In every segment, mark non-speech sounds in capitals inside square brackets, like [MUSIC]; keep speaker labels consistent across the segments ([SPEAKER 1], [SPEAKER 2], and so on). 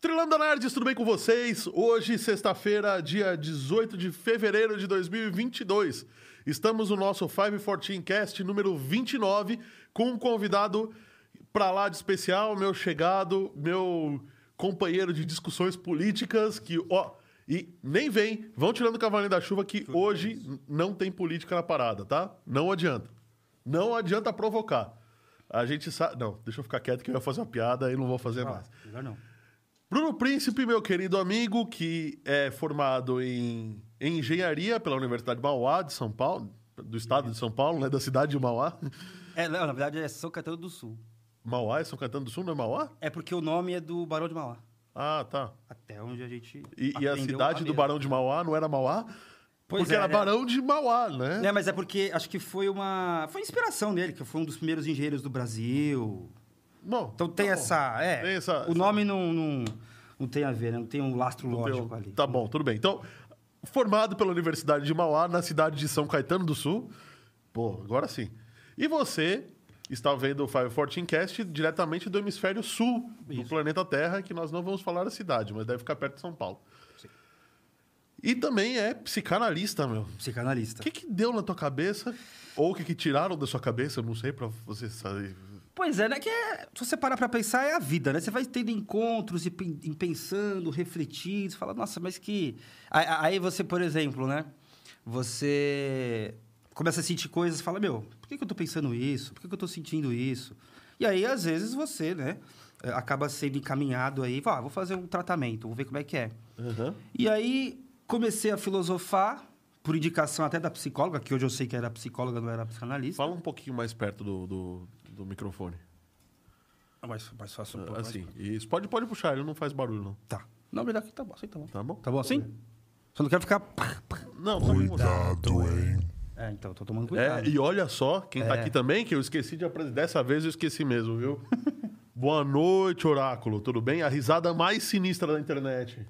[SPEAKER 1] Trilanda Nerds, tudo bem com vocês? Hoje, sexta-feira, dia 18 de fevereiro de 2022. Estamos no nosso 514 Cast número 29 com um convidado pra lá de especial, meu chegado, meu companheiro de discussões políticas que, ó, e nem vem, vão tirando o cavalinho da chuva que hoje n- não tem política na parada, tá? Não adianta. Não adianta provocar. A gente sabe. Não, deixa eu ficar quieto que eu ia fazer uma piada e não vou fazer mais.
[SPEAKER 2] Melhor não.
[SPEAKER 1] Bruno Príncipe, meu querido amigo, que é formado em, em engenharia pela Universidade de Mauá de São Paulo, do estado de São Paulo, né, da cidade de Mauá.
[SPEAKER 2] É, não, na verdade é São Caetano do Sul.
[SPEAKER 1] Mauá é São Caetano do Sul, não é Mauá?
[SPEAKER 2] É porque o nome é do Barão de Mauá.
[SPEAKER 1] Ah, tá.
[SPEAKER 2] Até onde a gente.
[SPEAKER 1] E, e a
[SPEAKER 2] aprendeu
[SPEAKER 1] cidade do
[SPEAKER 2] mesmo.
[SPEAKER 1] Barão de Mauá não era Mauá?
[SPEAKER 2] Pois
[SPEAKER 1] porque
[SPEAKER 2] é,
[SPEAKER 1] era
[SPEAKER 2] é.
[SPEAKER 1] Barão de Mauá, né?
[SPEAKER 2] É, mas é porque acho que foi uma. Foi inspiração dele, que foi um dos primeiros engenheiros do Brasil.
[SPEAKER 1] Bom,
[SPEAKER 2] Então tem
[SPEAKER 1] tá bom.
[SPEAKER 2] essa. É.
[SPEAKER 1] Tem essa-
[SPEAKER 2] o nome não, não, não tem a ver, né? Não tem um lastro lógico
[SPEAKER 1] Deu-
[SPEAKER 2] ali.
[SPEAKER 1] Tá bom, tudo bem. Então, formado pela Universidade de Mauá, na cidade de São Caetano do Sul. Pô, agora sim. E você está vendo o 514 Cast diretamente do hemisfério sul do planeta Terra, que nós não vamos falar a cidade, mas deve ficar perto de São Paulo.
[SPEAKER 2] Sim.
[SPEAKER 1] E também é psicanalista, meu. O
[SPEAKER 2] Psicanalista.
[SPEAKER 1] que, que deu na tua cabeça? Ou o que, que tiraram da sua cabeça? Eu Não sei, pra você saber.
[SPEAKER 2] Pois é, né? Que é- se você parar pra pensar, é a vida, né? Você vai tendo encontros e pen- e pensando, refletindo, você fala, nossa, mas que. Aí- Aí você, por exemplo, né? Você começa a sentir coisas e fala, meu, por que que eu tô pensando isso? Por que que eu tô sentindo isso? E aí, às vezes, você, né? eh, Acaba sendo encaminhado aí, fala, ah, vou fazer um tratamento, vou ver como é que é.
[SPEAKER 1] Aham.
[SPEAKER 2] E aí comecei a filosofar, por indicação até da psicóloga, que hoje eu sei que era psicóloga, não era psicanalista.
[SPEAKER 1] Fala um pouquinho mais perto do, do, do microfone.
[SPEAKER 2] Mais, mais fácil um pouco. mais
[SPEAKER 1] Assim, isso. Pode, pode puxar, ele não faz barulho, não.
[SPEAKER 2] Tá. Não, melhor que tá bom, assim tá bom.
[SPEAKER 1] Tá bom?
[SPEAKER 2] Tá bom assim? Só não quero ficar. pá, pá.
[SPEAKER 1] Não, tá bom.
[SPEAKER 3] Cuidado, hein?
[SPEAKER 2] É, então, tô tomando
[SPEAKER 1] É,
[SPEAKER 2] cuidado.
[SPEAKER 1] e olha só, quem tá aqui também, que eu esqueci de apresentar. Dessa vez eu esqueci mesmo, viu? Boa noite, Oráculo. Tudo bem? A risada mais sinistra da internet.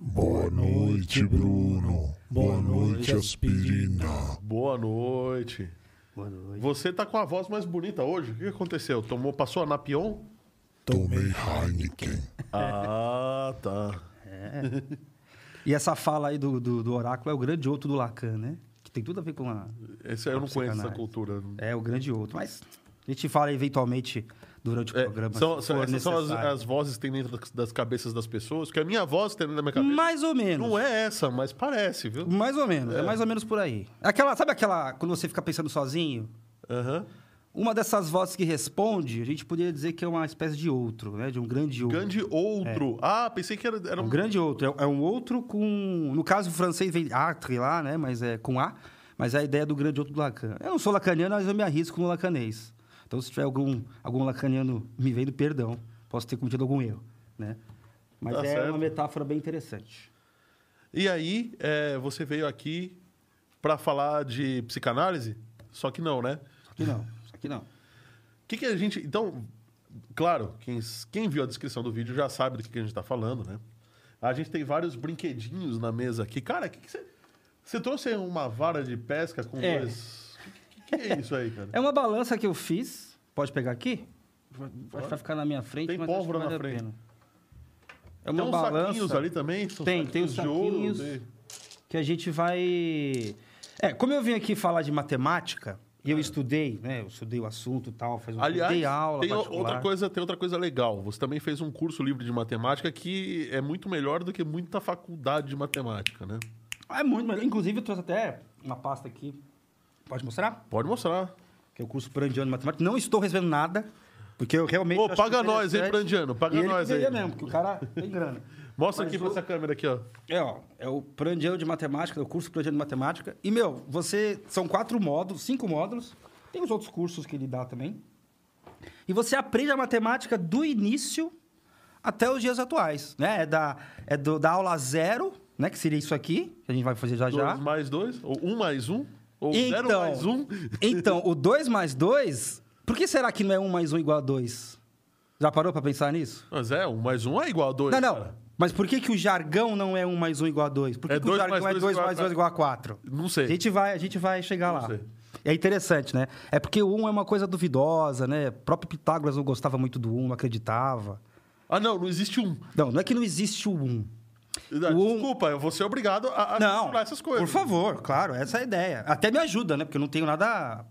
[SPEAKER 3] Boa noite, Bruno. Boa noite, aspirina.
[SPEAKER 1] Boa noite.
[SPEAKER 2] Boa noite.
[SPEAKER 1] Você tá com a voz mais bonita hoje. O que aconteceu? Tomou, passou a Napion?
[SPEAKER 3] Tomei Heineken.
[SPEAKER 1] [LAUGHS] Ah, tá.
[SPEAKER 2] E essa fala aí do, do, do oráculo é o grande outro do Lacan, né? Que tem tudo a ver com a.
[SPEAKER 1] Esse aí eu não conheço essa
[SPEAKER 2] Sacanagem.
[SPEAKER 1] cultura.
[SPEAKER 2] É, o grande outro. Mas a gente fala eventualmente durante o
[SPEAKER 1] É,
[SPEAKER 2] programa.
[SPEAKER 1] são,
[SPEAKER 2] se
[SPEAKER 1] são-
[SPEAKER 2] for
[SPEAKER 1] essas são as,
[SPEAKER 2] necessário.
[SPEAKER 1] as vozes que tem dentro das- das cabeças das pessoas, que a minha voz tem dentro da minha cabeça.
[SPEAKER 2] Mais ou menos.
[SPEAKER 1] Não é essa, mas parece, viu?
[SPEAKER 2] Mais ou menos. É. mais ou menos por aí. Aquela, sabe aquela. Quando você fica pensando sozinho?
[SPEAKER 1] Aham.
[SPEAKER 2] Uma dessas vozes que responde, a gente poderia dizer que é uma espécie de outro, né? De um grande outro.
[SPEAKER 1] Grande outro. Ah, pensei que era, era
[SPEAKER 2] É um
[SPEAKER 1] um
[SPEAKER 2] grande outro. É, é um outro com. No caso, o francês vem atre lá, né? Mas é com A. Mas é a ideia do grande outro do Lacan. Eu não sou lacaniano, mas eu me arrisco no lacanês. Então, se tiver algum, algum lacaniano me vendo, perdão. Posso ter cometido algum erro, né? Mas
[SPEAKER 1] Tá
[SPEAKER 2] é
[SPEAKER 1] certo.
[SPEAKER 2] uma metáfora bem interessante.
[SPEAKER 1] E aí, é, você veio aqui pra falar de psicanálise? Só que não, né?
[SPEAKER 2] Só que não. Só que não.
[SPEAKER 1] O que, que a gente. Então, claro, quem, quem viu a descrição do vídeo já sabe do que, que a gente tá falando, né? A gente tem vários brinquedinhos na mesa aqui. Cara, o que, que você. Você trouxe uma vara de pesca com
[SPEAKER 2] É.
[SPEAKER 1] dois. O que, que é isso aí, cara?
[SPEAKER 2] É uma balança que eu fiz. Pode pegar aqui? Acho que vai ficar na minha frente.
[SPEAKER 1] Tem
[SPEAKER 2] mas acho que
[SPEAKER 1] pólvora
[SPEAKER 2] vale
[SPEAKER 1] na
[SPEAKER 2] a
[SPEAKER 1] frente.
[SPEAKER 2] pena. É
[SPEAKER 1] tem
[SPEAKER 2] uma
[SPEAKER 1] uns saquinhos
[SPEAKER 2] balança.
[SPEAKER 1] ali também? são
[SPEAKER 2] Tem, tem os
[SPEAKER 1] saquinhos
[SPEAKER 2] saquinhos.
[SPEAKER 1] de ouro. tem-
[SPEAKER 2] que a gente vai. É, como eu vim aqui falar de matemática, e eu estudei, né? Eu estudei o assunto e tal, faz um
[SPEAKER 1] É. Aliás,
[SPEAKER 2] dei aula
[SPEAKER 1] tem,
[SPEAKER 2] particular.
[SPEAKER 1] outra coisa, tem outra coisa legal. Você também fez um curso livre de matemática que é muito melhor do que muita faculdade de matemática, né?
[SPEAKER 2] É muito melhor. Inclusive, eu trouxe até uma pasta aqui. Pode mostrar?
[SPEAKER 1] Pode mostrar.
[SPEAKER 2] Que é o curso Prandiano de Matemática. Não estou recebendo nada, porque eu realmente.
[SPEAKER 1] Ô,
[SPEAKER 2] acho
[SPEAKER 1] paga nós, hein,
[SPEAKER 2] interessante.
[SPEAKER 1] Prandiano? Paga
[SPEAKER 2] e ele
[SPEAKER 1] nós aí.
[SPEAKER 2] poderia mesmo, porque o cara tem grana.
[SPEAKER 1] [LAUGHS] Mostra
[SPEAKER 2] Mas
[SPEAKER 1] aqui pra
[SPEAKER 2] o-
[SPEAKER 1] essa câmera aqui, ó.
[SPEAKER 2] É, ó, é o Prandiano de Matemática, é o curso Prandiano de Matemática. E, meu, você. São quatro módulos, cinco módulos. Tem os outros cursos que ele dá também. E você aprende a matemática do início até os dias atuais, né? É da, é do- da aula zero, né? Que seria isso aqui, que a gente vai fazer já já.
[SPEAKER 1] Dois mais dois, ou um mais um, ou zero mais um. [LAUGHS]
[SPEAKER 2] então, o 2 mais 2, por que será que não é 1 um mais 1 um igual a 2? Já parou pra pensar nisso?
[SPEAKER 1] Mas é, um mais um é igual a dois.
[SPEAKER 2] Não, não.
[SPEAKER 1] cara.
[SPEAKER 2] Mas por que, que o jargão não é 1 um mais 1 um igual a 2? Por
[SPEAKER 1] É
[SPEAKER 2] que, que o
[SPEAKER 1] dois
[SPEAKER 2] jargão
[SPEAKER 1] mais
[SPEAKER 2] é
[SPEAKER 1] dois
[SPEAKER 2] 2
[SPEAKER 1] igual a
[SPEAKER 2] mais
[SPEAKER 1] quatro.
[SPEAKER 2] 2 igual a 4?
[SPEAKER 1] Não
[SPEAKER 2] A
[SPEAKER 1] sei.
[SPEAKER 2] gente vai, a gente vai chegar
[SPEAKER 1] Não
[SPEAKER 2] lá.
[SPEAKER 1] sei.
[SPEAKER 2] É interessante, né? É porque o um é uma coisa duvidosa, né? O próprio Pitágoras não gostava muito do um, não acreditava.
[SPEAKER 1] Ah, não, não existe um.
[SPEAKER 2] Não, não é que não existe o um.
[SPEAKER 1] Ah,
[SPEAKER 2] O um-
[SPEAKER 1] Desculpa, eu vou ser obrigado a, a
[SPEAKER 2] Não,
[SPEAKER 1] misturar Ah, essas coisas.
[SPEAKER 2] por favor, claro, essa é a ideia. Até me ajuda, né? Porque eu não tenho nada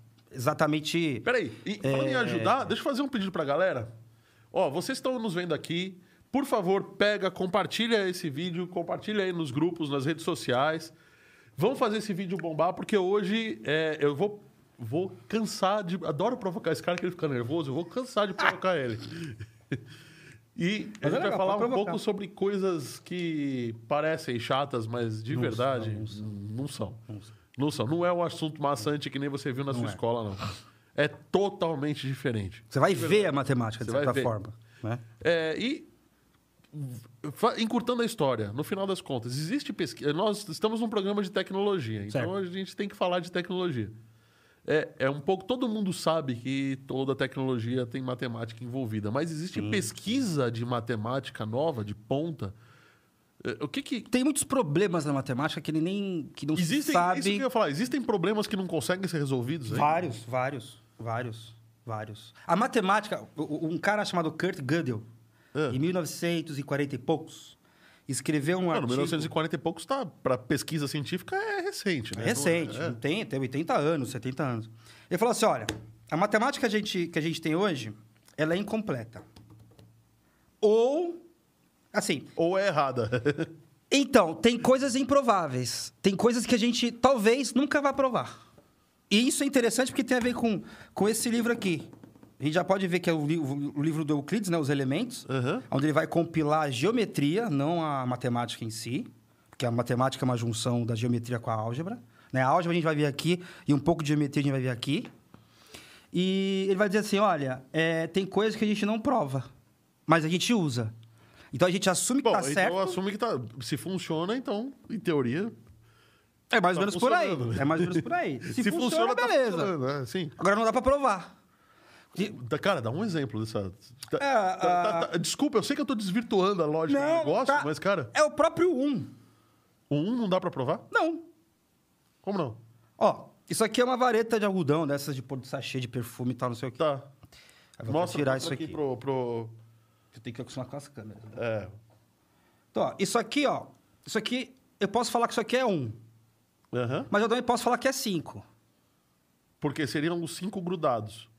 [SPEAKER 2] exatamente...
[SPEAKER 1] Peraí, e falando em
[SPEAKER 2] É.
[SPEAKER 1] ajudar, deixa eu fazer um pedido pra galera. Ó, vocês estão nos vendo aqui, por favor, pega, compartilha esse vídeo, compartilha aí nos grupos, nas redes sociais. Vamos fazer esse vídeo bombar, porque hoje é, eu vou, vou cansar de... Adoro provocar esse cara que ele fica nervoso, eu vou cansar de provocar ele. [LAUGHS] E a
[SPEAKER 2] Mas é
[SPEAKER 1] gente vai falar
[SPEAKER 2] legal, pode
[SPEAKER 1] um
[SPEAKER 2] provocar.
[SPEAKER 1] pouco sobre coisas que parecem chatas, mas de verdade não, são. Não são. Não é um assunto maçante que nem você viu na sua
[SPEAKER 2] é.
[SPEAKER 1] escola, não. É totalmente diferente.
[SPEAKER 2] Você vai ver a matemática, de
[SPEAKER 1] Você vai
[SPEAKER 2] certa
[SPEAKER 1] ver.
[SPEAKER 2] forma. Né?
[SPEAKER 1] É, e fa- encurtando a história, no final das contas, existe pesquisa. Nós estamos num programa de tecnologia, então
[SPEAKER 2] Certo.
[SPEAKER 1] a gente tem que falar de tecnologia. É, é um pouco. Todo mundo sabe que toda tecnologia tem matemática envolvida, mas existe pesquisa de matemática nova, de ponta. É, O que que.
[SPEAKER 2] Tem muitos problemas na matemática que ele nem que não se
[SPEAKER 1] Existem,
[SPEAKER 2] sabe.
[SPEAKER 1] isso que eu ia falar, existem problemas que não conseguem ser resolvidos é aí?
[SPEAKER 2] Vários, vários, vários, vários. A matemática, o- o- um cara chamado Kurt Gödel,
[SPEAKER 1] Ah.
[SPEAKER 2] em 1940 e poucos, escreveu um
[SPEAKER 1] Mano,
[SPEAKER 2] artigo
[SPEAKER 1] 1940 e poucos tá. Pra pesquisa científica é recente, né? Não-
[SPEAKER 2] recente,
[SPEAKER 1] é.
[SPEAKER 2] não tem, tem 80 anos, 70 anos. Ele falou assim, olha, a matemática que a gente, que a gente tem hoje, ela é incompleta. Ou, assim,
[SPEAKER 1] Ou é errada. [LAUGHS]
[SPEAKER 2] Então, tem coisas improváveis. Tem coisas que a gente talvez nunca vá provar. E isso é interessante porque tem a ver com, com esse livro aqui. A gente já pode ver que é o, li- o livro do Euclides, né? Os Elementos.
[SPEAKER 1] Aham.
[SPEAKER 2] Onde ele vai compilar a geometria, não a matemática em si. Porque a matemática é uma junção da geometria com a álgebra. Né? A álgebra a gente vai ver aqui e um pouco de geometria a gente vai ver aqui. E ele vai dizer assim, olha, é, tem coisas que a gente não prova, mas a gente usa. Então a gente assume que
[SPEAKER 1] Bom,
[SPEAKER 2] está
[SPEAKER 1] então
[SPEAKER 2] certo.
[SPEAKER 1] assume que tá. Se funciona, então, em teoria.
[SPEAKER 2] É mais ou
[SPEAKER 1] Tá
[SPEAKER 2] menos por aí.
[SPEAKER 1] funcionando.
[SPEAKER 2] É mais ou menos
[SPEAKER 1] [LAUGHS]
[SPEAKER 2] por aí. Se, funciona,
[SPEAKER 1] tá
[SPEAKER 2] beleza.
[SPEAKER 1] funcionando, né? Sim.
[SPEAKER 2] Agora não dá pra provar.
[SPEAKER 1] Da- Cara, dá um exemplo dessa. tá-
[SPEAKER 2] É,
[SPEAKER 1] tá-
[SPEAKER 2] a-
[SPEAKER 1] tá- tá- desculpa, eu sei que eu tô desvirtuando a lógica do negócio,
[SPEAKER 2] tá-
[SPEAKER 1] mas, cara,
[SPEAKER 2] É o próprio um.
[SPEAKER 1] o um não dá pra provar?
[SPEAKER 2] Não.
[SPEAKER 1] Como não?
[SPEAKER 2] Ó, isso aqui é uma vareta de algodão, dessas de pôr de sachê de perfume e tal, não sei o quê.
[SPEAKER 1] Tá.
[SPEAKER 2] Eu vou
[SPEAKER 1] Mostra
[SPEAKER 2] tirar
[SPEAKER 1] mostra
[SPEAKER 2] isso aqui.
[SPEAKER 1] Pro, pro-
[SPEAKER 2] Eu tenho que acostumar com as câmeras. né?
[SPEAKER 1] é.
[SPEAKER 2] Então, ó, isso aqui, ó. Isso aqui, eu posso falar que isso aqui é um.
[SPEAKER 1] Aham.
[SPEAKER 2] Mas eu também posso falar que é cinco.
[SPEAKER 1] Porque seriam os cinco grudados.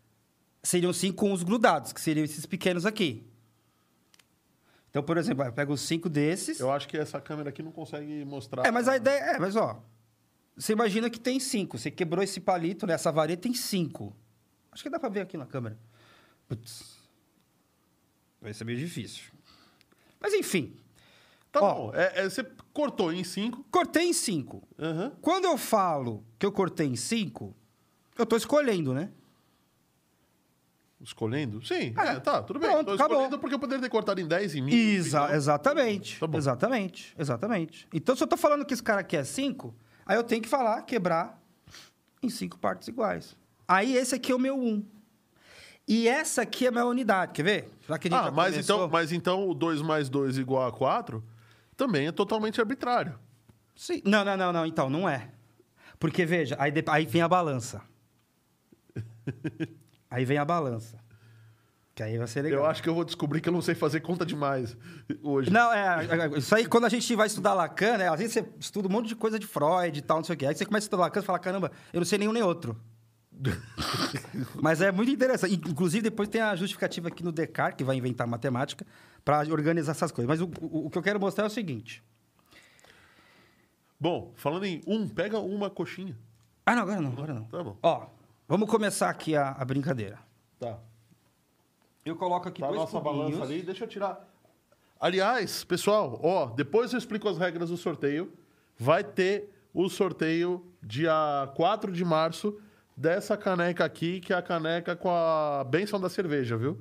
[SPEAKER 2] Seriam cinco uns grudados, que seriam esses pequenos aqui. Então, por exemplo, eu pego os cinco desses.
[SPEAKER 1] Eu acho que essa câmera aqui não consegue mostrar.
[SPEAKER 2] É, mas a ideia. É, mas ó. Você imagina que tem cinco. Você quebrou esse palito, né? Essa vareta tem cinco. Acho que dá pra ver aqui na câmera. Putz. Vai ser meio difícil. Mas enfim.
[SPEAKER 1] Tá
[SPEAKER 2] Ó.
[SPEAKER 1] bom. É, é, você cortou em cinco.
[SPEAKER 2] Cortei em cinco.
[SPEAKER 1] Aham.
[SPEAKER 2] Quando eu falo que eu cortei em cinco, eu tô escolhendo, né?
[SPEAKER 1] Escolhendo? Sim, é, tá, tudo bem.
[SPEAKER 2] Pronto,
[SPEAKER 1] Tô
[SPEAKER 2] acabou.
[SPEAKER 1] escolhendo porque eu poderia ter cortado em 10, em 1000.
[SPEAKER 2] Exa- exatamente.
[SPEAKER 1] Tá bom.
[SPEAKER 2] Exatamente. Exatamente. Então, se eu tô falando que esse cara aqui é cinco, aí eu tenho que falar, quebrar em cinco partes iguais. Aí esse aqui é o meu um. E essa aqui é a minha unidade, quer ver? Já que a gente
[SPEAKER 1] Ah,
[SPEAKER 2] já
[SPEAKER 1] mas
[SPEAKER 2] começou.
[SPEAKER 1] então, mas então o 2 mais 2 igual a 4 também é totalmente arbitrário.
[SPEAKER 2] Sim. Não, não, não, não. Então, não é. Porque, veja, aí, dep- aí vem
[SPEAKER 1] [LAUGHS]
[SPEAKER 2] a balança. aí vem a balança. Que aí vai ser legal.
[SPEAKER 1] Eu acho que eu vou descobrir que eu não sei fazer conta demais hoje.
[SPEAKER 2] Não, é. é, Isso aí, quando a gente vai estudar Lacan, né? Às vezes você estuda um monte de coisa de Freud e tal, não sei o quê. Aí você começa a estudar Lacan e fala: caramba, eu não sei nenhum nem outro. [LAUGHS] Mas é muito interessante. Inclusive, depois tem a justificativa aqui no Descartes, que vai inventar matemática, para organizar essas coisas. Mas o, o- o que eu quero mostrar é o seguinte.
[SPEAKER 1] Bom, falando em um, pega uma coxinha.
[SPEAKER 2] Ah, não, agora não, agora não.
[SPEAKER 1] Tá bom.
[SPEAKER 2] Ó, vamos começar aqui a, a brincadeira.
[SPEAKER 1] Tá.
[SPEAKER 2] Eu coloco aqui
[SPEAKER 1] Tá a
[SPEAKER 2] dois
[SPEAKER 1] nossa balança
[SPEAKER 2] cubinhos.
[SPEAKER 1] ali, deixa eu tirar. Aliás, pessoal, ó, depois eu explico as regras do sorteio. Vai ter o sorteio dia 4 de março dessa caneca aqui, que é a caneca com a benção da cerveja, viu?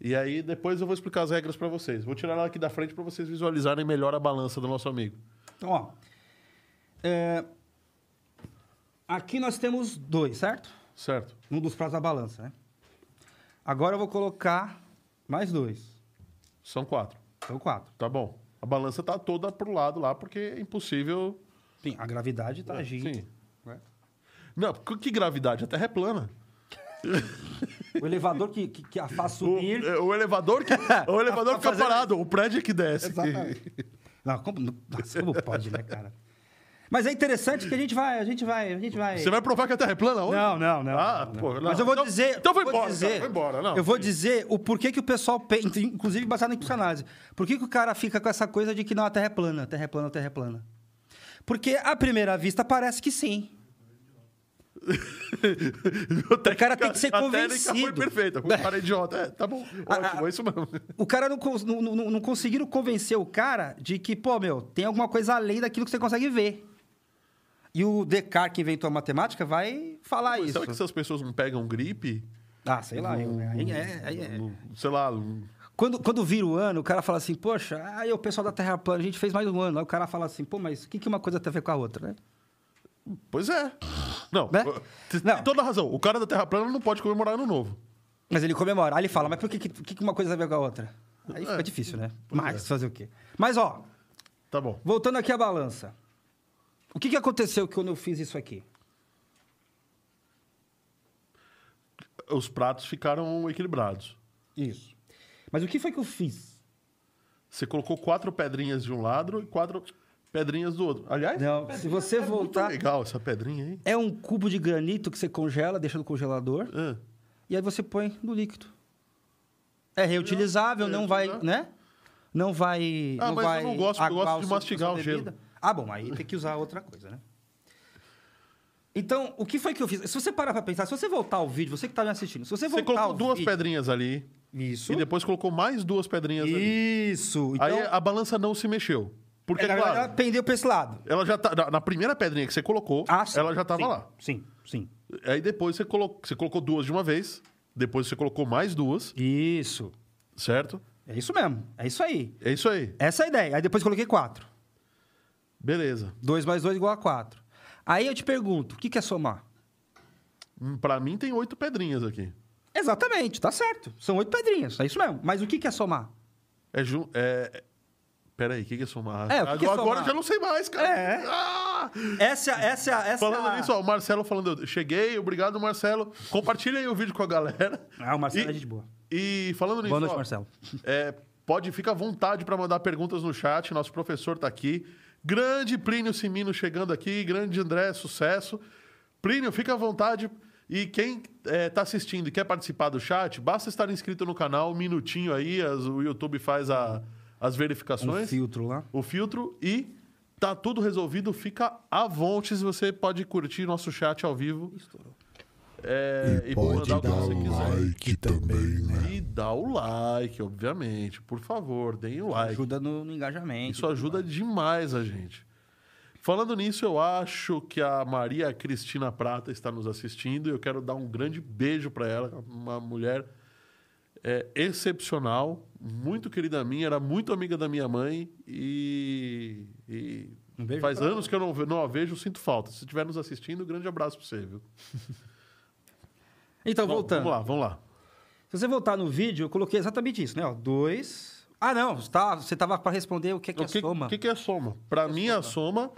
[SPEAKER 1] E aí depois eu vou explicar as regras pra vocês. Vou tirar ela aqui da frente pra vocês visualizarem melhor a balança do nosso amigo.
[SPEAKER 2] Então, ó. é, aqui nós temos dois, certo?
[SPEAKER 1] Certo?
[SPEAKER 2] Um dos pratos da balança, né? Agora eu vou colocar mais dois.
[SPEAKER 1] São quatro.
[SPEAKER 2] Então, quatro.
[SPEAKER 1] Tá bom. A balança tá toda pro lado lá, porque é impossível
[SPEAKER 2] Sim, a gravidade tá
[SPEAKER 1] É,
[SPEAKER 2] agindo.
[SPEAKER 1] sim.
[SPEAKER 2] né?
[SPEAKER 1] Não, que que gravidade? A Terra é plana.
[SPEAKER 2] O elevador que, que, que
[SPEAKER 1] [LAUGHS]
[SPEAKER 2] a faz
[SPEAKER 1] O,
[SPEAKER 2] subir.
[SPEAKER 1] é, o elevador
[SPEAKER 2] [LAUGHS]
[SPEAKER 1] que, o elevador
[SPEAKER 2] Tá
[SPEAKER 1] fica
[SPEAKER 2] fazendo-
[SPEAKER 1] parado, o prédio é que desce.
[SPEAKER 2] Não, como, nossa, como pode, né, cara? Mas é interessante que a gente vai, a gente vai, a gente vai.
[SPEAKER 1] Você vai provar que a Terra é plana hoje? [LAUGHS]
[SPEAKER 2] Não, não, não.
[SPEAKER 1] Ah,
[SPEAKER 2] não, não.
[SPEAKER 1] pô, não.
[SPEAKER 2] Mas eu vou
[SPEAKER 1] Então-
[SPEAKER 2] dizer.
[SPEAKER 1] então vai
[SPEAKER 2] vou
[SPEAKER 1] embora,
[SPEAKER 2] dizer-
[SPEAKER 1] cara, vai embora, não.
[SPEAKER 2] Eu vou dizer o porquê que o pessoal pensa, inclusive baseado em psicanálise. Por que, que o cara fica com essa coisa de que não, a Terra é plana, a Terra é plana, a Terra é plana? Porque à primeira vista parece que sim.
[SPEAKER 1] o
[SPEAKER 2] cara tem que ser
[SPEAKER 1] A técnica foi
[SPEAKER 2] convencido.
[SPEAKER 1] perfeita. O cara é idiota. É, tá bom.
[SPEAKER 2] Ah,
[SPEAKER 1] Ótimo,
[SPEAKER 2] ah,
[SPEAKER 1] é isso mesmo.
[SPEAKER 2] O cara não, cons- não, não- não conseguiram convencer o cara de que, pô, meu, tem alguma coisa além daquilo que você consegue ver. E o Descartes, que inventou a matemática, vai falar É isso.
[SPEAKER 1] Será que essas pessoas não pegam gripe?
[SPEAKER 2] Ah, sei lá. eu, né? Aí é- aí é.
[SPEAKER 1] Não- Sei lá. não-
[SPEAKER 2] Quando, quando vira o ano, o cara fala assim, poxa, aí o pessoal da Terra Plana, a gente fez mais um ano. Aí o cara fala assim, pô, mas o que, que uma coisa tem a ver com a outra, né?
[SPEAKER 1] Pois é. Não.
[SPEAKER 2] Né?
[SPEAKER 1] Você Tem
[SPEAKER 2] Não.
[SPEAKER 1] toda a razão. O cara da Terra plana não pode comemorar ano novo.
[SPEAKER 2] Mas ele comemora. Aí ele fala, mas por que, que, que que uma coisa tem a ver com a outra? Aí fica
[SPEAKER 1] É.
[SPEAKER 2] difícil, né? Mas fazer o quê? Mas, ó,
[SPEAKER 1] Tá bom.
[SPEAKER 2] voltando aqui à balança. O que, que aconteceu quando eu fiz isso aqui?
[SPEAKER 1] Os pratos ficaram equilibrados.
[SPEAKER 2] Isso. Mas o que foi que eu fiz?
[SPEAKER 1] Você colocou quatro pedrinhas de um lado e quatro pedrinhas do outro. Aliás,
[SPEAKER 2] Não, se você
[SPEAKER 1] tá
[SPEAKER 2] voltar...
[SPEAKER 1] legal essa pedrinha aí.
[SPEAKER 2] É um cubo de granito que você congela, deixa no congelador.
[SPEAKER 1] Ah,
[SPEAKER 2] e aí você põe no líquido. É reutilizável,
[SPEAKER 1] Não,
[SPEAKER 2] não,
[SPEAKER 1] é
[SPEAKER 2] vai,
[SPEAKER 1] reutilizável.
[SPEAKER 2] né? Não vai.
[SPEAKER 1] Ah,
[SPEAKER 2] não
[SPEAKER 1] mas eu
[SPEAKER 2] vai
[SPEAKER 1] não gosto, porque eu
[SPEAKER 2] aguar
[SPEAKER 1] gosto
[SPEAKER 2] o
[SPEAKER 1] de
[SPEAKER 2] seu-
[SPEAKER 1] mastigar
[SPEAKER 2] sua
[SPEAKER 1] o gelo.
[SPEAKER 2] bebida. Ah, bom, aí tem que usar outra coisa, né? Então, o que foi que eu fiz? Se você parar pra pensar, se você voltar ao vídeo, você que tá me assistindo, se você
[SPEAKER 1] Você
[SPEAKER 2] voltar
[SPEAKER 1] colocou
[SPEAKER 2] ao
[SPEAKER 1] duas
[SPEAKER 2] vídeo,
[SPEAKER 1] pedrinhas ali
[SPEAKER 2] Isso.
[SPEAKER 1] e depois colocou mais duas pedrinhas ali.
[SPEAKER 2] Isso. Então,
[SPEAKER 1] Aí a balança não se mexeu. Porque, é
[SPEAKER 2] ela, tá-
[SPEAKER 1] claro,
[SPEAKER 2] ela pendeu pra esse lado.
[SPEAKER 1] ela já tá. Na, na primeira pedrinha que você colocou,
[SPEAKER 2] Ah, sim,
[SPEAKER 1] ela já tava
[SPEAKER 2] sim,
[SPEAKER 1] lá.
[SPEAKER 2] Sim, sim.
[SPEAKER 1] Aí depois você colocou, você colocou duas de uma vez, depois você colocou mais duas,
[SPEAKER 2] Isso.
[SPEAKER 1] certo?
[SPEAKER 2] É isso mesmo. É isso aí.
[SPEAKER 1] É isso aí.
[SPEAKER 2] Essa é a ideia. Aí depois coloquei quatro.
[SPEAKER 1] Beleza.
[SPEAKER 2] 2 mais 2 igual a 4. Aí eu te pergunto, o que que é somar?
[SPEAKER 1] Hum, Pra mim tem oito pedrinhas aqui.
[SPEAKER 2] Exatamente, tá certo. São oito pedrinhas, é isso mesmo. Mas o que que é somar?
[SPEAKER 1] É ju... é... é- Peraí, o que, que é somar?
[SPEAKER 2] É, o
[SPEAKER 1] agora
[SPEAKER 2] que que é somar?
[SPEAKER 1] agora eu já não sei mais, cara.
[SPEAKER 2] É.
[SPEAKER 1] Ah!
[SPEAKER 2] Essa, essa, essa... é
[SPEAKER 1] Falando nisso, ó, o Marcelo falando, eu cheguei, obrigado, Marcelo. Compartilha aí o vídeo com a galera.
[SPEAKER 2] Ah, o Marcelo
[SPEAKER 1] E-
[SPEAKER 2] é gente boa.
[SPEAKER 1] E falando nisso.
[SPEAKER 2] Boa noite,
[SPEAKER 1] ó,
[SPEAKER 2] Marcelo.
[SPEAKER 1] [LAUGHS] é, pode, fica à vontade para mandar perguntas no chat. Nosso professor tá aqui. Grande Plínio Simino chegando aqui. Grande André, sucesso. Plínio, fica à vontade. E quem é, tá assistindo e quer participar do chat, basta estar inscrito no canal, um minutinho aí. as- o YouTube faz a- as
[SPEAKER 2] Um
[SPEAKER 1] verificações
[SPEAKER 2] filtro lá.
[SPEAKER 1] o filtro e tá tudo resolvido. Fica à vontade. Você pode curtir nosso chat ao vivo
[SPEAKER 2] Estourou.
[SPEAKER 1] é,
[SPEAKER 3] E pode dar o like também, né?
[SPEAKER 1] E dá o like, obviamente. Por favor, deem o like.
[SPEAKER 2] Ajuda no, no engajamento.
[SPEAKER 1] Isso ajuda demais a gente. Falando nisso, eu acho que a Maria Cristina Prata está nos assistindo e eu quero dar um grande beijo para ela, uma mulher é, excepcional, muito querida minha, era muito amiga da minha mãe e, e
[SPEAKER 2] Um beijo
[SPEAKER 1] faz
[SPEAKER 2] pra
[SPEAKER 1] anos que eu não, ve- não a vejo, sinto falta. Se estiver nos assistindo, um grande abraço para você, viu?
[SPEAKER 2] Então,
[SPEAKER 1] Bom,
[SPEAKER 2] voltando.
[SPEAKER 1] Vamos lá, vamos lá.
[SPEAKER 2] Se você voltar no vídeo, eu coloquei exatamente isso, né? Ó, dois... Ah, não, você tá- você tava pra responder o que é que
[SPEAKER 1] O
[SPEAKER 2] é
[SPEAKER 1] que,
[SPEAKER 2] soma.
[SPEAKER 1] que, que é soma? Para mim, a soma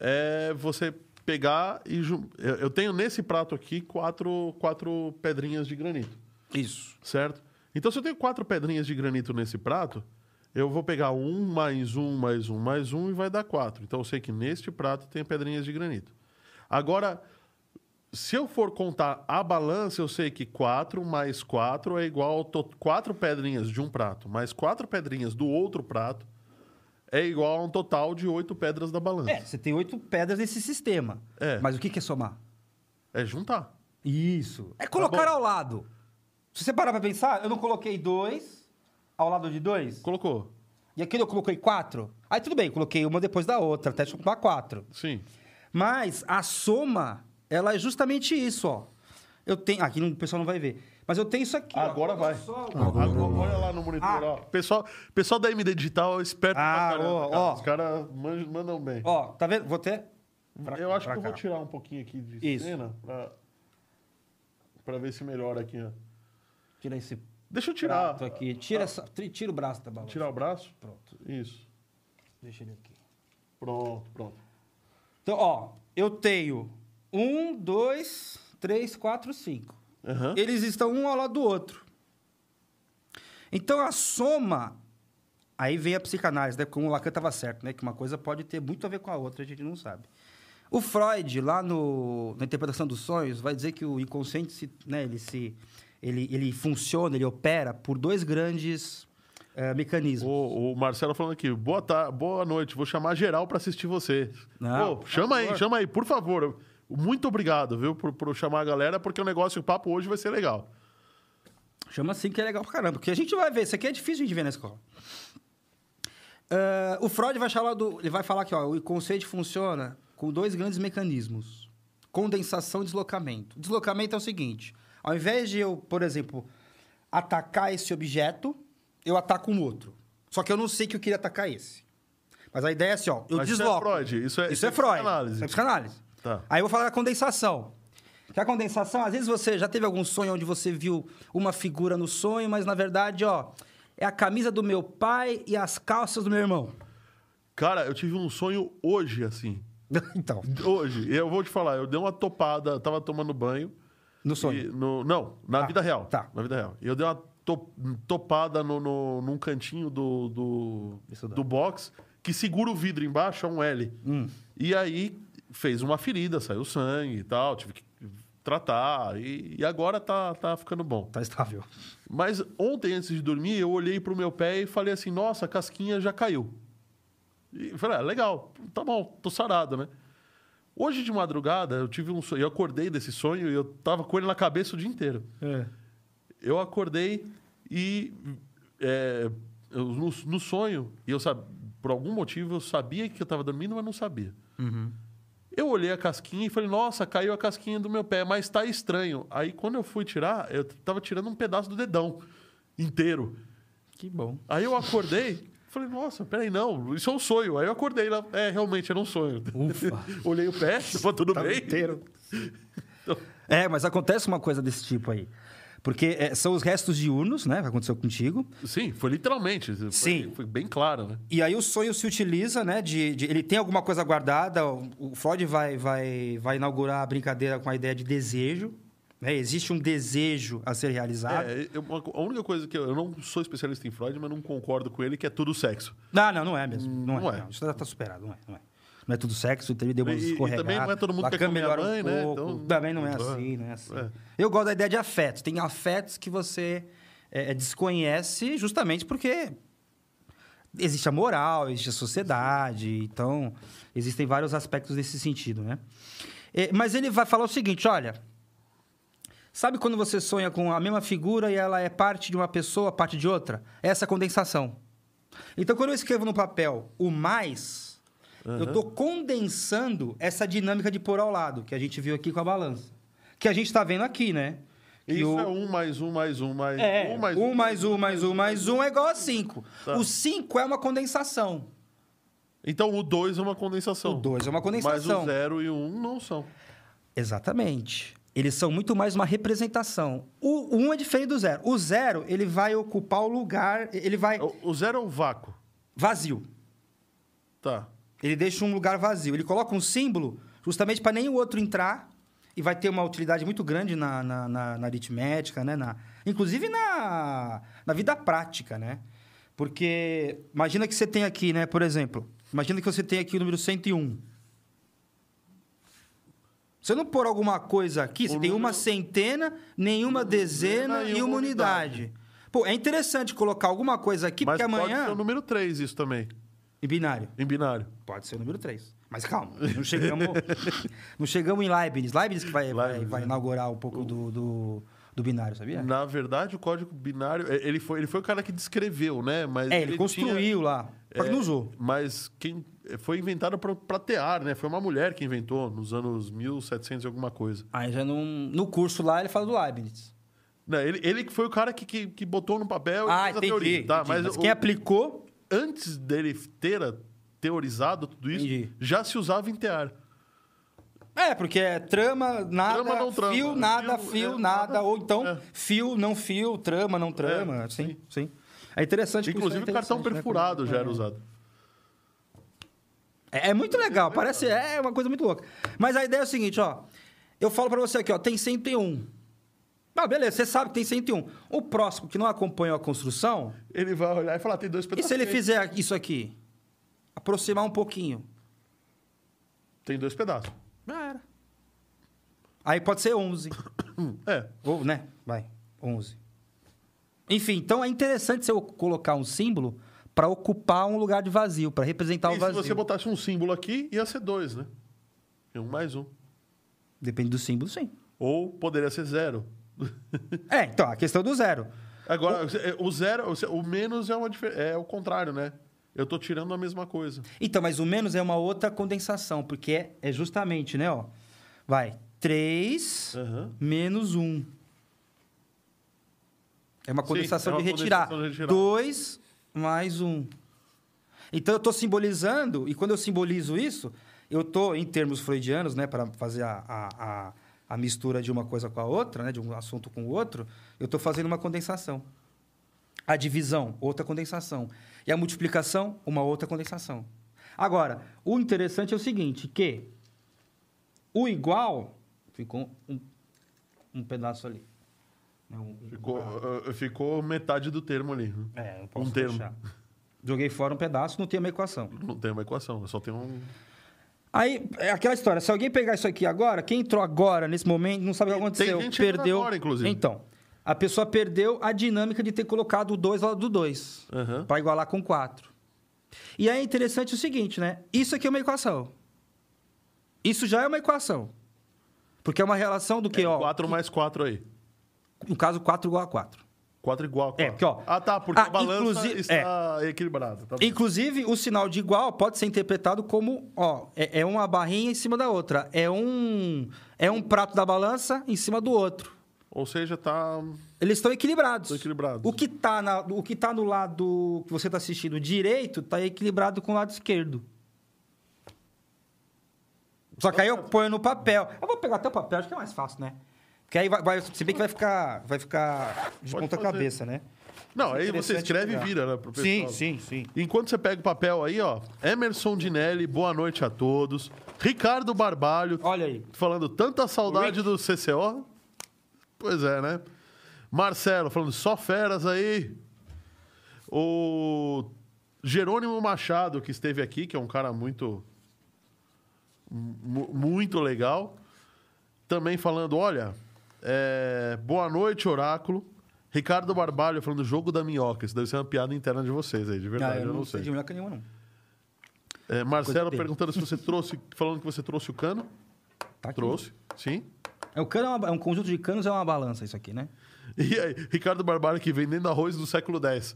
[SPEAKER 1] é você pegar e. jun- Eu, eu tenho nesse prato aqui quatro, quatro pedrinhas de granito,
[SPEAKER 2] Isso.
[SPEAKER 1] certo? Então, se eu tenho quatro pedrinhas de granito nesse prato, eu vou pegar um, mais um, mais um, mais um e vai dar quatro. Então, eu sei que neste prato tem pedrinhas de granito. Agora, se eu for contar a balança, eu sei que 4 mais 4 é igual a 4 pedrinhas de um prato, mais 4 pedrinhas do outro prato é igual a um total de 8 pedras da
[SPEAKER 2] É,
[SPEAKER 1] balança.
[SPEAKER 2] você tem oito pedras nesse sistema.
[SPEAKER 1] É.
[SPEAKER 2] Mas o que que é somar?
[SPEAKER 1] É, juntar.
[SPEAKER 2] Isso. É colocar
[SPEAKER 1] Tá bom.
[SPEAKER 2] ao lado. Se você parar pra pensar, eu não coloquei dois ao lado de dois.
[SPEAKER 1] Colocou?
[SPEAKER 2] E aqui eu coloquei quatro. Aí tudo bem, coloquei uma depois da outra, até somar quatro.
[SPEAKER 1] Sim.
[SPEAKER 2] Mas a soma, ela é justamente isso, ó. Eu tenho. Aqui não- o pessoal não vai ver. Mas eu tenho isso aqui. ó.
[SPEAKER 1] Agora
[SPEAKER 2] Olha
[SPEAKER 1] vai.
[SPEAKER 2] só,
[SPEAKER 1] Agora, olha lá no monitor.
[SPEAKER 2] Ah.
[SPEAKER 1] ó. Pessoal, pessoal da MD Digital é esperto pra
[SPEAKER 2] Ah,
[SPEAKER 1] caramba.
[SPEAKER 2] ó,
[SPEAKER 1] cara.
[SPEAKER 2] ó.
[SPEAKER 1] Os caras manjam- mandam bem.
[SPEAKER 2] Ó, tá vendo? Vou até. pra-
[SPEAKER 1] eu acho
[SPEAKER 2] pra
[SPEAKER 1] que eu
[SPEAKER 2] cá.
[SPEAKER 1] vou tirar um pouquinho aqui de
[SPEAKER 2] Isso.
[SPEAKER 1] cena pra, pra ver se melhora aqui. ó.
[SPEAKER 2] Tira esse
[SPEAKER 1] Deixa eu tirar. Ah.
[SPEAKER 2] prato aqui. Tira, essa- tri- tira o braço da balança.
[SPEAKER 1] Tirar o braço?
[SPEAKER 2] Pronto.
[SPEAKER 1] Isso.
[SPEAKER 2] Deixa ele aqui.
[SPEAKER 1] Pronto, pronto.
[SPEAKER 2] Então, ó, eu tenho Um, dois, três, quatro, cinco.
[SPEAKER 1] Aham.
[SPEAKER 2] Eles estão um ao lado do outro. Então a soma. Aí vem a psicanálise, né? Como o Lacan estava certo, né? Que uma coisa pode ter muito a ver com a outra, a gente não sabe. O Freud, lá no, na interpretação dos sonhos, vai dizer que o inconsciente se, né, ele, se, ele, ele funciona, ele opera por dois grandes eh, mecanismos.
[SPEAKER 1] O, o Marcelo falando aqui, boa, ta- boa noite, vou chamar geral pra assistir você.
[SPEAKER 2] Não,
[SPEAKER 1] Pô,
[SPEAKER 2] por
[SPEAKER 1] chama aí,
[SPEAKER 2] favor.
[SPEAKER 1] chama aí, por favor. Muito obrigado, viu, por, por chamar a galera, porque o negócio, o papo hoje vai ser legal.
[SPEAKER 2] Chama assim que é legal pra caramba, porque a gente vai ver. Isso aqui é difícil a gente ver na escola. Ah, o Freud vai falar do, ele vai falar que ó, o inconsciente funciona com dois grandes mecanismos: condensação e deslocamento. O deslocamento é o seguinte: ao invés de eu, por exemplo, atacar esse objeto, eu ataco um outro. Só que eu não sei que eu queria atacar esse. Mas a ideia é assim, ó, eu
[SPEAKER 1] Mas isso é
[SPEAKER 2] desloco.
[SPEAKER 1] Freud, isso é-
[SPEAKER 2] isso
[SPEAKER 1] isso
[SPEAKER 2] é,
[SPEAKER 1] é
[SPEAKER 2] Freud.
[SPEAKER 1] psicanálise.
[SPEAKER 2] Isso é psicanálise.
[SPEAKER 1] Tá.
[SPEAKER 2] Aí eu vou falar da condensação. Que a condensação, às vezes você já teve algum sonho onde você viu uma figura no sonho, mas na verdade, ó, é a camisa do meu pai e as calças do meu irmão. [LAUGHS]
[SPEAKER 1] Cara, eu tive um sonho hoje, assim.
[SPEAKER 2] então,
[SPEAKER 1] Hoje, eu vou te falar, eu dei uma topada, eu tava tomando banho.
[SPEAKER 2] no
[SPEAKER 1] e
[SPEAKER 2] sonho.
[SPEAKER 1] no- não, na
[SPEAKER 2] Ah,
[SPEAKER 1] vida real.
[SPEAKER 2] tá.
[SPEAKER 1] Na vida real. E eu dei uma to- topada no, no- num cantinho do, do,
[SPEAKER 2] Isso dá. Hum.
[SPEAKER 1] do box, que segura o vidro embaixo, é um L. E aí fez uma ferida, saiu sangue e tal, tive que tratar. E, e agora tá, tá ficando bom.
[SPEAKER 2] Tá estável.
[SPEAKER 1] Mas ontem, antes de dormir, eu olhei pro meu pé e falei assim: nossa, a casquinha já caiu. E eu falei: ah, legal, tá bom, tô sarado, né? Hoje de madrugada, eu tive um sonho, eu acordei desse sonho e eu tava com ele na cabeça o dia inteiro.
[SPEAKER 2] É,
[SPEAKER 1] Eu acordei e. é, eu- no, no sonho, e eu sab... por algum motivo eu sabia que eu tava dormindo, mas não sabia.
[SPEAKER 2] Uhum.
[SPEAKER 1] Eu olhei a casquinha e falei, nossa, caiu a casquinha do meu pé, mas tá estranho. Aí quando eu fui tirar, eu tava tirando um pedaço do dedão inteiro.
[SPEAKER 2] Que bom.
[SPEAKER 1] Aí eu acordei, [LAUGHS] falei, nossa, peraí, não, isso é um sonho. Aí eu acordei, lá, é, realmente era um sonho.
[SPEAKER 2] Ufa.
[SPEAKER 1] [LAUGHS]
[SPEAKER 2] Tá
[SPEAKER 1] Olhei o pé, tava tudo
[SPEAKER 2] Tava
[SPEAKER 1] bem. [LAUGHS] Então.
[SPEAKER 2] inteiro. É, mas acontece uma coisa desse tipo aí. Porque é, são os restos diurnos, né? Que aconteceu contigo.
[SPEAKER 1] Sim, foi literalmente. foi-
[SPEAKER 2] Sim.
[SPEAKER 1] Foi, bem claro, né?
[SPEAKER 2] E aí o sonho se utiliza, né? De, de- ele tem alguma coisa guardada. O, o Freud vai, vai, vai inaugurar a brincadeira com a ideia de desejo. né? Existe um desejo a ser realizado.
[SPEAKER 1] É, eu- uma- a única coisa que eu, eu não sou especialista em Freud, mas não concordo com ele, que é tudo sexo.
[SPEAKER 2] Não, não, não é mesmo. Não,
[SPEAKER 1] Não
[SPEAKER 2] é.
[SPEAKER 1] é.
[SPEAKER 2] não. Isso já tá superado, não é, não é. Não é tudo sexo, teve deu uma
[SPEAKER 1] E- e
[SPEAKER 2] escorregada.
[SPEAKER 1] também não é todo mundo que
[SPEAKER 2] Lacan
[SPEAKER 1] quer comer a
[SPEAKER 2] melhora um
[SPEAKER 1] mãe, né?
[SPEAKER 2] pouco.
[SPEAKER 1] Então-
[SPEAKER 2] também não é
[SPEAKER 1] É.
[SPEAKER 2] assim, não é assim.
[SPEAKER 1] É.
[SPEAKER 2] Eu gosto da ideia de afetos. Tem afetos que você é, desconhece justamente porque existe a moral, existe a sociedade, então existem vários aspectos nesse sentido, né? É, mas ele vai falar o seguinte, olha, sabe quando você sonha com a mesma figura e ela é parte de uma pessoa, parte de outra? Essa é a condensação. Então, quando eu escrevo no papel o mais, eu estou condensando essa dinâmica de pôr ao lado, que a gente viu aqui com a balança. Que a gente está vendo aqui, né? Que
[SPEAKER 1] Isso
[SPEAKER 2] o-
[SPEAKER 1] é um mais um mais um mais
[SPEAKER 2] é,
[SPEAKER 1] um mais
[SPEAKER 2] um mais um mais um mais um é igual a 5.
[SPEAKER 1] Tá.
[SPEAKER 2] O 5 é uma condensação.
[SPEAKER 1] Então o 2 é uma condensação.
[SPEAKER 2] O 2 é uma
[SPEAKER 1] Mas
[SPEAKER 2] condensação.
[SPEAKER 1] o 0 e o 1 um não são.
[SPEAKER 2] Exatamente. Eles são muito mais uma representação. O 1 um é diferente do 0. O 0, ele vai ocupar o lugar, ele vai
[SPEAKER 1] O- O 0 é um vácuo.
[SPEAKER 2] vazio.
[SPEAKER 1] Tá.
[SPEAKER 2] Ele deixa um lugar vazio. Ele coloca um símbolo justamente para nenhum outro entrar e vai ter uma utilidade muito grande na, na, na- na aritmética, né? Na, inclusive na, na vida prática, né? Porque imagina que você tem aqui, né? Por exemplo, imagina que você tem aqui o número 101. Se eu não pôr alguma coisa aqui, você
[SPEAKER 1] O
[SPEAKER 2] tem uma
[SPEAKER 1] número-
[SPEAKER 2] centena, nenhuma dezena e uma unidade. Pô, é interessante colocar alguma coisa aqui,
[SPEAKER 1] Mas
[SPEAKER 2] porque
[SPEAKER 1] pode
[SPEAKER 2] amanhã...
[SPEAKER 1] ser o número 3 isso também,
[SPEAKER 2] Em binário.
[SPEAKER 1] em binário.
[SPEAKER 2] Pode ser o número 3. Mas calma,
[SPEAKER 1] [LAUGHS]
[SPEAKER 2] não chegamos, não chegamos em Leibniz. Leibniz que vai, vai-
[SPEAKER 1] Leibniz,
[SPEAKER 2] vai
[SPEAKER 1] né?
[SPEAKER 2] inaugurar um pouco do, do, do binário, sabia?
[SPEAKER 1] Na verdade, o código binário, é, ele foi, ele foi o cara que descreveu, né? Mas
[SPEAKER 2] é, ele, construiu
[SPEAKER 1] tinha-
[SPEAKER 2] lá. Só que
[SPEAKER 1] é,
[SPEAKER 2] não usou.
[SPEAKER 1] Mas quem foi inventado pra- pra tear, né? Foi uma mulher que inventou nos anos 1700 e alguma coisa.
[SPEAKER 2] Aí já não. No curso lá ele fala do Leibniz.
[SPEAKER 1] Não, ele, ele que foi o cara que, que, que botou no papel
[SPEAKER 2] ah,
[SPEAKER 1] fez a
[SPEAKER 2] entendi.
[SPEAKER 1] teoria, tá?
[SPEAKER 2] entendi. Mas,
[SPEAKER 1] o-
[SPEAKER 2] quem é aplicou.
[SPEAKER 1] antes dele ter teorizado tudo isso,
[SPEAKER 2] Entendi.
[SPEAKER 1] já se usava em tear.
[SPEAKER 2] É, porque é trama, nada,
[SPEAKER 1] Trama, não trama.
[SPEAKER 2] fio, nada,
[SPEAKER 1] Fio,
[SPEAKER 2] fio,
[SPEAKER 1] é,
[SPEAKER 2] nada.
[SPEAKER 1] nada,
[SPEAKER 2] Ou então,
[SPEAKER 1] é.
[SPEAKER 2] fio, não fio, trama, não trama.
[SPEAKER 1] É,
[SPEAKER 2] sim, sim. É interessante que isso é
[SPEAKER 1] né, Inclusive, o cartão
[SPEAKER 2] interessante, né?
[SPEAKER 1] perfurado já era
[SPEAKER 2] É.
[SPEAKER 1] usado.
[SPEAKER 2] É, é muito legal, parece é uma coisa muito louca. Mas a ideia é o seguinte, ó. Eu falo pra você aqui, ó, tem 101. Ah, beleza, você sabe que tem 101. O próximo que não acompanhou a construção,
[SPEAKER 1] Ele vai olhar e falar, tem dois
[SPEAKER 2] e
[SPEAKER 1] pedacinhos.
[SPEAKER 2] se ele fizer isso aqui? Aproximar um pouquinho.
[SPEAKER 1] Tem dois pedaços.
[SPEAKER 2] Já era. Aí pode ser 11.
[SPEAKER 1] Hum, É.
[SPEAKER 2] Ou, né? Vai, 11. Enfim, então é interessante você colocar um símbolo para ocupar um lugar de vazio, para representar o
[SPEAKER 1] e se
[SPEAKER 2] vazio.
[SPEAKER 1] você botasse um símbolo aqui, ia ser dois, né? E um mais um.
[SPEAKER 2] Depende do símbolo, sim.
[SPEAKER 1] Ou poderia ser zero. [LAUGHS]
[SPEAKER 2] É, então, a questão do zero.
[SPEAKER 1] Agora, o, zero, o menos é, uma, difer- é o contrário, né? Eu tô tirando a mesma coisa.
[SPEAKER 2] Então, mas o menos é uma outra condensação, porque é, é justamente, né, ó. Vai, 3
[SPEAKER 1] Aham.
[SPEAKER 2] menos 1. É uma
[SPEAKER 1] Sim,
[SPEAKER 2] condensação,
[SPEAKER 1] é uma
[SPEAKER 2] de, retirar.
[SPEAKER 1] condensação de retirar.
[SPEAKER 2] 2 mais 1. Então, eu estou simbolizando, e quando eu simbolizo isso, eu estou, em termos freudianos, né, para fazer a, a, a, a mistura de uma coisa com a outra, né, de um assunto com o outro, eu estou fazendo uma condensação. A divisão, outra condensação. E a multiplicação, uma outra condensação. Agora, o interessante é o seguinte, que o igual ficou um, um pedaço ali. né, um- um-
[SPEAKER 1] Ficou, eh, ficou metade do termo ali.
[SPEAKER 2] É, eu posso
[SPEAKER 1] um termo.
[SPEAKER 2] deixar. Joguei fora um pedaço, não tem uma equação.
[SPEAKER 1] Não tem uma equação, só tem um.
[SPEAKER 2] Aí, é aquela história, se alguém pegar isso aqui agora, quem entrou agora, nesse momento, não sabe o que
[SPEAKER 1] Tem
[SPEAKER 2] aconteceu.
[SPEAKER 1] gente entrando
[SPEAKER 2] perdeu.
[SPEAKER 1] agora, inclusive.
[SPEAKER 2] Então, a pessoa perdeu a dinâmica de ter colocado o 2 ao lado do 2,
[SPEAKER 1] Aham.
[SPEAKER 2] para igualar com 4. E aí é interessante o seguinte, né? Isso aqui é uma equação. Isso já é uma equação. Porque é uma relação do que, ó.
[SPEAKER 1] 4 mais 4 aí.
[SPEAKER 2] No caso, 4 igual a 4.
[SPEAKER 1] 4 igual a 4.
[SPEAKER 2] É, porque, ó,
[SPEAKER 1] ah, tá, porque
[SPEAKER 2] ah,
[SPEAKER 1] a balança
[SPEAKER 2] inclusive- é.
[SPEAKER 1] está equilibrada. Tá bom.
[SPEAKER 2] Inclusive, o sinal de igual pode ser interpretado como, ó, é, é uma barrinha em cima da outra. É um, é um prato da balança em cima do outro.
[SPEAKER 1] Ou seja, tá.
[SPEAKER 2] Eles estão equilibrados.
[SPEAKER 1] Estão equilibrados.
[SPEAKER 2] O que tá, na, o que tá no lado que você está assistindo direito está equilibrado com o lado esquerdo. Só que aí eu ponho no papel. Eu vou pegar até o papel, acho que é mais fácil, né? Porque aí vai, vai, se bem que vai ficar, vai ficar de
[SPEAKER 1] Pode
[SPEAKER 2] ponta
[SPEAKER 1] fazer.
[SPEAKER 2] cabeça, né?
[SPEAKER 1] Não, aí você
[SPEAKER 2] Interessante
[SPEAKER 1] escreve
[SPEAKER 2] pegar.
[SPEAKER 1] e vira, né, pro pessoal.
[SPEAKER 2] Sim, sim, sim.
[SPEAKER 1] Enquanto você pega o papel aí, ó, Emerson Dinelli, boa noite a todos. Ricardo Barbalho,
[SPEAKER 2] Olha aí.
[SPEAKER 1] falando tanta saudade do CCO. Pois é, né? Marcelo, falando só feras aí. O Jerônimo Machado, que esteve aqui, que é um cara muito. mu- muito legal. Também falando, olha, é, boa noite, Oráculo. Ricardo Barbalho falando jogo da minhoca. Isso deve ser uma piada interna de vocês aí, de verdade,
[SPEAKER 2] Ah,
[SPEAKER 1] eu, não sei.
[SPEAKER 2] de melhor que nenhuma, não.
[SPEAKER 1] É, Marcelo
[SPEAKER 2] Coisa dele.
[SPEAKER 1] perguntando se você trouxe, falando que você trouxe o cano.
[SPEAKER 2] Tá aqui.
[SPEAKER 1] Trouxe, sim.
[SPEAKER 2] É, o cano é, uma- é um conjunto de canos, é uma balança isso aqui, né?
[SPEAKER 1] E aí, Ricardo Barbaro aqui, vendendo arroz do século X.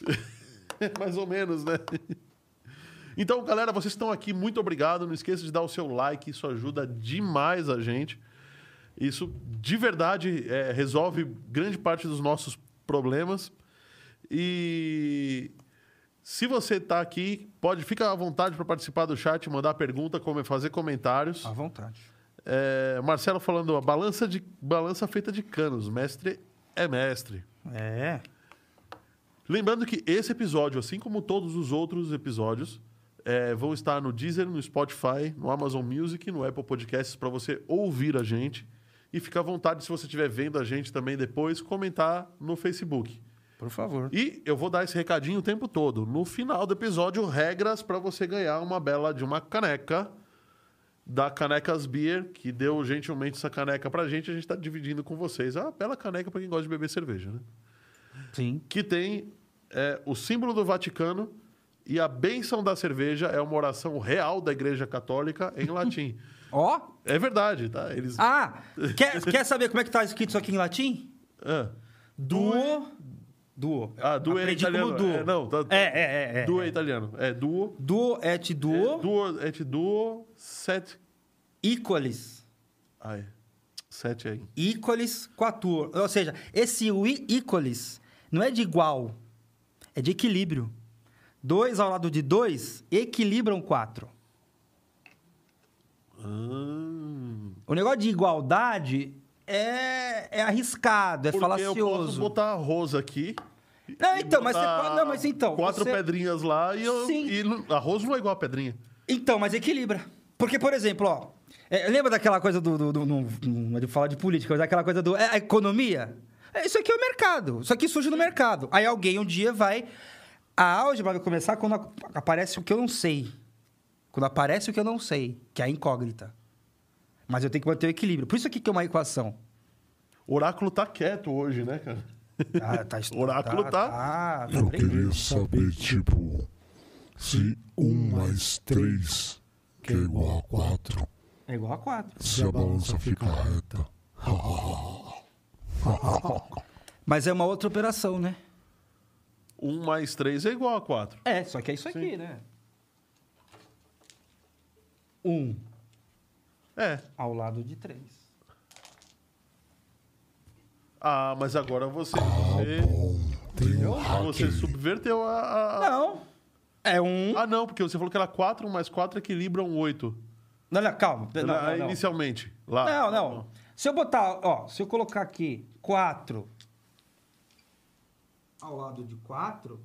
[SPEAKER 1] [LAUGHS] Mais ou menos, né? Então, galera, vocês estão aqui, muito obrigado. Não esqueça de dar o seu like, isso ajuda demais a gente. Isso, de verdade, é, resolve grande parte dos nossos problemas. E se você está aqui, pode ficar à vontade para participar do chat, mandar pergunta, como- fazer comentários.
[SPEAKER 2] À vontade.
[SPEAKER 1] É, Marcelo falando, ó, balança, de, balança feita de canos, mestre é mestre.
[SPEAKER 2] É.
[SPEAKER 1] Lembrando que esse episódio, assim como todos os outros episódios, é, vão estar no Deezer, no Spotify, no Amazon Music, no Apple Podcasts para você ouvir a gente. E fica à vontade, se você estiver vendo a gente também depois, comentar no Facebook.
[SPEAKER 2] Por favor.
[SPEAKER 1] E eu vou dar esse recadinho o tempo todo. No final do episódio, regras para você ganhar uma bela de uma caneca da Canecas Beer, que deu gentilmente essa caneca pra gente, a gente tá dividindo com vocês. É uma bela caneca pra quem gosta de beber cerveja, né?
[SPEAKER 2] Sim.
[SPEAKER 1] Que tem é, o símbolo do Vaticano e a bênção da cerveja é uma oração real da Igreja Católica em
[SPEAKER 2] [LAUGHS]
[SPEAKER 1] latim.
[SPEAKER 2] Ó.
[SPEAKER 1] É verdade, tá? Eles.
[SPEAKER 2] Ah! Quer, quer saber como é que tá escrito isso aqui em latim?
[SPEAKER 1] Ah,
[SPEAKER 2] Duo. Duo.
[SPEAKER 1] ah duo é
[SPEAKER 2] Aprendi
[SPEAKER 1] italiano.
[SPEAKER 2] como duo.
[SPEAKER 1] É, não, tá.
[SPEAKER 2] É, é, é. é.
[SPEAKER 1] duo é italiano. É duo.
[SPEAKER 2] Duo et duo,
[SPEAKER 1] Duo et duo set
[SPEAKER 2] equalis.
[SPEAKER 1] Ai, Ah, é. sete aí.
[SPEAKER 2] Equalis quatuor. Ou seja, esse i- equalis não é de igual, é de equilíbrio. Dois ao lado de dois equilibram quatro.
[SPEAKER 1] Ah,
[SPEAKER 2] O negócio de igualdade é, é arriscado, é
[SPEAKER 1] porque eu posso
[SPEAKER 2] falacioso.
[SPEAKER 1] botar arroz aqui.
[SPEAKER 2] Não,
[SPEAKER 1] e
[SPEAKER 2] então, mas você
[SPEAKER 1] botar
[SPEAKER 2] pode- não, mas então,
[SPEAKER 1] Quatro
[SPEAKER 2] você-
[SPEAKER 1] pedrinhas lá e eu.
[SPEAKER 2] Sim.
[SPEAKER 1] e não- arroz não é igual a pedrinha.
[SPEAKER 2] Então, mas equilibra. Porque, por exemplo, ó. é, lembra daquela coisa do. do, do- não, não é de falar de política, mas daquela coisa do. É, a economia? É, isso aqui é o mercado. Isso aqui surge no mercado. Aí alguém um dia vai. A álgebra vai começar quando a- aparece o que eu não sei. Quando aparece o que eu não sei, que é a incógnita. Mas eu tenho que manter o equilíbrio. Por isso aqui que é uma
[SPEAKER 1] [LAUGHS]
[SPEAKER 2] equação.
[SPEAKER 1] O oráculo tá quieto hoje, né, cara?
[SPEAKER 2] Ah, tá estu-
[SPEAKER 1] Oráculo tá-
[SPEAKER 2] tá, tá
[SPEAKER 3] Eu
[SPEAKER 2] bem-
[SPEAKER 3] queria saber, tipo, se 1 mais 3, que é igual a 4,
[SPEAKER 2] É igual a 4.
[SPEAKER 3] se a balança fica reta. [LAUGHS]
[SPEAKER 2] Mas é uma outra operação, né?
[SPEAKER 1] 1 mais 3 é igual a 4.
[SPEAKER 2] É, só que é isso aqui, né? Um
[SPEAKER 1] É.
[SPEAKER 2] ao lado de três.
[SPEAKER 1] Ah, mas agora você. Você,
[SPEAKER 3] Tem um
[SPEAKER 1] você
[SPEAKER 3] hacker.
[SPEAKER 1] subverteu a. a- a-
[SPEAKER 2] Não. É um.
[SPEAKER 1] Ah, não, porque você falou que era 4, mais 4 equilibra um 8.
[SPEAKER 2] Não, não, calma. Não,
[SPEAKER 1] Lá,
[SPEAKER 2] não, não.
[SPEAKER 1] Inicialmente. Lá.
[SPEAKER 2] Não, não. Se eu botar, ó, se eu colocar aqui 4 ao lado de 4.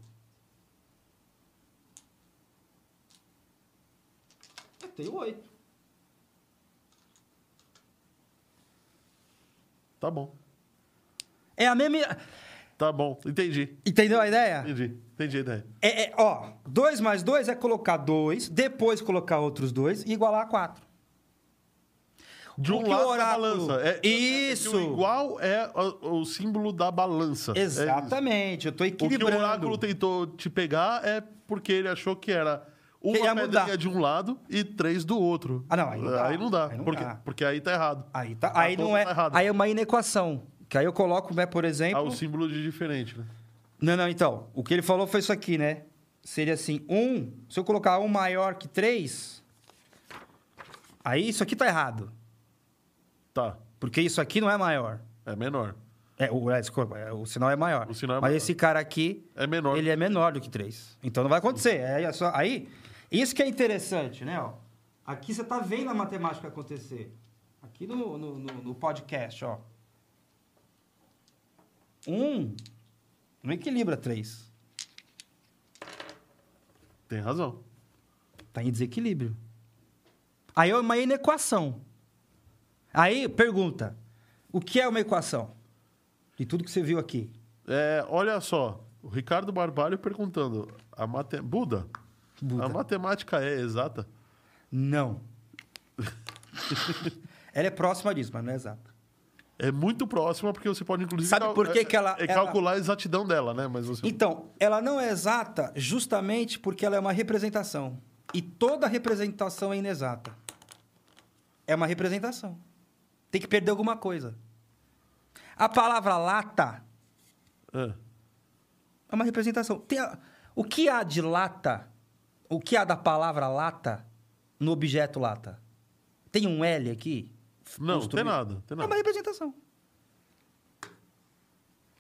[SPEAKER 2] Eu tenho 8.
[SPEAKER 1] Tá bom.
[SPEAKER 2] É a mesma.
[SPEAKER 1] Tá bom. Entendi.
[SPEAKER 2] Entendeu a ideia?
[SPEAKER 1] Entendi. Entendi né? a ideia.
[SPEAKER 2] É, é, ó, 2 mais 2 é colocar 2, depois colocar outros 2 e igualar a 4.
[SPEAKER 1] De um
[SPEAKER 2] Porque o
[SPEAKER 1] lado da
[SPEAKER 2] oráculo-
[SPEAKER 1] balança. É, é- é que
[SPEAKER 2] Isso.
[SPEAKER 1] o igual é o, o símbolo da balança. É isso.
[SPEAKER 2] Exatamente, eu tô
[SPEAKER 1] o que o
[SPEAKER 2] equilibrando.
[SPEAKER 1] oráculo tentou te pegar é porque ele achou que era uma
[SPEAKER 2] Ele ia
[SPEAKER 1] pedrinha
[SPEAKER 2] mudar.
[SPEAKER 1] de um lado e três do outro.
[SPEAKER 2] Ah, não, aí não dá.
[SPEAKER 1] Aí não dá,
[SPEAKER 2] Aí não
[SPEAKER 1] porque,
[SPEAKER 2] dá.
[SPEAKER 1] porque aí tá errado.
[SPEAKER 2] Aí, tá,
[SPEAKER 1] Tá
[SPEAKER 2] aí não
[SPEAKER 1] todo
[SPEAKER 2] é.
[SPEAKER 1] errado.
[SPEAKER 2] Aí é uma inequação. Que aí eu coloco, né, por
[SPEAKER 1] Ah,
[SPEAKER 2] exemplo.
[SPEAKER 1] o símbolo de diferente, né?
[SPEAKER 2] Não, não, então. O que ele falou foi isso aqui, né? Seria assim: 1. Um, se eu colocar 1 um maior que 3. Aí isso aqui tá errado.
[SPEAKER 1] Tá,
[SPEAKER 2] Porque isso aqui não é maior.
[SPEAKER 1] é menor.
[SPEAKER 2] É, o, é, desculpa, é, o sinal é maior.
[SPEAKER 1] O sinal é
[SPEAKER 2] Mas
[SPEAKER 1] maior.
[SPEAKER 2] esse cara aqui
[SPEAKER 1] É menor.
[SPEAKER 2] Ele é menor do que 3. Então não vai acontecer. É é só- aí, isso que é interessante, né? ó? Aqui você tá vendo a matemática acontecer. Aqui no, no, no- no podcast, ó. 1 um, não equilibra 3. é-
[SPEAKER 1] Tem razão.
[SPEAKER 2] Tá em desequilíbrio. Aí é uma inequação. Aí, pergunta. O que é uma equação? De tudo que você viu aqui.
[SPEAKER 1] É, olha só, o Ricardo Barbalho perguntando: a mate... Buda,
[SPEAKER 2] Buda.
[SPEAKER 1] a matemática é exata?
[SPEAKER 2] Não. [LAUGHS] ela é próxima disso, mas não é exata.
[SPEAKER 1] É muito próxima, porque você pode, inclusive,
[SPEAKER 2] Sabe
[SPEAKER 1] cal-
[SPEAKER 2] por que
[SPEAKER 1] é-
[SPEAKER 2] que ela-
[SPEAKER 1] é
[SPEAKER 2] ela-
[SPEAKER 1] calcular a exatidão dela, né? Mas você.
[SPEAKER 2] Então, ela não é exata justamente porque ela é uma representação. E toda representação é inexata. É uma representação. Tem que perder alguma coisa. A palavra lata
[SPEAKER 1] É.
[SPEAKER 2] é uma representação. Tem a- O que há de lata? O que há da palavra lata no objeto lata? Tem um L aqui?
[SPEAKER 1] Não, tem
[SPEAKER 2] Construído?
[SPEAKER 1] nada, tem
[SPEAKER 2] É uma
[SPEAKER 1] nada.
[SPEAKER 2] representação.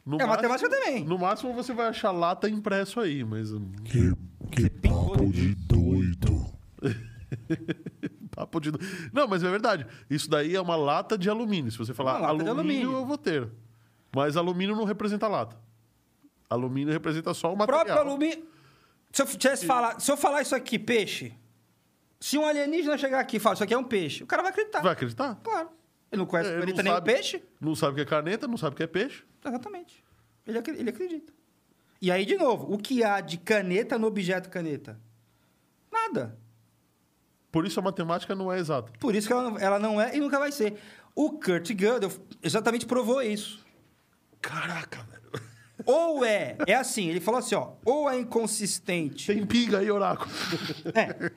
[SPEAKER 1] No
[SPEAKER 2] é matemática também.
[SPEAKER 1] No máximo você vai achar lata impresso aí, mas. hum, [LAUGHS]
[SPEAKER 3] Que, que papo de doido.
[SPEAKER 1] Papo de. do- Não, mas é verdade. Isso daí é uma lata de alumínio. Se você falar
[SPEAKER 2] Uma lata de
[SPEAKER 1] alumínio,
[SPEAKER 2] alumínio.
[SPEAKER 1] eu vou ter. Mas alumínio não representa lata. Alumínio representa só o
[SPEAKER 2] O próprio
[SPEAKER 1] material.
[SPEAKER 2] alumínio. Se eu, tivesse falar, se eu falar isso aqui, peixe, se um alienígena chegar aqui e falar isso aqui é um peixe, o cara vai acreditar.
[SPEAKER 1] Vai acreditar?
[SPEAKER 2] Claro. Ele não conhece,
[SPEAKER 1] Ele
[SPEAKER 2] ele
[SPEAKER 1] não
[SPEAKER 2] tem nem o
[SPEAKER 1] sabe.
[SPEAKER 2] peixe?
[SPEAKER 1] Não sabe o que é caneta, não sabe o que é peixe.
[SPEAKER 2] Exatamente. Ele, acre- ele acredita. E aí, de novo, o que há de caneta no objeto caneta? Nada.
[SPEAKER 1] Por isso a matemática não é exata.
[SPEAKER 2] Por isso que ela não, ela não é e nunca vai ser. O Kurt Gödel exatamente provou isso.
[SPEAKER 1] Caraca, velho.
[SPEAKER 2] Ou é, é assim, ele falou assim, ó, ou é inconsistente
[SPEAKER 1] Tem pinga aí, oráculo.
[SPEAKER 2] É.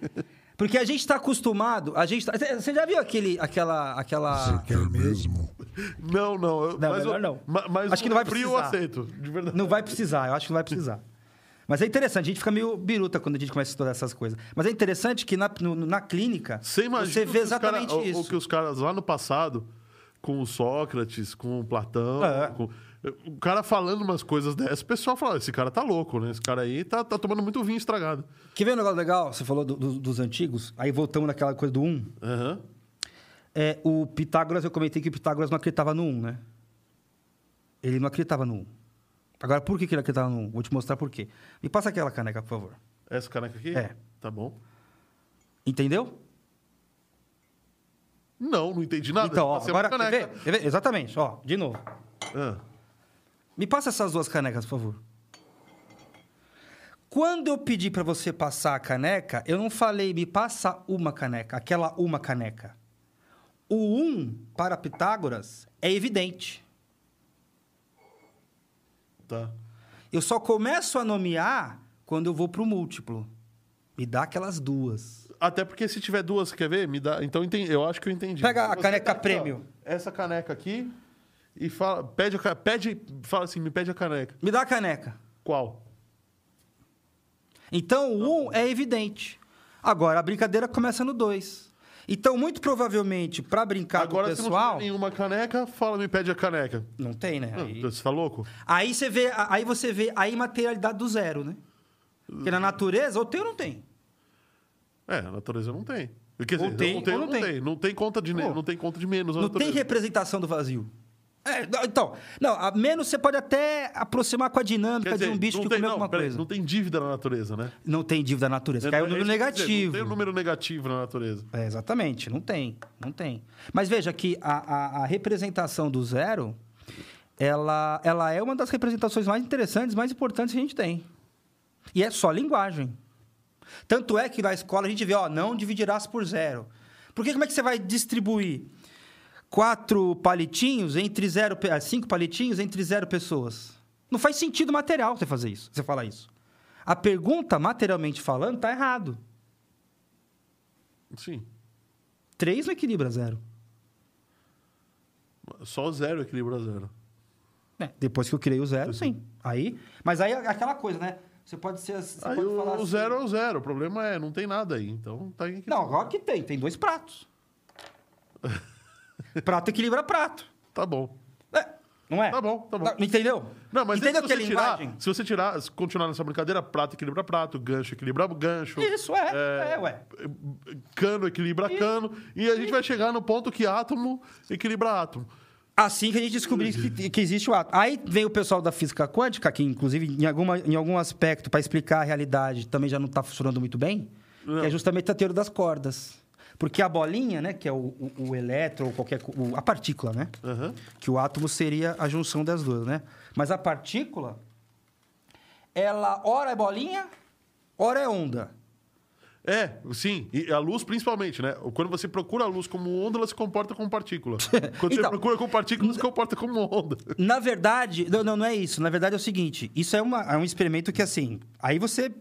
[SPEAKER 2] Porque a gente está acostumado, a gente tá- Você já viu aquele, aquela,
[SPEAKER 3] Você
[SPEAKER 2] aquela...
[SPEAKER 3] quer Ah, é mesmo?
[SPEAKER 1] Não, não. eu-
[SPEAKER 2] Não,
[SPEAKER 1] mas
[SPEAKER 2] melhor
[SPEAKER 1] eu-
[SPEAKER 2] não.
[SPEAKER 1] ma- Mas
[SPEAKER 2] Acho que
[SPEAKER 1] o
[SPEAKER 2] não vai
[SPEAKER 1] frio eu
[SPEAKER 2] precisar.
[SPEAKER 1] aceito, de verdade.
[SPEAKER 2] Não vai precisar, eu acho que não vai precisar. Mas é interessante, a gente fica meio biruta quando a gente começa a estudar essas coisas. Mas é interessante que na, no- na clínica,
[SPEAKER 1] Você imagina
[SPEAKER 2] você
[SPEAKER 1] o
[SPEAKER 2] vê
[SPEAKER 1] que os cara-
[SPEAKER 2] exatamente
[SPEAKER 1] o- o,
[SPEAKER 2] isso.
[SPEAKER 1] que os caras lá no passado, com o Sócrates, com o Platão,
[SPEAKER 2] É.
[SPEAKER 1] com- o cara falando umas coisas dessas, o pessoal fala, esse cara tá louco, né? Esse cara aí tá, tá tomando muito vinho estragado.
[SPEAKER 2] Quer ver um negócio legal? Você falou do- do- dos antigos, aí voltamos naquela coisa do 1. Um.
[SPEAKER 1] Aham.
[SPEAKER 2] É, o Pitágoras, eu comentei que o Pitágoras não acreditava no 1, né? Ele não acreditava no 1. Agora, por que que ele acreditava no 1? Vou te mostrar por quê. Me passa aquela caneca, por favor.
[SPEAKER 1] Essa caneca aqui?
[SPEAKER 2] É.
[SPEAKER 1] Tá bom.
[SPEAKER 2] Entendeu?
[SPEAKER 1] Não, não entendi nada.
[SPEAKER 2] Então, ó,
[SPEAKER 1] Passei uma
[SPEAKER 2] agora. Quer
[SPEAKER 1] caneca.
[SPEAKER 2] ver? Quer ver? Exatamente, ó, de novo.
[SPEAKER 1] Ah,
[SPEAKER 2] Me passa essas duas canecas, por favor. Quando eu pedi pra você passar a caneca, eu não falei me passa uma caneca, aquela uma caneca. O um para Pitágoras é evidente.
[SPEAKER 1] tá.
[SPEAKER 2] Eu só começo a nomear quando eu vou pro múltiplo. Me dá aquelas duas.
[SPEAKER 1] Até porque se tiver duas, quer ver? Me dá. Então enten- eu acho que eu entendi.
[SPEAKER 2] Pega a
[SPEAKER 1] Você
[SPEAKER 2] caneca
[SPEAKER 1] tá aqui, ó,
[SPEAKER 2] premium.
[SPEAKER 1] essa caneca aqui e fala, pede, a ca- pede, fala assim, me pede a caneca.
[SPEAKER 2] Me dá a caneca.
[SPEAKER 1] Qual?
[SPEAKER 2] Então, o 1
[SPEAKER 1] Tá
[SPEAKER 2] um é evidente. Agora, a brincadeira começa no 2. Então, muito provavelmente, para brincar
[SPEAKER 1] Agora
[SPEAKER 2] do
[SPEAKER 1] se não
[SPEAKER 2] pessoal...
[SPEAKER 1] tiver nenhuma caneca, fala, me pede a caneca.
[SPEAKER 2] Não tem, né?
[SPEAKER 1] Não,
[SPEAKER 2] Aí,
[SPEAKER 1] você tá louco?
[SPEAKER 2] aí você vê, aí você vê a imaterialidade do zero, né? Porque na natureza, ou tem ou não tem.
[SPEAKER 1] É, a natureza não tem. Quer dizer,
[SPEAKER 2] Ou tem,
[SPEAKER 1] não tem,
[SPEAKER 2] ou
[SPEAKER 1] não,
[SPEAKER 2] não
[SPEAKER 1] tem.
[SPEAKER 2] tem.
[SPEAKER 1] Não tem conta de ne-
[SPEAKER 2] Pô,
[SPEAKER 1] não tem conta de menos. na
[SPEAKER 2] Não tem
[SPEAKER 1] natureza.
[SPEAKER 2] representação do vazio. É, não, então, não, a menos você pode até aproximar com a
[SPEAKER 1] Quer
[SPEAKER 2] dinâmica
[SPEAKER 1] dizer,
[SPEAKER 2] de um bicho
[SPEAKER 1] não
[SPEAKER 2] que
[SPEAKER 1] tem,
[SPEAKER 2] comeu
[SPEAKER 1] não,
[SPEAKER 2] alguma
[SPEAKER 1] peraí,
[SPEAKER 2] coisa.
[SPEAKER 1] Não tem dívida na natureza, né?
[SPEAKER 2] Não tem dívida na natureza,
[SPEAKER 1] É,
[SPEAKER 2] caiu
[SPEAKER 1] é
[SPEAKER 2] o um número
[SPEAKER 1] isso que eu quis dizer,
[SPEAKER 2] negativo.
[SPEAKER 1] Não tem um número negativo na natureza.
[SPEAKER 2] É, exatamente, não tem, não tem. Mas veja que a, a- a representação do zero, ela, ela é uma das representações mais interessantes, mais importantes que a gente tem. E é só linguagem. Tanto é que na escola a gente vê, ó, não dividirás por zero. Porque como é que você vai distribuir quatro palitinhos entre zero, pe- ah, cinco palitinhos entre zero pessoas? Não faz sentido material você fazer isso, você falar isso. A pergunta, materialmente falando, tá errado.
[SPEAKER 1] Sim.
[SPEAKER 2] Três não equilibra zero.
[SPEAKER 1] Só zero equilibra zero.
[SPEAKER 2] É, depois que eu criei o zero, sim. Aí, mas aí é aquela coisa, né? Você pode ser assim- você
[SPEAKER 1] Aí
[SPEAKER 2] pode
[SPEAKER 1] o,
[SPEAKER 2] falar
[SPEAKER 1] o
[SPEAKER 2] assim,
[SPEAKER 1] zero é o zero. O problema é, não tem nada aí. Então tá em equilíbrio.
[SPEAKER 2] Não, agora que tem, tem
[SPEAKER 1] [LAUGHS]
[SPEAKER 2] dois pratos. prato equilibra prato.
[SPEAKER 1] Tá bom.
[SPEAKER 2] É, não é?
[SPEAKER 1] Tá bom, tá bom.
[SPEAKER 2] Entendeu?
[SPEAKER 1] Não, mas
[SPEAKER 2] Entendeu
[SPEAKER 1] se
[SPEAKER 2] que
[SPEAKER 1] você
[SPEAKER 2] é
[SPEAKER 1] tirar,
[SPEAKER 2] linguagem?
[SPEAKER 1] se você tirar, se continuar nessa brincadeira, prato equilibra prato, gancho equilibra gancho.
[SPEAKER 2] Isso, é, é, ué.
[SPEAKER 1] Cano equilibra cano. E a gente vai chegar no ponto que átomo equilibra átomo.
[SPEAKER 2] Assim que a gente descobrir que, que existe o átomo. Aí vem o pessoal da física quântica, que inclusive em, alguma, em algum aspecto, para explicar a realidade, também já não está funcionando muito bem,
[SPEAKER 1] Não.
[SPEAKER 2] que é justamente a teoria das cordas. Porque a bolinha, né, que é o, o, o elétron, ou qualquer, co- o- a partícula, né?
[SPEAKER 1] Aham.
[SPEAKER 2] Que o átomo seria a junção das duas, né? Mas a partícula, ela ora é bolinha, ora é onda.
[SPEAKER 1] É, sim. E a luz, principalmente, né? Quando você procura a luz como onda, ela se comporta como
[SPEAKER 2] [LAUGHS]
[SPEAKER 1] partícula. Quando você
[SPEAKER 2] Então.
[SPEAKER 1] procura como partícula, ela se comporta como onda.
[SPEAKER 2] Na verdade, não, não, não é isso. Na verdade é o seguinte: isso é, uma- é um experimento que, assim, aí você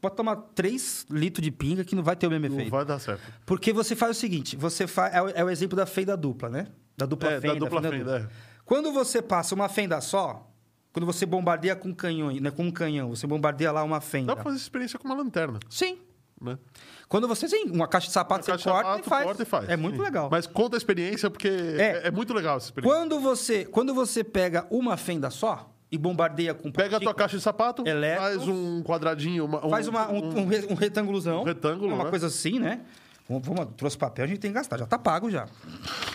[SPEAKER 2] pode tomar 3 litros de pinga que não vai ter o mesmo
[SPEAKER 1] Não
[SPEAKER 2] efeito.
[SPEAKER 1] vai dar certo.
[SPEAKER 2] Porque você faz o seguinte: você faz. É o, é o exemplo da fenda dupla, né? Da dupla
[SPEAKER 1] É, da
[SPEAKER 2] fenda.
[SPEAKER 1] dupla fenda, é.
[SPEAKER 2] Quando você passa uma fenda só, quando você bombardeia com canhões, né? Com um canhão, você bombardeia lá uma fenda.
[SPEAKER 1] Dá pra fazer experiência com uma lanterna,
[SPEAKER 2] Sim.
[SPEAKER 1] né?
[SPEAKER 2] Quando você. Sim, uma caixa de sapato, você
[SPEAKER 1] Caixa
[SPEAKER 2] corta,
[SPEAKER 1] alto,
[SPEAKER 2] e faz.
[SPEAKER 1] corta e faz.
[SPEAKER 2] É muito
[SPEAKER 1] Sim.
[SPEAKER 2] legal.
[SPEAKER 1] Mas conta a experiência, porque é,
[SPEAKER 2] É.
[SPEAKER 1] é muito legal essa experiência.
[SPEAKER 2] Quando você, quando você pega uma fenda só e bombardeia
[SPEAKER 1] Pega
[SPEAKER 2] com
[SPEAKER 1] a tua
[SPEAKER 2] partículas-
[SPEAKER 1] caixa de sapato,
[SPEAKER 2] Elétrons.
[SPEAKER 1] faz um quadradinho, uma- um,
[SPEAKER 2] Faz uma- um, um, re- um retangulozão.
[SPEAKER 1] um retângulo,
[SPEAKER 2] Uma
[SPEAKER 1] né?
[SPEAKER 2] coisa assim, né? Vamos, vamos- trouxe papel, a gente tem que gastar. Já tá pago já.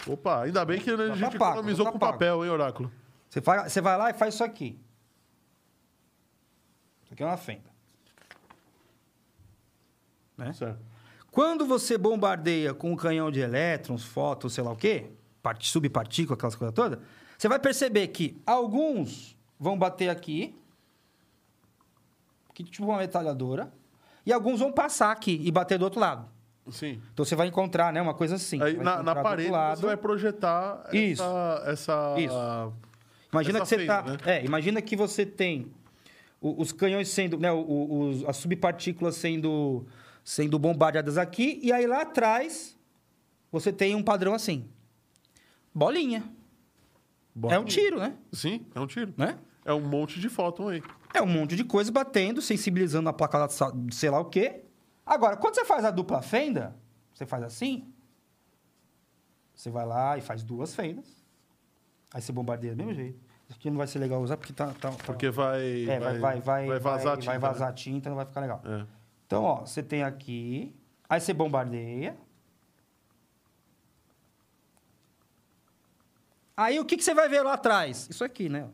[SPEAKER 1] um, Opa, ainda bem que a
[SPEAKER 2] tá
[SPEAKER 1] gente
[SPEAKER 2] pago,
[SPEAKER 1] economizou
[SPEAKER 2] tá
[SPEAKER 1] com
[SPEAKER 2] pago.
[SPEAKER 1] papel, hein, Oráculo?
[SPEAKER 2] Você vai, você vai lá e faz isso aqui. Isso aqui é uma fenda. Né?
[SPEAKER 1] Certo.
[SPEAKER 2] Quando você bombardeia com um canhão de elétrons, fótons, sei lá o quê, parte- subpartícula, aquelas coisas todas, você vai perceber que alguns vão bater aqui, que tipo uma metralhadora, e alguns vão passar aqui e bater do outro lado.
[SPEAKER 1] Sim.
[SPEAKER 2] Então você vai encontrar, né, uma coisa assim.
[SPEAKER 1] Aí
[SPEAKER 2] Vai
[SPEAKER 1] na, na
[SPEAKER 2] encontrar do
[SPEAKER 1] parede
[SPEAKER 2] outro lado.
[SPEAKER 1] você vai projetar
[SPEAKER 2] Isso.
[SPEAKER 1] essa. essa ah,
[SPEAKER 2] Isso. Imagina
[SPEAKER 1] essa
[SPEAKER 2] que você
[SPEAKER 1] fenda,
[SPEAKER 2] tá,
[SPEAKER 1] né?
[SPEAKER 2] é, imagina que você tem o- os canhões sendo, né, o- o- os- as subpartículas sendo sendo bombardeadas aqui e aí lá atrás você tem um padrão assim. Bolinha. É um tiro, né?
[SPEAKER 1] Sim, é um tiro.
[SPEAKER 2] Né?
[SPEAKER 1] É um monte de fóton aí.
[SPEAKER 2] É um monte de coisa batendo, sensibilizando a placa lá de sa- de sei lá o quê. Agora, quando você faz a dupla fenda, você faz assim. Você vai lá e faz duas fendas. Aí você bombardeia do mesmo jeito. Isso aqui não vai ser legal usar porque tá. tá- tá-
[SPEAKER 1] Porque vai.
[SPEAKER 2] é, vai, vai, vai,
[SPEAKER 1] vai vazar
[SPEAKER 2] vai,
[SPEAKER 1] tinta,
[SPEAKER 2] vai vazar a tinta, não vai ficar legal.
[SPEAKER 1] né?
[SPEAKER 2] Então, ó, você tem aqui. Aí você bombardeia. Aí o que, que você vai ver lá atrás? Isso aqui, né?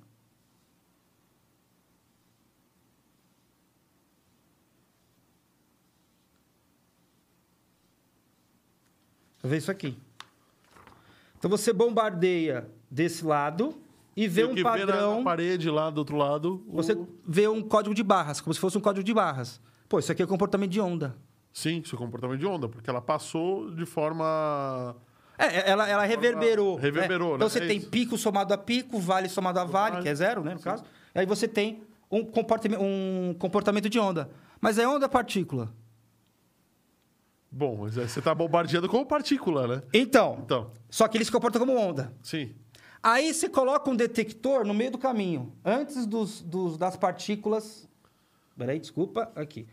[SPEAKER 2] vê isso aqui. Então você bombardeia desse lado e vê
[SPEAKER 1] E o
[SPEAKER 2] um
[SPEAKER 1] que vê na-
[SPEAKER 2] padrão.
[SPEAKER 1] na parede lá do outro lado. o-
[SPEAKER 2] Você vê um código de barras, como se fosse um código de barras. Pô, isso aqui é comportamento de onda.
[SPEAKER 1] Sim, seu comportamento de onda, porque ela passou de forma.
[SPEAKER 2] É, é, ela, ela reverberou.
[SPEAKER 1] Reverberou, né?
[SPEAKER 2] Então você
[SPEAKER 1] É
[SPEAKER 2] tem
[SPEAKER 1] isso.
[SPEAKER 2] pico somado a pico, vale somado a vale,
[SPEAKER 1] Vale.
[SPEAKER 2] que é zero, né, no
[SPEAKER 1] Sim.
[SPEAKER 2] caso. Aí você tem um comportamento, um comportamento de onda. Mas é onda partícula.
[SPEAKER 1] Bom, mas aí você tá bombardeando com partícula, né?
[SPEAKER 2] Então,
[SPEAKER 1] Então,
[SPEAKER 2] só que ele se comporta como onda.
[SPEAKER 1] sim.
[SPEAKER 2] Aí você coloca um detector no meio do caminho, antes dos, dos- das partículas. Peraí, desculpa, aqui.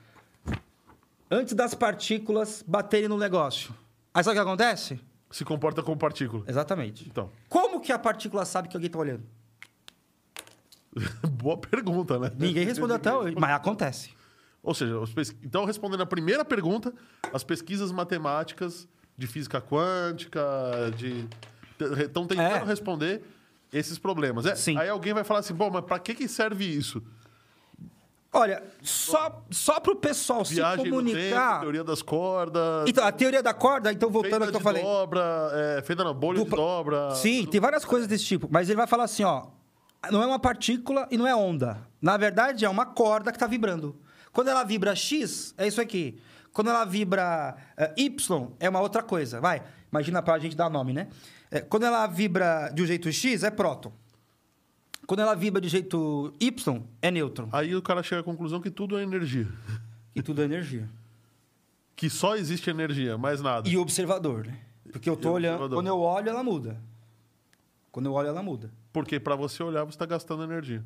[SPEAKER 2] Antes das partículas baterem no negócio. Aí sabe o que acontece?
[SPEAKER 1] Se comporta como partícula.
[SPEAKER 2] Exatamente.
[SPEAKER 1] Então, [LAUGHS]
[SPEAKER 2] Como que a partícula sabe que alguém está olhando?
[SPEAKER 1] boa pergunta, né?
[SPEAKER 2] Ninguém respondeu até hoje, mas acontece.
[SPEAKER 1] Ou seja, os pes- então respondendo a primeira pergunta, as pesquisas matemáticas de física quântica, de estão tentando
[SPEAKER 2] É.
[SPEAKER 1] responder esses problemas. É,
[SPEAKER 2] Sim.
[SPEAKER 1] Aí alguém vai falar assim, bom, mas para que que serve isso?
[SPEAKER 2] Olha, só, só para o pessoal se
[SPEAKER 1] Viagem no tempo,
[SPEAKER 2] comunicar.
[SPEAKER 1] teoria das cordas,
[SPEAKER 2] Então, a teoria da corda, então voltando
[SPEAKER 1] feita
[SPEAKER 2] ao que eu
[SPEAKER 1] de
[SPEAKER 2] falei.
[SPEAKER 1] dobra, é, feita na bolha de
[SPEAKER 2] Dupla-
[SPEAKER 1] dobra.
[SPEAKER 2] Sim, tem várias coisas desse tipo, mas ele vai falar assim, ó, não é uma partícula e não é onda. Na verdade, é uma corda que está vibrando. Quando ela vibra X, é isso aqui. Quando ela vibra eh, Y, é uma outra coisa. Vai, imagina para a gente dar nome, né? Eh, quando ela vibra de um jeito X, é próton. Quando ela vibra de jeito Y, é nêutron.
[SPEAKER 1] Aí o cara chega à conclusão que tudo é energia.
[SPEAKER 2] E tudo é energia.
[SPEAKER 1] Que só existe energia, mais nada.
[SPEAKER 2] E o observador, né? Porque eu
[SPEAKER 1] E
[SPEAKER 2] tô
[SPEAKER 1] o
[SPEAKER 2] olhando,
[SPEAKER 1] observador.
[SPEAKER 2] quando eu olho, ela muda. Quando eu olho, ela muda.
[SPEAKER 1] Porque para você olhar, você está gastando energia.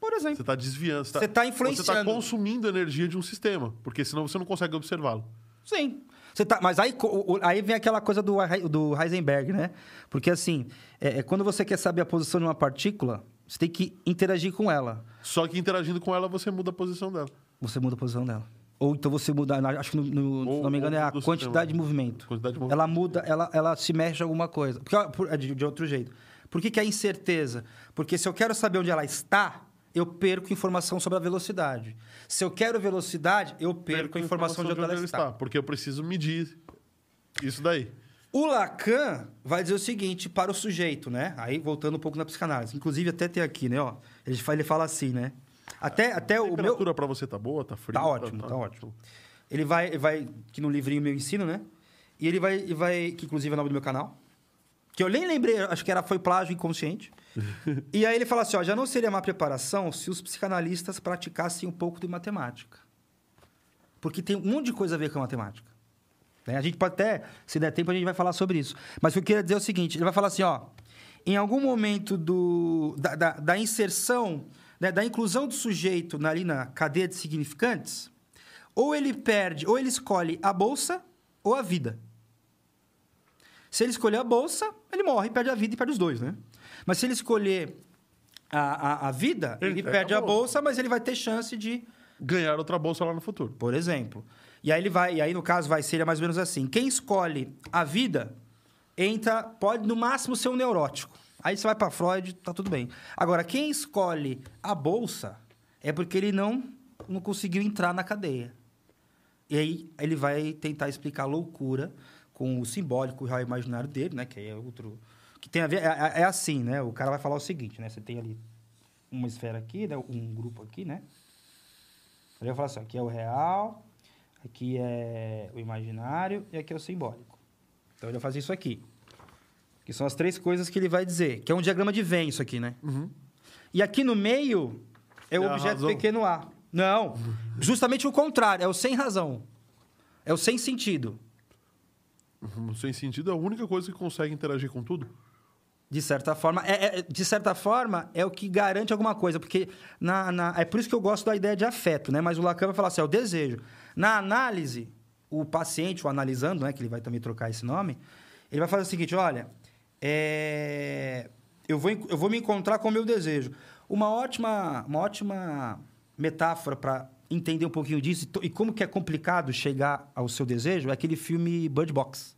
[SPEAKER 2] Por exemplo.
[SPEAKER 1] Você está desviando. Você
[SPEAKER 2] Você tá
[SPEAKER 1] está Você está
[SPEAKER 2] influenciando.
[SPEAKER 1] consumindo energia de um sistema, porque senão você não consegue observá-lo.
[SPEAKER 2] Sim. Você tá, mas aí, co- o- aí vem aquela coisa do, Hei- do Heisenberg, né? Porque assim, é, é, quando você quer saber a posição de uma partícula, você tem que interagir com ela.
[SPEAKER 1] Só que interagindo com ela, você muda a posição dela.
[SPEAKER 2] Você muda a posição dela. Ou então você muda, na- acho que no, no-
[SPEAKER 1] Ou-
[SPEAKER 2] se não me engano,
[SPEAKER 1] ou
[SPEAKER 2] é a
[SPEAKER 1] muda o
[SPEAKER 2] quantidade de
[SPEAKER 1] sistema.
[SPEAKER 2] movimento.
[SPEAKER 1] Quantidade de movimento.
[SPEAKER 2] Ela muda, ela, ela se mexe em alguma coisa. Porque, ela- por- é de, de outro jeito. Por que, que é incerteza? Porque se eu quero saber onde ela está, eu perco informação sobre a velocidade. Se eu quero velocidade, eu perco, a informação, de onde, ela está.
[SPEAKER 1] Porque eu preciso medir isso daí.
[SPEAKER 2] O Lacan vai dizer o seguinte para o sujeito, né? Aí voltando um pouco na psicanálise. Inclusive, até tem aqui, né? Ó, ele, fa- ele fala assim, né? Até, até
[SPEAKER 1] A
[SPEAKER 2] o meu.
[SPEAKER 1] temperatura para você tá boa, tá frio?
[SPEAKER 2] Tá ótimo, tá ótimo. Ele vai, vai que no livrinho meu ensino, né? E ele vai, e vai que inclusive é o nome do meu canal, que eu nem lembrei, acho que era foi plágio inconsciente. e aí ele fala assim, ó, já não seria má preparação se os psicanalistas praticassem um pouco de matemática, porque tem um monte de coisa a ver com a matemática. né? A gente pode até, se der tempo, a gente vai falar sobre isso. Mas o que eu queria dizer é o seguinte: ele vai falar assim, ó. Em algum momento do, da, da- da inserção, né, da inclusão do sujeito na- ali na cadeia de significantes, ou ele perde, ou ele escolhe a bolsa ou a vida. Se ele escolher a bolsa, ele morre, perde a vida e perde os dois, né? Mas se ele escolher a, a, a vida,
[SPEAKER 1] Ele
[SPEAKER 2] ele,
[SPEAKER 1] perde
[SPEAKER 2] perde
[SPEAKER 1] a
[SPEAKER 2] a bolsa, mas ele vai ter chance de
[SPEAKER 1] Ganhar outra bolsa lá no futuro.
[SPEAKER 2] por exemplo. E aí ele vai, e aí no caso vai ser mais ou menos assim: quem escolhe a vida entra, pode no máximo ser um neurótico. Aí você vai para Freud, tá tudo bem. Agora, quem escolhe a bolsa é porque ele não, não conseguiu entrar na cadeia. E aí ele vai tentar explicar a loucura com o simbólico, o real imaginário dele, né? Que aí é outro. Que tem a ver. É, é- é assim, né? O cara vai falar o seguinte, né? Você tem ali uma esfera aqui, né? um grupo aqui, né? Ele vai falar assim: ó, aqui é o real, aqui é o imaginário e aqui é o simbólico. Então ele vai fazer isso aqui. Que são as três coisas que ele vai dizer. Que é um diagrama de Venn, isso aqui, né? E aqui no meio é o
[SPEAKER 1] É a
[SPEAKER 2] objeto
[SPEAKER 1] razão.
[SPEAKER 2] pequeno A. Não. Justamente o contrário, é o sem razão. É o sem sentido,
[SPEAKER 1] Uhum, Sem sentido, é a única coisa que consegue interagir com tudo.
[SPEAKER 2] de certa forma. É, é- de certa forma, é o que garante alguma coisa, porque na, na- é por isso que eu gosto da ideia de afeto, né? Mas o Lacan vai falar assim, é o desejo. Na análise, o paciente, o analisando, né, que ele vai também trocar esse nome, ele vai fazer o seguinte, olha, é, eu, vou, en- eu vou me encontrar com o meu desejo. Uma ótima, uma ótima metáfora para entender um pouquinho disso e to- e como que é complicado chegar ao seu desejo é aquele filme Bird Box.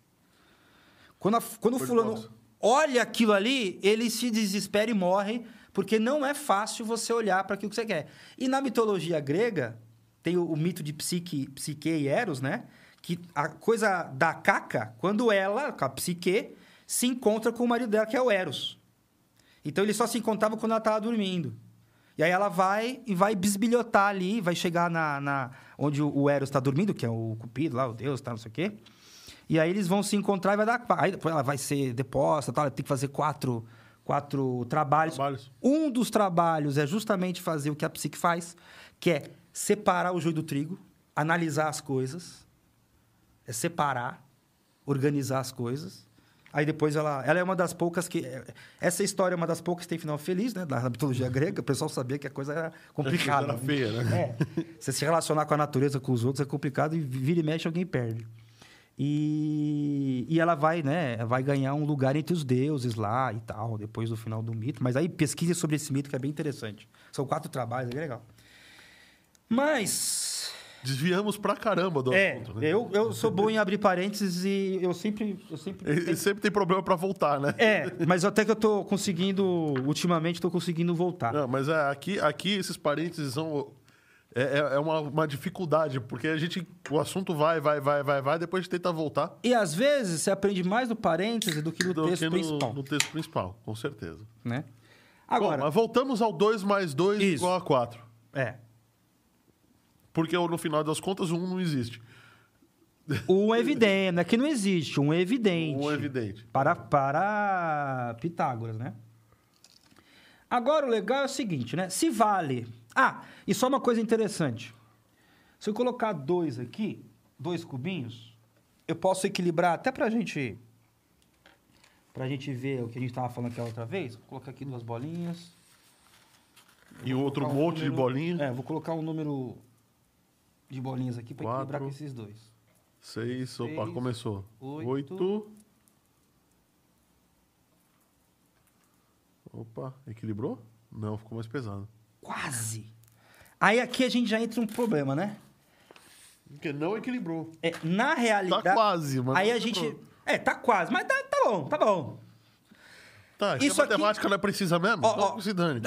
[SPEAKER 2] Quando, a- quando o
[SPEAKER 1] Bird
[SPEAKER 2] fulano
[SPEAKER 1] Box.
[SPEAKER 2] olha aquilo ali, ele se desespera e morre, porque não é fácil você olhar para aquilo que você quer. E na mitologia grega, tem o, o mito de Psique, Psique e Eros, né? que a coisa da caca, quando ela, a psique, se encontra com o marido dela, que é o Eros. Então ele só se encontrava quando ela estava dormindo. E aí ela vai e vai bisbilhotar ali, vai chegar na, na onde o, o Eros está dormindo, que é o cupido lá, o deus, tá, não sei o quê. E aí eles vão se encontrar e vai dar... Aí depois ela vai ser deposta, tal, ela tem que fazer quatro, quatro trabalhos.
[SPEAKER 1] Trabalhos.
[SPEAKER 2] Um dos trabalhos é justamente fazer o que a psique faz, que é separar o joio do trigo, analisar as coisas, é separar, organizar as coisas. Aí depois ela, ela é uma das poucas que essa história é uma das poucas que tem final feliz, né, da mitologia grega. O pessoal sabia que a coisa era complicada.
[SPEAKER 1] Era feia, né?
[SPEAKER 2] É. Você se relacionar com a natureza, com os outros é complicado e vira e mexe alguém perde. E, e ela vai, né, vai ganhar um lugar entre os deuses lá e tal, depois do final do mito. Mas aí pesquise sobre esse mito que é bem interessante. São quatro trabalhos, é bem legal. Mas
[SPEAKER 1] Desviamos pra caramba do
[SPEAKER 2] é,
[SPEAKER 1] assunto, né?
[SPEAKER 2] eu, eu sou bom em abrir parênteses e eu sempre. Eu sempre
[SPEAKER 1] E- e sempre tem problema pra voltar, né?
[SPEAKER 2] É, mas até que eu tô conseguindo. Ultimamente tô conseguindo voltar.
[SPEAKER 1] Não, mas é, aqui, aqui esses parênteses são. É, é- é uma, uma dificuldade, porque a gente. O assunto vai, vai, vai, vai, vai, depois a gente tenta voltar
[SPEAKER 2] E às vezes você aprende mais no parêntese do que no
[SPEAKER 1] do
[SPEAKER 2] texto
[SPEAKER 1] que no,
[SPEAKER 2] principal.
[SPEAKER 1] no texto principal, com certeza.
[SPEAKER 2] Né?
[SPEAKER 1] Bom,
[SPEAKER 2] Agora,
[SPEAKER 1] mas voltamos ao 2 mais 2
[SPEAKER 2] Isso.
[SPEAKER 1] igual a 4.
[SPEAKER 2] é.
[SPEAKER 1] Porque no final das contas, o 1 não existe.
[SPEAKER 2] Um é evidente, não é que não existe, um é evidente.
[SPEAKER 1] Um é evidente.
[SPEAKER 2] Para, para Pitágoras, né? Agora, o legal é o seguinte, né? Se vale... Ah, e só uma coisa interessante. Se eu colocar dois aqui, dois cubinhos, eu posso equilibrar até pra gente... Pra gente ver o que a gente tava falando aquela outra vez. Vou colocar aqui duas bolinhas.
[SPEAKER 1] E outro
[SPEAKER 2] colocar um
[SPEAKER 1] monte de
[SPEAKER 2] número-
[SPEAKER 1] bolinha.
[SPEAKER 2] É, vou colocar um número de bolinhas aqui pra
[SPEAKER 1] Quatro.
[SPEAKER 2] equilibrar com esses dois.
[SPEAKER 1] 6, opa,
[SPEAKER 2] Seis,
[SPEAKER 1] começou.
[SPEAKER 2] oito.
[SPEAKER 1] 8. Opa, equilibrou? Não, ficou mais pesado.
[SPEAKER 2] Quase! Aí aqui a gente já entra um problema, né?
[SPEAKER 1] Porque não equilibrou.
[SPEAKER 2] É, na realidade.
[SPEAKER 1] Tá quase, mas
[SPEAKER 2] Aí
[SPEAKER 1] não
[SPEAKER 2] a
[SPEAKER 1] tá
[SPEAKER 2] gente.
[SPEAKER 1] pronto.
[SPEAKER 2] É, tá quase, mas tá, tá bom, tá bom.
[SPEAKER 1] Tá, isso
[SPEAKER 2] Isso
[SPEAKER 1] a
[SPEAKER 2] aqui-
[SPEAKER 1] matemática não é precisa mesmo?
[SPEAKER 2] Ó,
[SPEAKER 1] Então
[SPEAKER 2] ó.
[SPEAKER 1] se dane.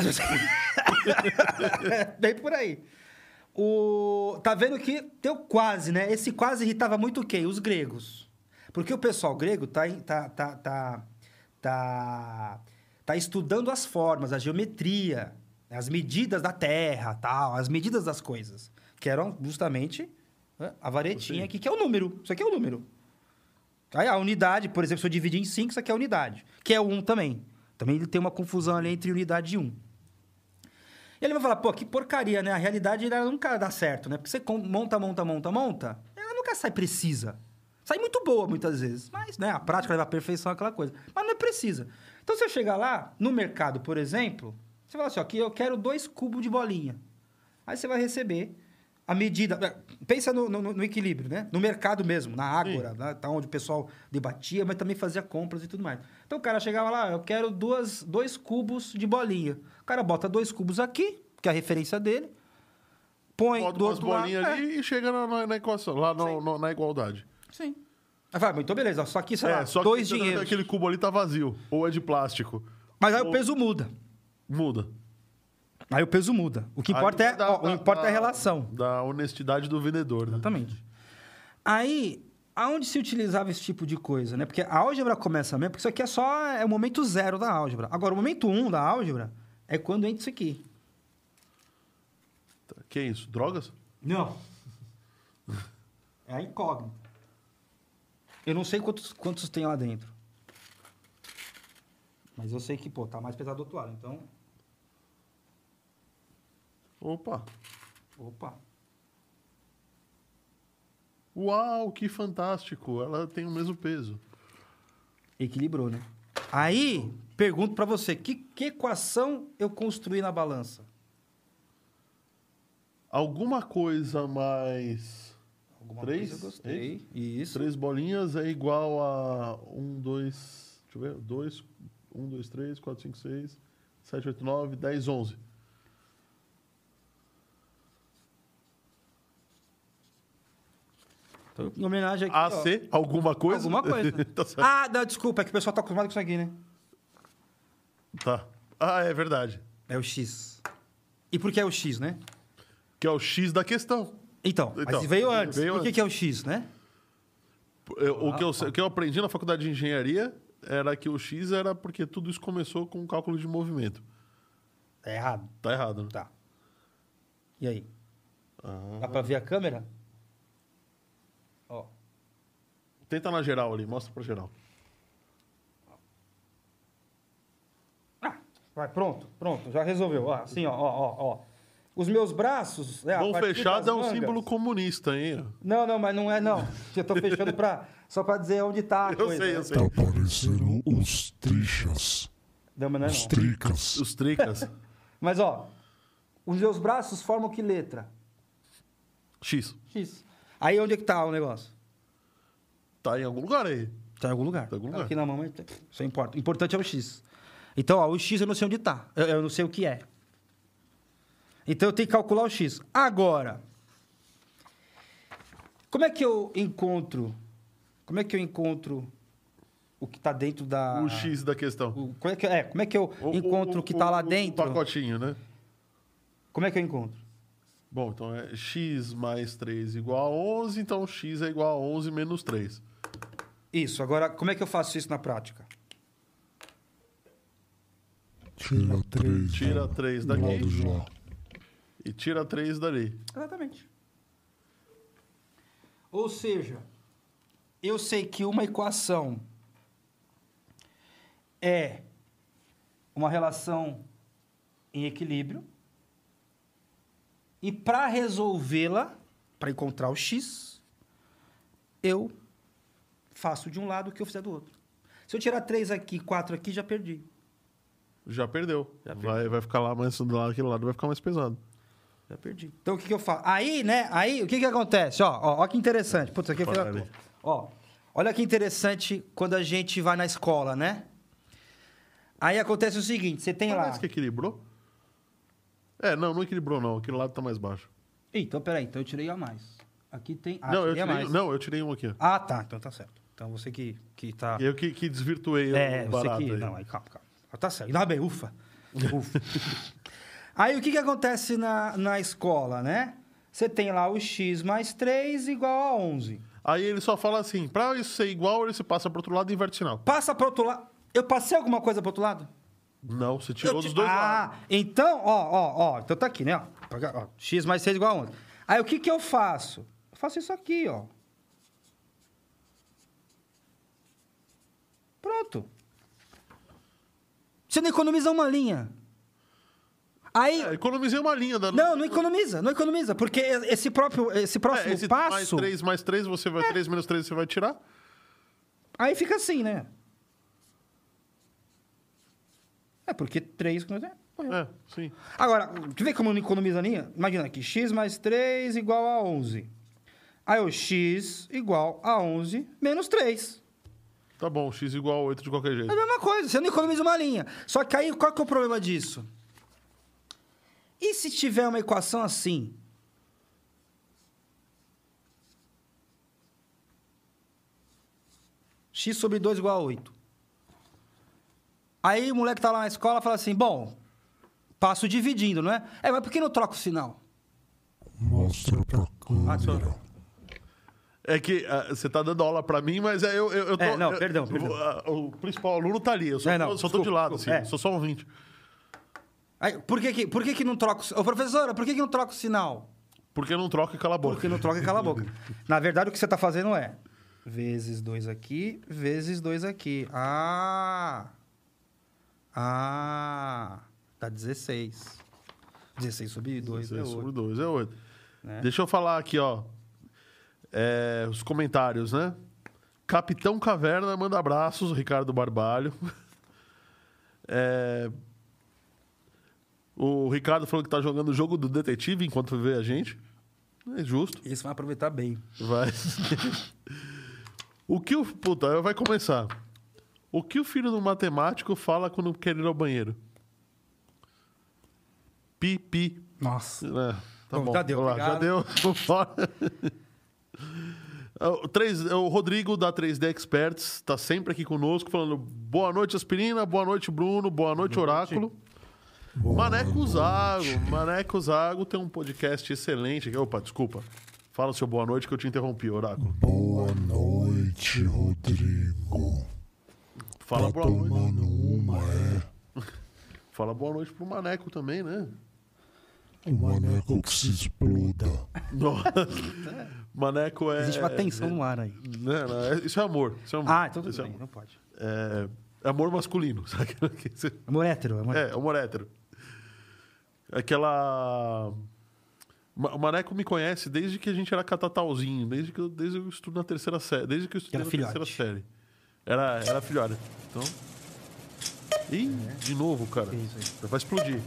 [SPEAKER 2] [LAUGHS] Bem por aí. O... Tá vendo que deu quase, né? Esse quase irritava muito quem? Os gregos. Porque o pessoal grego tá, em- tá, tá, tá, tá, tá estudando as formas, a geometria, né? as medidas da terra, tal, as medidas das coisas. Que eram justamente né, a varetinha
[SPEAKER 1] Sim.
[SPEAKER 2] aqui, que é o número. Isso aqui é o número. Aí a unidade, por exemplo, se eu dividir em 5, isso aqui é a unidade. Que é 1 um também. Também ele tem uma confusão ali entre unidade e 1. Um. E ele vai falar, pô, que porcaria, né? A realidade ela nunca dá certo, né? Porque você com- monta, monta, monta, monta, ela nunca sai precisa. Sai muito boa muitas vezes, mas né, a prática leva à perfeição, aquela coisa. Mas não é precisa. Então você chega lá, no mercado, por exemplo, você fala assim, ó, que eu quero dois cubos de bolinha. Aí você vai receber a medida. É, Pensa no, no- no equilíbrio, né? No mercado mesmo, na Ágora, lá, tá onde o pessoal debatia, mas também fazia compras e tudo mais. Então o cara chegava lá, eu quero duas, dois cubos de bolinha. O cara bota dois cubos aqui, que é a referência dele, põe
[SPEAKER 1] Bota
[SPEAKER 2] do
[SPEAKER 1] umas
[SPEAKER 2] outro lado.
[SPEAKER 1] bolinhas
[SPEAKER 2] é,
[SPEAKER 1] ali e chega na, na- na equação, lá no- no- na igualdade. É,
[SPEAKER 2] sim. Aí fala, então beleza, só aqui, sei lá,
[SPEAKER 1] só
[SPEAKER 2] dois
[SPEAKER 1] que
[SPEAKER 2] dinheiros.
[SPEAKER 1] aquele cubo ali tá vazio. Ou é de plástico.
[SPEAKER 2] Mas aí o
[SPEAKER 1] Ou-
[SPEAKER 2] peso muda.
[SPEAKER 1] Muda.
[SPEAKER 2] Aí o peso muda. O que
[SPEAKER 1] Aí
[SPEAKER 2] importa, é,
[SPEAKER 1] da-
[SPEAKER 2] ó, o
[SPEAKER 1] da-
[SPEAKER 2] importa é
[SPEAKER 1] da-
[SPEAKER 2] a relação.
[SPEAKER 1] Da honestidade do vendedor, né?
[SPEAKER 2] Exatamente. Aí, aonde se utilizava esse tipo de coisa, né? Porque a álgebra começa mesmo, porque isso aqui é só é o momento zero da álgebra. Agora, o momento um da álgebra é quando entra isso aqui.
[SPEAKER 1] Que isso? Drogas?
[SPEAKER 2] Não. [LAUGHS] É a incógnita. Eu não sei quantos, quantos tem lá dentro. Mas eu sei que, pô, tá mais pesado do outro lado. Então,
[SPEAKER 1] Opa.
[SPEAKER 2] opa.
[SPEAKER 1] Uau, que fantástico. Ela tem o mesmo peso.
[SPEAKER 2] Equilibrou, né? Aí, pergunto pra você, que, que equação eu construí na balança?
[SPEAKER 1] Alguma coisa mais...
[SPEAKER 2] Alguma
[SPEAKER 1] Três?
[SPEAKER 2] coisa eu gostei. Isso.
[SPEAKER 1] Três bolinhas é igual a um, dois... Deixa eu ver. Dois, um, dois, três, quatro, cinco, seis, sete, oito, nove, dez, onze.
[SPEAKER 2] Em homenagem aqui, ó.
[SPEAKER 1] AC, alguma coisa?
[SPEAKER 2] Alguma coisa.
[SPEAKER 1] [LAUGHS] tá certo.
[SPEAKER 2] ah, não, desculpa, é que o pessoal tá acostumado com isso aqui, né?
[SPEAKER 1] Tá. Ah, é verdade.
[SPEAKER 2] É o X. E por que é o X, né?
[SPEAKER 1] Que é o X da questão.
[SPEAKER 2] Então,
[SPEAKER 1] Então,
[SPEAKER 2] mas veio antes.
[SPEAKER 1] veio
[SPEAKER 2] por que,
[SPEAKER 1] antes.
[SPEAKER 2] que é o X, né?
[SPEAKER 1] Eu- o, que eu, o que eu aprendi na faculdade de engenharia era que o X era porque tudo isso começou com um cálculo de movimento.
[SPEAKER 2] É errado.
[SPEAKER 1] Tá errado, né?
[SPEAKER 2] Tá. E aí?
[SPEAKER 1] Ah.
[SPEAKER 2] Dá pra ver a câmera? Ó.
[SPEAKER 1] Tenta na geral ali, mostra pra geral.
[SPEAKER 2] Ah, vai, pronto, pronto, já resolveu. Ó, assim, ó, ó, ó, ó. Os meus braços. né, a
[SPEAKER 1] Mão
[SPEAKER 2] partir das
[SPEAKER 1] fechada é um
[SPEAKER 2] mangas-
[SPEAKER 1] símbolo comunista, hein?
[SPEAKER 2] Não, não, mas não é, não. Eu tô fechando pra, só pra dizer onde tá a
[SPEAKER 1] [LAUGHS] Eu
[SPEAKER 2] coisa.
[SPEAKER 1] sei,
[SPEAKER 2] né?
[SPEAKER 1] eu sei.
[SPEAKER 3] Tá parecendo os trixas.
[SPEAKER 2] Não, mas não é
[SPEAKER 3] Os
[SPEAKER 2] não.
[SPEAKER 3] tricas.
[SPEAKER 1] Os
[SPEAKER 2] [LAUGHS]
[SPEAKER 1] tricas.
[SPEAKER 2] Mas, ó, os meus braços formam que letra?
[SPEAKER 1] X.
[SPEAKER 2] X. Aí onde é que tá o negócio?
[SPEAKER 1] Tá em algum lugar aí.
[SPEAKER 2] Tá em algum lugar.
[SPEAKER 1] Tá em algum
[SPEAKER 2] Tá
[SPEAKER 1] lugar.
[SPEAKER 2] Aqui na mão, mas isso não importa. O importante é o X. Então, ó, o X eu não sei onde tá. Eu, eu não sei o que é. Então eu tenho que calcular o X. Agora, como é que eu encontro? Como é que eu encontro o que tá dentro da.
[SPEAKER 1] O X da questão.
[SPEAKER 2] o- como é que, é, como é que eu
[SPEAKER 1] O-
[SPEAKER 2] encontro o, que tá lá dentro?
[SPEAKER 1] O pacotinho, né?
[SPEAKER 2] Como é que eu encontro?
[SPEAKER 1] Bom, então é x mais 3 igual a 11, então x é igual a 11 menos 3.
[SPEAKER 2] Isso, agora, como é que eu faço isso na prática?
[SPEAKER 3] Tira três.
[SPEAKER 1] Tira
[SPEAKER 3] do-
[SPEAKER 1] três
[SPEAKER 3] do
[SPEAKER 1] daqui.
[SPEAKER 3] lado de lá.
[SPEAKER 1] E tira 3 dali.
[SPEAKER 2] Exatamente. Ou seja, eu sei que uma equação é uma relação em equilíbrio e para resolvê-la, para encontrar o x, eu faço de um lado o que eu fizer do outro. Se eu tirar 3 aqui, 4 aqui, já perdi.
[SPEAKER 1] Já perdeu. vai, vai ficar lá, mas do lado aquele lado vai ficar mais pesado.
[SPEAKER 2] Já perdi. Então o que, que eu faço? Aí, né? Aí o que, que acontece? Ó, ó, ó que interessante. Putz, aqui foi
[SPEAKER 1] Fala
[SPEAKER 2] a
[SPEAKER 1] ali.
[SPEAKER 2] tua. Ó, olha que interessante quando a gente vai na escola, né? Aí acontece o seguinte: você tem lá.
[SPEAKER 1] Parece que equilibrou. É, não, não equilibrou não. Aquele lado tá mais baixo.
[SPEAKER 2] Ih, então peraí, então eu tirei a mais. Aqui tem. Ah,
[SPEAKER 1] não, eu
[SPEAKER 2] a
[SPEAKER 1] tirei,
[SPEAKER 2] mais.
[SPEAKER 1] não, eu tirei um aqui. ó.
[SPEAKER 2] Ah, tá. Então tá certo. Então você que, que tá.
[SPEAKER 1] Eu que, que desvirtuei
[SPEAKER 2] É,
[SPEAKER 1] o
[SPEAKER 2] você
[SPEAKER 1] barato
[SPEAKER 2] que.
[SPEAKER 1] aí.
[SPEAKER 2] Não, aí calma, calma. Ah, Tá certo. Ainda bem, [LAUGHS] ufa. Ufa. aí o que, que acontece na, na escola, né? Você tem lá o x mais 3 igual a 11.
[SPEAKER 1] Aí ele só fala assim, pra isso ser igual, ele se passa pro outro lado e inverte sinal.
[SPEAKER 2] Passa pro outro lado. Eu passei alguma coisa pro outro lado?
[SPEAKER 1] Não, você tirou
[SPEAKER 2] Eu ti-
[SPEAKER 1] dos dois
[SPEAKER 2] ah,
[SPEAKER 1] lados.
[SPEAKER 2] então, ó, ó, ó. Então tá aqui, né? ó. Pra cá, ó, X mais 6 igual a 11. Aí o que que eu faço? Eu faço isso aqui, ó. Pronto. Você não economiza uma linha. Aí.
[SPEAKER 1] É, economizei uma linha. Da...
[SPEAKER 2] Não, não economiza, não economiza. Porque esse, próprio, esse próximo
[SPEAKER 1] É, esse mais
[SPEAKER 2] passo. É.
[SPEAKER 1] 3 mais 3, você vai... 3 menos 3, você vai tirar.
[SPEAKER 2] Aí fica assim, né? É porque 3 com 3
[SPEAKER 1] É, sim.
[SPEAKER 2] Agora, tu vê como não economiza linha? Imagina aqui, x mais 3 igual a 11. Aí o x igual a 11 menos 3.
[SPEAKER 1] Tá bom, x igual a 8 de qualquer
[SPEAKER 2] É a
[SPEAKER 1] jeito.
[SPEAKER 2] mesma coisa, você não economiza uma linha. Só que aí, qual que é o problema disso? E se tiver uma equação assim? x sobre 2 igual a 8. Aí o moleque tá lá na escola e fala assim, bom, passo dividindo, não é? É, mas por que não troca o sinal?
[SPEAKER 3] Mostra pra
[SPEAKER 2] Ah,
[SPEAKER 3] câmera.
[SPEAKER 1] É que ah, você tá dando aula pra mim, mas é, eu, eu, eu tô...
[SPEAKER 2] É, não,
[SPEAKER 1] eu-
[SPEAKER 2] perdão,
[SPEAKER 1] eu-
[SPEAKER 2] perdão.
[SPEAKER 1] ah, o principal aluno tá ali, eu só,
[SPEAKER 2] É,
[SPEAKER 1] tô-
[SPEAKER 2] não,
[SPEAKER 1] só tô de
[SPEAKER 2] desculpa,
[SPEAKER 1] lado, assim,
[SPEAKER 2] desculpa, é.
[SPEAKER 1] sou só um ouvinte.
[SPEAKER 2] Aí, por que que, por que, que não troca o sinal? Ô, professora, por que, que não troca o sinal?
[SPEAKER 1] Porque não troca e cala a boca.
[SPEAKER 2] Porque não troca e cala a boca. Na verdade, o que você está fazendo é... Vezes dois aqui, vezes dois aqui. Ah! Ah! Dá 16. 16 sobre 2 é
[SPEAKER 1] 6 sobre
[SPEAKER 2] 8.
[SPEAKER 1] 2 é 8.
[SPEAKER 2] Né?
[SPEAKER 1] Deixa eu falar aqui, ó. É, os comentários, né? Capitão Caverna manda abraços, Ricardo Barbalho. [LAUGHS] É, o Ricardo falou que tá jogando o jogo do detetive enquanto vê a gente. É justo.
[SPEAKER 2] Esse vai aproveitar bem.
[SPEAKER 1] Vai. [LAUGHS] o que o. Puta, vai começar. O que o filho do matemático fala quando quer ir ao banheiro? Pi, pi,
[SPEAKER 2] Nossa.
[SPEAKER 1] é, tá
[SPEAKER 2] Bom,
[SPEAKER 1] bom.
[SPEAKER 2] já deu,
[SPEAKER 1] Vamos lá, já
[SPEAKER 2] obrigado.
[SPEAKER 1] deu. [LAUGHS] Vamos fora. O três- é, O Rodrigo da 3D Experts está sempre aqui conosco, falando boa noite, Aspirina, boa noite, Bruno, boa noite, Oráculo.
[SPEAKER 3] Boa
[SPEAKER 1] Maneco Zago. Maneco Zago tem um podcast excelente. aqui. Opa, desculpa. Fala o seu boa noite que eu te interrompi, Oráculo.
[SPEAKER 3] Boa noite, Rodrigo.
[SPEAKER 1] Fala
[SPEAKER 3] tá
[SPEAKER 1] boa noite.
[SPEAKER 3] tomando uma, é?
[SPEAKER 1] Fala boa noite pro Maneco também, né?
[SPEAKER 3] Um maneco que se exploda.
[SPEAKER 2] [LAUGHS]
[SPEAKER 1] Nossa. Maneco é.
[SPEAKER 2] Existe uma tensão no ar aí.
[SPEAKER 1] Não, não, é- isso é amor. Isso é amor.
[SPEAKER 2] Ah, então tudo
[SPEAKER 1] isso é
[SPEAKER 2] bem,
[SPEAKER 1] amor.
[SPEAKER 2] não pode.
[SPEAKER 1] É, é amor masculino, [LAUGHS] sabe?
[SPEAKER 2] Amor hétero, amor...
[SPEAKER 1] É, amor hétero. Aquela. Ma- O Maneco me conhece desde que a gente era catatauzinho, desde que eu, desde que eu estudo na terceira série. Desde que eu estudei
[SPEAKER 2] Era
[SPEAKER 1] na
[SPEAKER 2] filhote.
[SPEAKER 1] terceira série. Era, era filhote. Então. Ih, de novo, cara.
[SPEAKER 2] Que isso aí.
[SPEAKER 1] Vai explodir.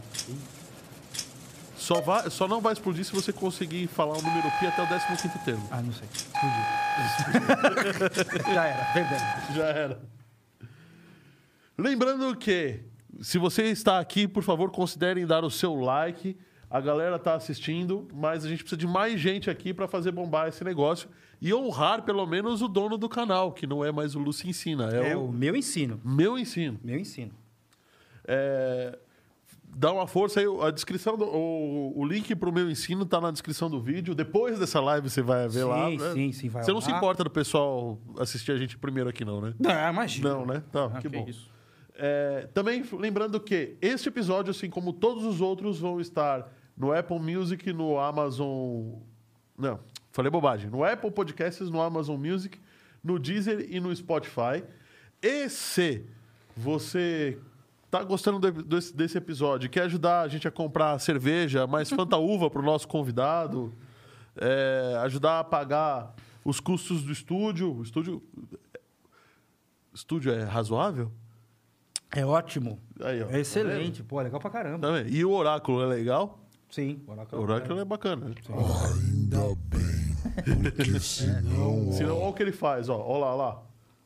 [SPEAKER 1] Só, vai, só não vai explodir se você conseguir falar o número pi até o 15 termo.
[SPEAKER 2] Ah, não sei.
[SPEAKER 1] [LAUGHS]
[SPEAKER 2] Explodiu. Já era, perdemos.
[SPEAKER 1] Já era. Lembrando que, se você está aqui, por favor, considerem dar o seu like. A galera tá assistindo, mas a gente precisa de mais gente aqui para fazer bombar esse negócio e honrar pelo menos o dono do canal, que não é mais o Lúcio Ensina, é,
[SPEAKER 2] É
[SPEAKER 1] o
[SPEAKER 2] o meu ensino.
[SPEAKER 1] meu ensino.
[SPEAKER 2] Meu ensino.
[SPEAKER 1] É, dá uma força aí. A descrição do, o, o link pro meu ensino tá na descrição do vídeo. Depois dessa live você vai ver
[SPEAKER 2] sim,
[SPEAKER 1] lá. né?
[SPEAKER 2] sim, sim, vai
[SPEAKER 1] Você não se
[SPEAKER 2] lá.
[SPEAKER 1] importa do pessoal assistir a gente primeiro aqui, não, né?
[SPEAKER 2] Não, é, imagina.
[SPEAKER 1] Não, né? Tá,
[SPEAKER 2] Ah,
[SPEAKER 1] que,
[SPEAKER 2] que
[SPEAKER 1] bom.
[SPEAKER 2] isso.
[SPEAKER 1] É, também f- lembrando que este episódio, assim como todos os outros, vão estar no Apple Music, no Amazon. Não, falei bobagem. No Apple Podcasts, no Amazon Music, no Deezer e no Spotify. E se você tá gostando do- desse, desse episódio, quer ajudar a gente a comprar cerveja,
[SPEAKER 2] [LAUGHS]
[SPEAKER 1] mais Fanta Uva para o nosso convidado, é, ajudar a pagar os custos do estúdio. O estúdio. Estúdio é razoável?
[SPEAKER 2] É ótimo.
[SPEAKER 1] Aí, ó.
[SPEAKER 2] É excelente, pô, legal pra caramba.
[SPEAKER 1] Tá vendo? E o oráculo é legal?
[SPEAKER 2] Sim.
[SPEAKER 1] O oráculo é bacana. né?
[SPEAKER 3] Ainda bem,
[SPEAKER 1] [LAUGHS]
[SPEAKER 3] porque senão,
[SPEAKER 1] Senão, olha o que ele faz, ó. Olha lá, olha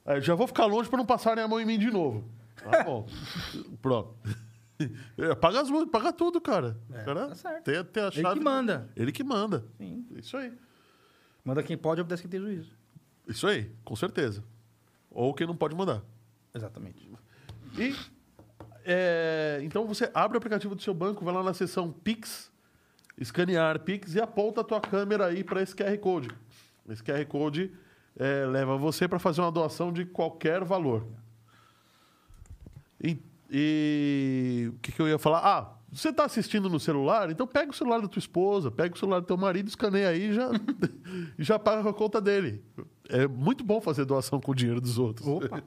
[SPEAKER 1] lá. É, já vou ficar longe pra não passarem a mão em mim de novo.
[SPEAKER 2] [LAUGHS]
[SPEAKER 1] Tá bom. Pronto. É, paga as luzes, paga tudo, cara.
[SPEAKER 2] É,
[SPEAKER 1] cara
[SPEAKER 2] tá certo.
[SPEAKER 1] Tem, tem a
[SPEAKER 2] Ele
[SPEAKER 1] chave.
[SPEAKER 2] que manda.
[SPEAKER 1] Ele que manda.
[SPEAKER 2] Sim.
[SPEAKER 1] Isso aí.
[SPEAKER 2] Manda quem pode, obedece quem tem juízo.
[SPEAKER 1] Isso aí, com certeza. Ou quem não pode mandar.
[SPEAKER 2] Exatamente.
[SPEAKER 1] E é, então você abre o aplicativo do seu banco, vai lá na seção Pix, escanear Pix e aponta a tua câmera aí para esse QR Code. Esse QR Code é, leva você para fazer uma doação de qualquer valor. E, e o que, que eu ia falar? Ah, você está assistindo no celular? Então pega o celular da tua esposa, pega o celular do teu marido, escaneia aí e
[SPEAKER 2] [LAUGHS]
[SPEAKER 1] já, e já paga com a conta dele. É muito bom fazer doação com o dinheiro dos outros
[SPEAKER 2] Opa.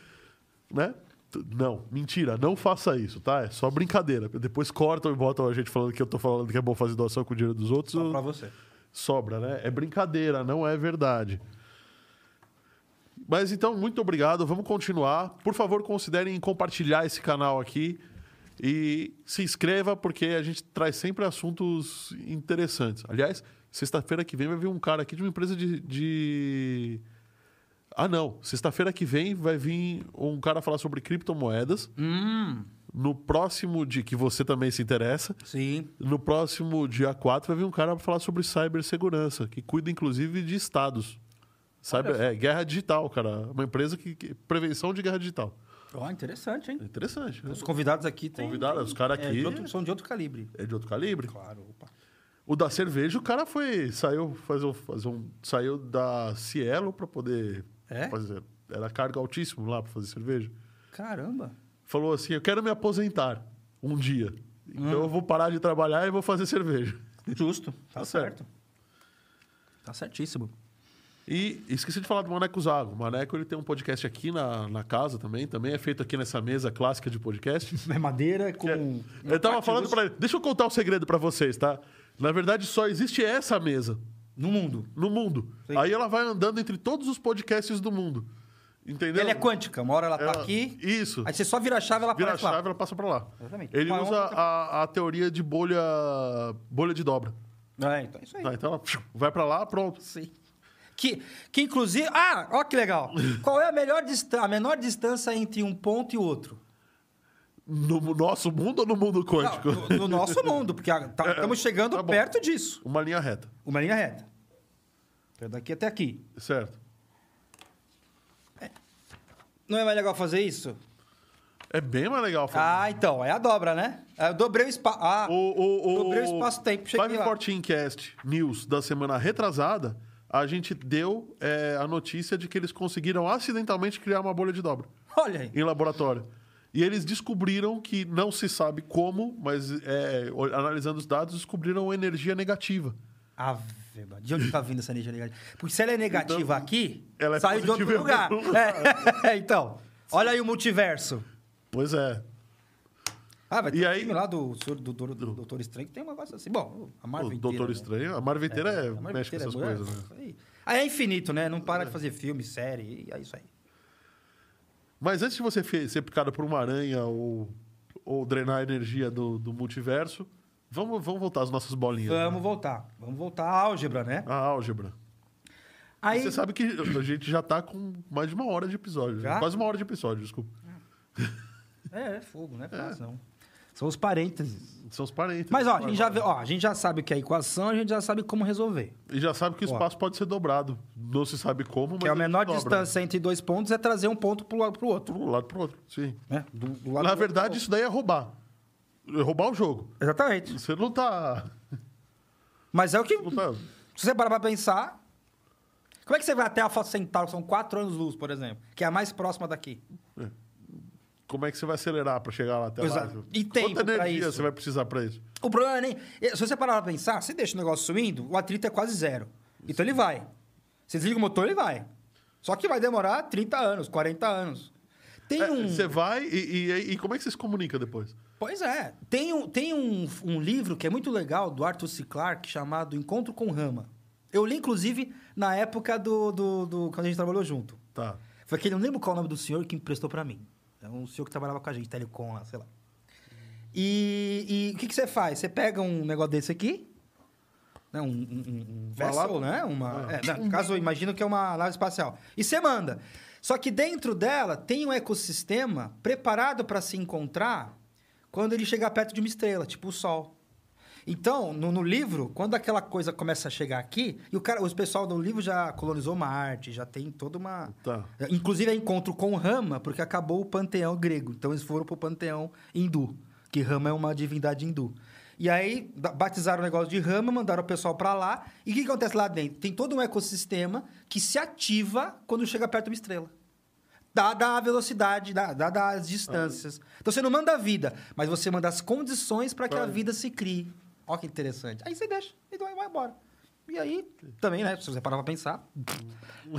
[SPEAKER 1] [LAUGHS] né? T- Não, mentira, não faça isso, tá? É só brincadeira. Depois cortam e botam a gente falando que eu tô falando que é bom fazer doação com o dinheiro dos outros.
[SPEAKER 2] Só pra
[SPEAKER 1] eu-
[SPEAKER 2] você.
[SPEAKER 1] Sobra, né? É brincadeira, não é verdade. Mas então, muito obrigado. Vamos continuar. Por favor, considerem compartilhar esse canal aqui e se inscreva, porque a gente traz sempre assuntos interessantes. Aliás, sexta-feira que vem vai vir um cara aqui de uma empresa de. de- Ah, não. Sexta-feira que vem vai vir um cara falar sobre criptomoedas.
[SPEAKER 2] Hum,
[SPEAKER 1] No próximo de que você também se interessa.
[SPEAKER 2] sim.
[SPEAKER 1] No próximo dia 4 vai vir um cara para falar sobre cibersegurança, que cuida inclusive de estados. Cyber, é, guerra digital, cara. Uma empresa que, que- prevenção de guerra digital.
[SPEAKER 2] Ó, interessante, hein?
[SPEAKER 1] É interessante. Né?
[SPEAKER 2] Os convidados aqui tem...
[SPEAKER 1] Convidados, os caras
[SPEAKER 2] é,
[SPEAKER 1] aqui-
[SPEAKER 2] de outro- são de outro calibre.
[SPEAKER 1] É de outro calibre.
[SPEAKER 2] Claro, opa.
[SPEAKER 1] O da cerveja, o cara foi saiu fazer um, fazer um saiu da Cielo para poder
[SPEAKER 2] É?
[SPEAKER 1] fazer. Era cargo altíssimo lá para fazer cerveja.
[SPEAKER 2] Caramba.
[SPEAKER 1] Falou assim: "Eu quero me aposentar um dia. Então eu vou parar de trabalhar e vou fazer cerveja".
[SPEAKER 2] Justo. Tá,
[SPEAKER 1] Tá certo.
[SPEAKER 2] certo. Tá certíssimo.
[SPEAKER 1] E esqueci de falar do Maneco Zago. O Maneco ele tem um podcast aqui na, na casa também. Também é feito aqui nessa mesa clássica de
[SPEAKER 2] [LAUGHS]
[SPEAKER 1] podcast.
[SPEAKER 2] É madeira com...
[SPEAKER 1] Eu tava falando pra ele. Deixa eu contar um segredo pra vocês, tá? Na verdade, só existe essa mesa
[SPEAKER 2] No mundo.
[SPEAKER 1] no mundo.
[SPEAKER 2] Sim.
[SPEAKER 1] Aí ela vai andando entre todos os podcasts do mundo. Entendeu?
[SPEAKER 2] Ela é quântica. Uma hora ela,
[SPEAKER 1] Ela-
[SPEAKER 2] tá aqui...
[SPEAKER 1] Isso.
[SPEAKER 2] Aí você só vira a chave, ela
[SPEAKER 1] Vira a
[SPEAKER 2] aparece lá.
[SPEAKER 1] chave, ela passa pra lá.
[SPEAKER 2] Exatamente.
[SPEAKER 1] Ele
[SPEAKER 2] Uma
[SPEAKER 1] usa
[SPEAKER 2] onda-
[SPEAKER 1] a, a teoria de bolha bolha de dobra.
[SPEAKER 2] É, então é isso aí.
[SPEAKER 1] Tá? Então ela psiu, vai pra lá, pronto.
[SPEAKER 2] Sim. Que, que inclusive. Ah, ó que legal! Qual é a, melhor distan- a menor distância entre um ponto e outro?
[SPEAKER 1] No nosso mundo ou no mundo
[SPEAKER 2] Não,
[SPEAKER 1] quântico?
[SPEAKER 2] no, no nosso mundo, porque a- tá- estamos chegando
[SPEAKER 1] tá bom.
[SPEAKER 2] perto
[SPEAKER 1] [LAUGHS]
[SPEAKER 2] disso.
[SPEAKER 1] Uma linha reta.
[SPEAKER 2] Uma linha reta. Então, daqui até aqui.
[SPEAKER 1] Certo.
[SPEAKER 2] Não é mais legal fazer isso?
[SPEAKER 1] É bem mais legal.
[SPEAKER 2] Ah, então, é a dobra, né? Eu dobrei o espaço. Ah,
[SPEAKER 1] O, o, o,
[SPEAKER 2] dobrei o espaço-tempo. Cheguei
[SPEAKER 1] Five
[SPEAKER 2] lá.
[SPEAKER 1] Fourteen Cast News da semana retrasada, a gente deu é, a notícia de que eles conseguiram acidentalmente criar uma bolha de dobra
[SPEAKER 2] Olha aí.
[SPEAKER 1] em laboratório. E eles descobriram que não se sabe como, mas é, o- analisando os dados, descobriram energia negativa.
[SPEAKER 2] Ave, Maria. de onde tá vindo essa energia negativa? Porque se ela é negativa aqui,
[SPEAKER 1] ela é
[SPEAKER 2] saiu de outro
[SPEAKER 1] positiva em
[SPEAKER 2] lugar.
[SPEAKER 1] algum lugar.
[SPEAKER 2] [LAUGHS] É, então, olha aí o multiverso.
[SPEAKER 1] Pois é.
[SPEAKER 2] Ah, vai ter
[SPEAKER 1] E
[SPEAKER 2] um
[SPEAKER 1] aí-
[SPEAKER 2] filme lá do, Sr. do, do, do Doutor Estranho que tem um negócio assim. Bom, a
[SPEAKER 1] O
[SPEAKER 2] Marvel
[SPEAKER 1] Doutor
[SPEAKER 2] inteira, né?
[SPEAKER 1] Estranho, a Marvel inteira é,
[SPEAKER 2] A Marvel
[SPEAKER 1] mexe com
[SPEAKER 2] inteira
[SPEAKER 1] essas
[SPEAKER 2] é mulher,
[SPEAKER 1] coisas, né?
[SPEAKER 2] isso Aí. Aí é infinito, né? Não para de fazer filme, série, e é isso aí.
[SPEAKER 1] Mas antes de você fe- ser picado por uma aranha ou, ou drenar a energia do, do multiverso, vamos, vamos voltar às nossas bolinhas. né?
[SPEAKER 2] Vamos voltar. Vamos voltar à álgebra, né?
[SPEAKER 1] A álgebra.
[SPEAKER 2] Aí...
[SPEAKER 1] Você sabe que a gente já tá com mais de uma hora de episódio.
[SPEAKER 2] Já?
[SPEAKER 1] Quase uma hora de episódio, desculpa.
[SPEAKER 2] É, é fogo, né? Equação. São os parênteses.
[SPEAKER 1] São os parentes.
[SPEAKER 2] Mas ó a, gente já vê- ó, a gente já sabe o que é equação, a gente já sabe como resolver.
[SPEAKER 1] E já sabe que o
[SPEAKER 2] Ó.
[SPEAKER 1] espaço pode ser dobrado. Não se sabe como, mas.
[SPEAKER 2] Que é a
[SPEAKER 1] ele
[SPEAKER 2] menor
[SPEAKER 1] dobra.
[SPEAKER 2] distância entre dois pontos é trazer um ponto pro lado pro outro.
[SPEAKER 1] Por um lado pro outro. Sim.
[SPEAKER 2] Né? Do, do lado
[SPEAKER 1] Na
[SPEAKER 2] do
[SPEAKER 1] verdade,
[SPEAKER 2] outro.
[SPEAKER 1] isso daí é roubar. É roubar o jogo.
[SPEAKER 2] Exatamente.
[SPEAKER 1] Você não tá.
[SPEAKER 2] Mas é o que.
[SPEAKER 1] Não tá...
[SPEAKER 2] Se você parar pra pensar. Como é que você vai até a Alpha Centauri, que são quatro anos luz, por exemplo, que é a mais próxima daqui?
[SPEAKER 1] Como é que você vai acelerar pra chegar lá até
[SPEAKER 2] Exato.
[SPEAKER 1] lá?
[SPEAKER 2] é. E tempo
[SPEAKER 1] Quanta
[SPEAKER 2] pra
[SPEAKER 1] energia
[SPEAKER 2] isso?
[SPEAKER 1] você vai precisar pra isso?
[SPEAKER 2] O problema é nem. Se você parar pra pensar, você deixa o negócio subindo, o atrito é quase zero. Então ele vai. Você desliga o motor, ele vai. Só que vai demorar 30 anos, 40 anos. Tem
[SPEAKER 1] É,
[SPEAKER 2] um.
[SPEAKER 1] Você vai e, e- e como é que você se comunica depois?
[SPEAKER 2] Pois é. Tem, um, tem um, um livro que é muito legal do Arthur C. Clarke chamado Encontro com Rama. Eu li, inclusive, na época do, do, do- quando a gente trabalhou junto.
[SPEAKER 1] Tá.
[SPEAKER 2] Foi aquele, eu não lembro qual é o nome do senhor que emprestou pra mim. É um senhor que trabalhava com a gente, telecom lá, sei lá. E, e o que, que você faz? Você pega um negócio desse aqui, né? um, um, um- um
[SPEAKER 1] Uma
[SPEAKER 2] vessel,
[SPEAKER 1] lata?
[SPEAKER 2] né? Uma, é, não, no caso, eu imagino que é uma nave espacial. E você manda. Só que dentro dela tem um ecossistema preparado para se encontrar quando ele chegar perto de uma estrela, tipo o Sol. Então, no, no livro, quando aquela coisa começa a chegar aqui, e o cara, os pessoal do livro já colonizou Marte, já tem toda uma.
[SPEAKER 1] Tá.
[SPEAKER 2] Inclusive é encontro com Rama, porque acabou o panteão grego. Então eles foram pro panteão hindu, que Rama é uma divindade hindu. E aí da- batizaram o negócio de Rama, mandaram o pessoal pra lá. E o que que acontece lá dentro? Tem todo um ecossistema que se ativa quando chega perto de uma estrela. Dada a velocidade, da- dada as distâncias.
[SPEAKER 1] Ah.
[SPEAKER 2] Então você não manda a vida, mas você manda as condições para que a
[SPEAKER 1] Vai.
[SPEAKER 2] vida se crie. Olha que interessante. Aí você deixa e vai vai embora. E aí, também, né? Se você parar pra pensar.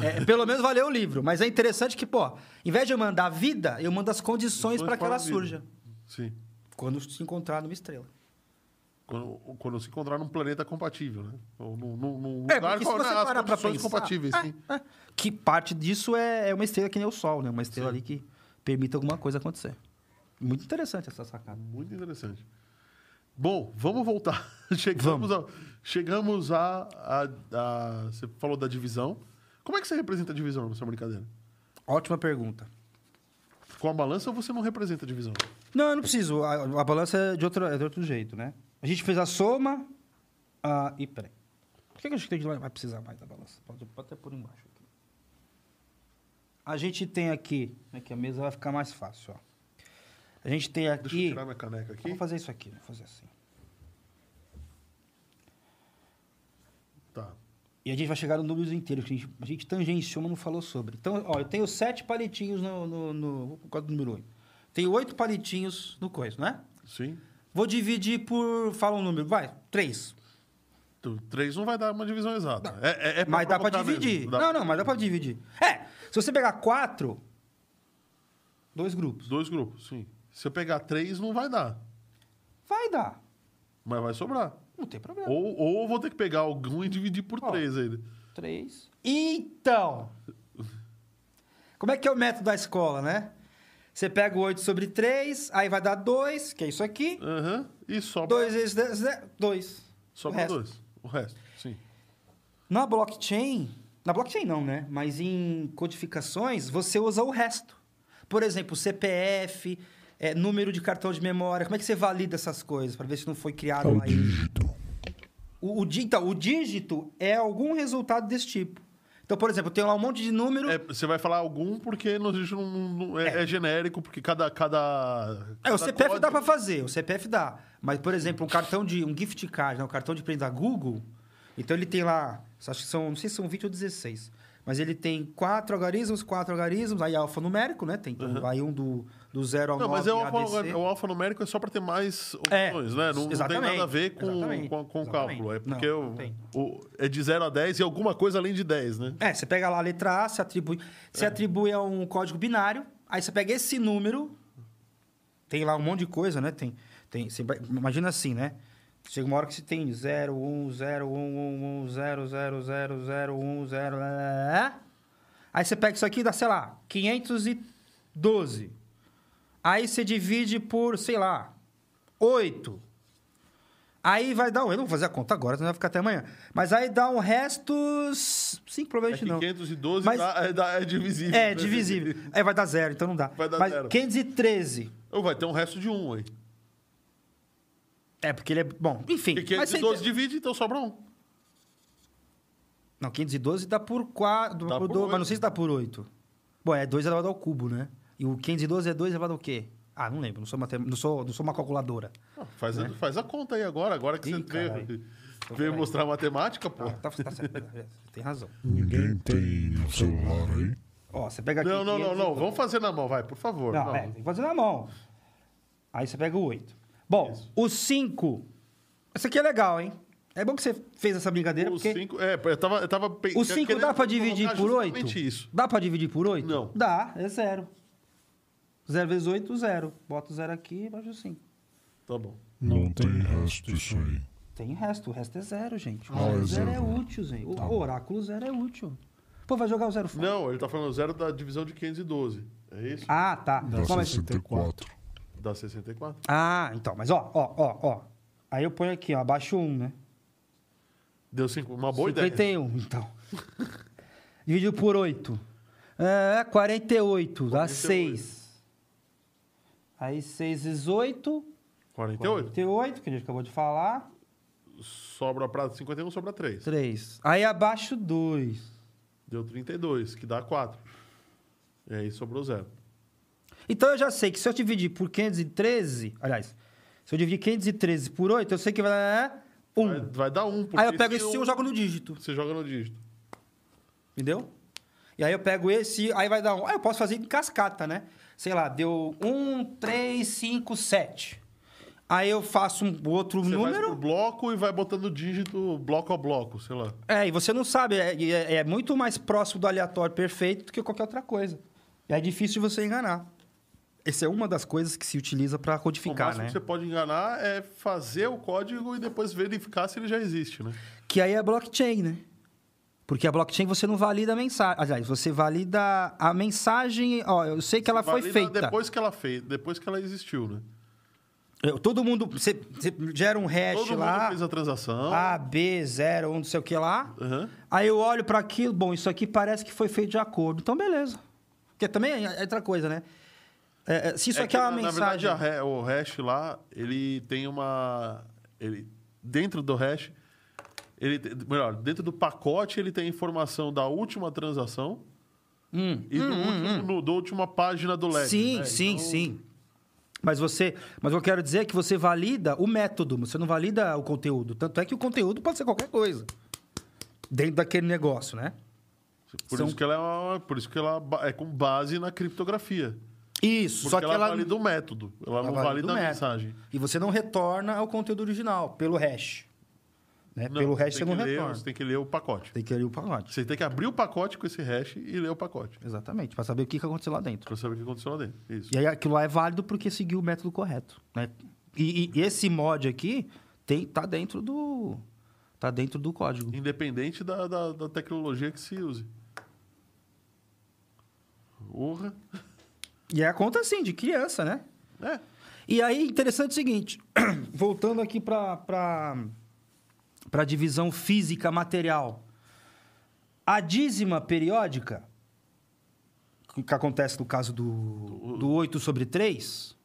[SPEAKER 2] É, pelo menos valeu o livro. Mas é interessante que, pô, em vez de eu mandar a vida, eu mando as condições para Então que ela
[SPEAKER 1] Responde a vida.
[SPEAKER 2] surja.
[SPEAKER 1] Sim.
[SPEAKER 2] Quando se encontrar numa estrela.
[SPEAKER 1] Quando, quando se encontrar num planeta compatível, né? Ou num, num, num
[SPEAKER 2] É,
[SPEAKER 1] lugar
[SPEAKER 2] porque se
[SPEAKER 1] com
[SPEAKER 2] você
[SPEAKER 1] né, as
[SPEAKER 2] parar pra
[SPEAKER 1] condições
[SPEAKER 2] pensar...
[SPEAKER 1] compatíveis,
[SPEAKER 2] é,
[SPEAKER 1] sim.
[SPEAKER 2] é. que parte disso é, é uma estrela que nem o Sol, né? Uma estrela ali que permite alguma coisa acontecer. Muito interessante essa sacada.
[SPEAKER 1] Muito interessante. Bom, vamos voltar. [LAUGHS] Chegamos, A, chegamos a, a, a- Você falou da divisão. Como é que você representa a divisão nessa brincadeira?
[SPEAKER 2] Ótima pergunta.
[SPEAKER 1] Com a balança ou você não representa a divisão?
[SPEAKER 2] Não, eu não preciso. A, a balança é de, outro, é de outro jeito, né? A gente fez a soma. Ah, e peraí. Por que, que a gente vai- vai precisar mais da balança? Pode, pode até por embaixo aqui. A gente tem aqui. Né, que a mesa vai ficar mais fácil, ó. A gente tem aqui.
[SPEAKER 1] Deixa eu tirar minha caneca aqui.
[SPEAKER 2] Vou fazer isso aqui, vou fazer assim.
[SPEAKER 1] Tá.
[SPEAKER 2] E a gente vai chegar no números inteiros, que a gente, a gente tangenciou, mas não falou sobre. Então, ó, eu tenho sete palitinhos no. no, no por causa do número 1. Tenho oito palitinhos no coisa, né?
[SPEAKER 1] Sim.
[SPEAKER 2] Vou dividir por. Fala um número, vai. Três.
[SPEAKER 1] Tu- Três não vai dar uma divisão exata. É, é, é
[SPEAKER 2] mas dá pra
[SPEAKER 1] provocar mesmo.
[SPEAKER 2] dividir.
[SPEAKER 1] Dá-
[SPEAKER 2] Não, não, mas dá pra dividir. É, se você pegar quatro. Dois grupos.
[SPEAKER 1] Dois grupos, sim. Se eu pegar três, não vai dar.
[SPEAKER 2] Vai dar.
[SPEAKER 1] Mas vai sobrar.
[SPEAKER 2] Não tem problema.
[SPEAKER 1] Ou, ou eu vou ter que pegar algum e dividir por
[SPEAKER 2] É. Ó.
[SPEAKER 1] três ainda.
[SPEAKER 2] Três. Então. Como é que é o método da escola, né? Você pega o 8 sobre 3, aí vai dar 2, que é isso aqui.
[SPEAKER 1] Aham. E sobra,
[SPEAKER 2] 2 vezes né? 10, 2.
[SPEAKER 1] sobra dois. O resto, sim.
[SPEAKER 2] Na blockchain, na blockchain não, né? Mas em codificações, você usa o resto. Por exemplo, CPF, é, número de cartão de memória. Como é que você valida essas coisas para ver se não foi
[SPEAKER 3] É
[SPEAKER 2] criado
[SPEAKER 3] o
[SPEAKER 2] lá?
[SPEAKER 3] dígito.
[SPEAKER 2] O, o, di- então, o dígito é algum resultado desse tipo. Então, Então, por exemplo, eu tenho lá um monte de número.
[SPEAKER 1] É, você vai falar algum porque não, a gente não- não- é, é genérico, porque cada. cada
[SPEAKER 2] É,
[SPEAKER 1] cada
[SPEAKER 2] o CPF
[SPEAKER 1] Tá código-
[SPEAKER 2] dá pra fazer, o CPF dá. Mas, por exemplo, um cartão de. um gift card, né? um cartão de prenda da Google. Então ele tem lá. Acho que são. Não sei se são 20 ou 16. Mas ele tem quatro algarismos, quatro algarismos, aí alfanumérico, né? Tem então, aí um do, do zero ao
[SPEAKER 1] Não,
[SPEAKER 2] 9
[SPEAKER 1] mas é o,
[SPEAKER 2] ABC.
[SPEAKER 1] alfa, o alfanumérico é só para ter mais
[SPEAKER 2] É,
[SPEAKER 1] opções, né? Não, não tem
[SPEAKER 2] exatamente,
[SPEAKER 1] nada a ver com,
[SPEAKER 2] exatamente,
[SPEAKER 1] com, com o
[SPEAKER 2] exatamente.
[SPEAKER 1] cálculo. É
[SPEAKER 2] Não,
[SPEAKER 1] porque
[SPEAKER 2] não
[SPEAKER 1] o-
[SPEAKER 2] tem.
[SPEAKER 1] o- é de 0 a 10 e alguma coisa além de 10, né?
[SPEAKER 2] É, você pega lá a letra A, se atribui, se atribui a um código binário, aí você pega esse número, tem lá um monte de coisa, né? Tem, tem, você vai- imagina assim, né? Chega uma hora que você tem um, 0, 1, 0, 1, 1, 1, 0, 0, 0, 0, 1, 0, Aí você pega isso aqui e dá, sei lá, 512. Aí você divide por, sei lá, 8. Aí vai dar um. Eu não vou fazer a conta agora, senão vai ficar até amanhã. Mas aí dá um resto. Sim,
[SPEAKER 1] É
[SPEAKER 2] provavelmente
[SPEAKER 1] que
[SPEAKER 2] não.
[SPEAKER 1] 512
[SPEAKER 2] Mas-
[SPEAKER 1] dá- é, dá- é divisível.
[SPEAKER 2] É,
[SPEAKER 1] né?
[SPEAKER 2] divisível. Aí vai dar zero, então não dá.
[SPEAKER 1] Vai dar
[SPEAKER 2] Mas
[SPEAKER 1] zero.
[SPEAKER 2] 513.
[SPEAKER 1] Ou vai ter um resto de 1 aí.
[SPEAKER 2] É, porque ele é. Bom, enfim.
[SPEAKER 1] Porque
[SPEAKER 2] mas você
[SPEAKER 1] 512
[SPEAKER 2] entende.
[SPEAKER 1] divide, então sobra 1.
[SPEAKER 2] Não, 512 dá por 4.
[SPEAKER 1] Dá por
[SPEAKER 2] mas
[SPEAKER 1] oito.
[SPEAKER 2] não sei se dá por 8. Bom, é 2 elevado ao cubo, né? E o 512 é 2 elevado ao quê? Ah, não lembro. Não sou, matem... não sou, não sou uma calculadora.
[SPEAKER 1] Ah, Faz, a, faz a conta aí agora, agora que
[SPEAKER 2] Né? Ih,
[SPEAKER 1] você veio,
[SPEAKER 2] caralho.
[SPEAKER 1] veio
[SPEAKER 2] peraí.
[SPEAKER 1] mostrar matemática, pô.
[SPEAKER 2] Ah, tá, tá certo. Você tem razão.
[SPEAKER 3] Ninguém tem um celular aí?
[SPEAKER 2] Ó, você pega aqui.
[SPEAKER 1] Não, não, não,
[SPEAKER 2] 512.
[SPEAKER 1] não. Vamos fazer na mão, vai, por favor.
[SPEAKER 2] Não,
[SPEAKER 1] Não.
[SPEAKER 2] é, tem que fazer na mão. Aí você pega o 8. Bom, o 5. Esse aqui é legal, hein? É bom que você fez essa brincadeira,
[SPEAKER 1] O
[SPEAKER 2] porque
[SPEAKER 1] 5. É, eu tava, eu tava pe-
[SPEAKER 2] o 5
[SPEAKER 1] querendo
[SPEAKER 2] dá
[SPEAKER 1] colocar
[SPEAKER 2] pra dividir por 8?
[SPEAKER 1] justamente isso.
[SPEAKER 2] Dá pra dividir por 8?
[SPEAKER 1] Não.
[SPEAKER 2] Dá, é zero. 0 vezes 8, zero. Bota o zero aqui e baixa o 5.
[SPEAKER 1] Tá bom.
[SPEAKER 3] Não tem resto isso aí.
[SPEAKER 2] Tem resto, o resto é zero, gente. O
[SPEAKER 3] Ah, é
[SPEAKER 2] zero, é
[SPEAKER 3] zero, né?
[SPEAKER 2] útil, gente. O o oráculo zero é útil. Pô, vai jogar o zero fora.
[SPEAKER 1] Não, ele tá falando zero da divisão de 512. É isso?
[SPEAKER 2] Ah, tá.
[SPEAKER 3] Dá
[SPEAKER 2] Bom, mas-
[SPEAKER 3] 64.
[SPEAKER 1] Dá 64.
[SPEAKER 2] Ah, então, mas ó, ó, ó, ó. Aí eu ponho aqui, ó, abaixo 1, né?
[SPEAKER 1] Deu cinco, uma boa ideia.
[SPEAKER 2] 51, então. [LAUGHS] Dividido por 8. É, 48, dá 6. Aí 6 vezes 8,
[SPEAKER 1] 48.
[SPEAKER 2] 48, que a gente acabou de falar,
[SPEAKER 1] Sobra pra 51, sobra 3.
[SPEAKER 2] 3. Aí abaixo 2.
[SPEAKER 1] Deu 32, que dá 4. E aí sobrou zero.
[SPEAKER 2] Então eu já sei que se eu dividir por 513, aliás, se eu dividir 513 por 8, eu sei que vai dar
[SPEAKER 1] Vai,
[SPEAKER 2] 1.
[SPEAKER 1] vai dar 1. Um,
[SPEAKER 2] Aí
[SPEAKER 1] porque
[SPEAKER 2] eu pego esse
[SPEAKER 1] um
[SPEAKER 2] 1 e jogo no dígito,
[SPEAKER 1] Você joga no dígito.
[SPEAKER 2] entendeu? E aí eu pego esse, aí vai dar 1. Aí eu posso fazer em cascata, né? Sei lá, deu 1, 3, 5, 7. Aí eu faço um outro
[SPEAKER 1] Você faz
[SPEAKER 2] número.
[SPEAKER 1] por bloco e vai botando dígito bloco a bloco, sei lá.
[SPEAKER 2] É, e você não sabe, é, é- é muito mais próximo do aleatório perfeito do que qualquer outra coisa. É difícil de você enganar. Essa é uma das coisas que se utiliza para
[SPEAKER 1] o
[SPEAKER 2] codificar,
[SPEAKER 1] máximo
[SPEAKER 2] né?
[SPEAKER 1] que você pode enganar é fazer o código e depois verificar se ele já existe, né?
[SPEAKER 2] Que aí é blockchain, né? Porque a blockchain você não valida a mensagem. Aliás, você valida a mensagem. Ó, eu sei que ela foi
[SPEAKER 1] Valida
[SPEAKER 2] feita.
[SPEAKER 1] Depois que ela fez, depois que ela existiu, né?
[SPEAKER 2] Eu- todo mundo. Você, você gera um hash
[SPEAKER 1] Todo mundo
[SPEAKER 2] lá. Ah.
[SPEAKER 1] fez a transação.
[SPEAKER 2] A, B, 0, 1, não sei o que lá.
[SPEAKER 1] Aham.
[SPEAKER 2] Aí eu olho para aquilo, bom, isso aqui parece que foi feito de acordo. Então, beleza. Porque também é outra coisa, né? É, é, se isso
[SPEAKER 1] É
[SPEAKER 2] aqui é
[SPEAKER 1] que,
[SPEAKER 2] uma
[SPEAKER 1] na-
[SPEAKER 2] mensagem.
[SPEAKER 1] Na verdade, a ha- o hash lá, ele tem uma. Ele, dentro do hash, ele, te- melhor, dentro do pacote, ele tem a informação da última transação
[SPEAKER 2] Hum.
[SPEAKER 1] e do último, no- da última página do LED.
[SPEAKER 2] sim,
[SPEAKER 1] né?
[SPEAKER 2] sim,
[SPEAKER 1] Então,
[SPEAKER 2] sim. Mas você. Mas eu quero dizer é que você valida o método, você não valida o conteúdo. Tanto é que o conteúdo pode ser qualquer coisa. Dentro daquele negócio, né?
[SPEAKER 1] Por,
[SPEAKER 2] São-
[SPEAKER 1] isso que ela é uma- por isso que ela ba- é com base na criptografia. Porque
[SPEAKER 2] Isso, só que
[SPEAKER 1] ela,
[SPEAKER 2] ela.
[SPEAKER 1] valida o método, ela,
[SPEAKER 2] ela
[SPEAKER 1] não
[SPEAKER 2] valida
[SPEAKER 1] valida
[SPEAKER 2] o
[SPEAKER 1] a
[SPEAKER 2] método.
[SPEAKER 1] mensagem.
[SPEAKER 2] E você não retorna ao conteúdo original, pelo hash. Né? pelo hash você
[SPEAKER 1] tem
[SPEAKER 2] não
[SPEAKER 1] que ler-
[SPEAKER 2] retorna.
[SPEAKER 1] Você tem que ler o pacote.
[SPEAKER 2] Tem que ler o pacote.
[SPEAKER 1] Você tem que abrir o pacote com esse hash e ler o pacote.
[SPEAKER 2] Exatamente, para saber o que que aconteceu lá dentro.
[SPEAKER 1] Pra saber o que aconteceu lá dentro. Isso.
[SPEAKER 2] E aí aquilo lá é válido porque seguiu o método correto, né? E, e- e esse mod aqui tem, tá dentro do tá dentro do código.
[SPEAKER 1] Independente da, da, da tecnologia que se use. Urra.
[SPEAKER 2] E é a conta assim de criança, né?
[SPEAKER 1] É.
[SPEAKER 2] E aí interessante o seguinte, [CLEARS THROAT] voltando aqui para para divisão física material. A dízima periódica que acontece no caso do, do 8 sobre 3,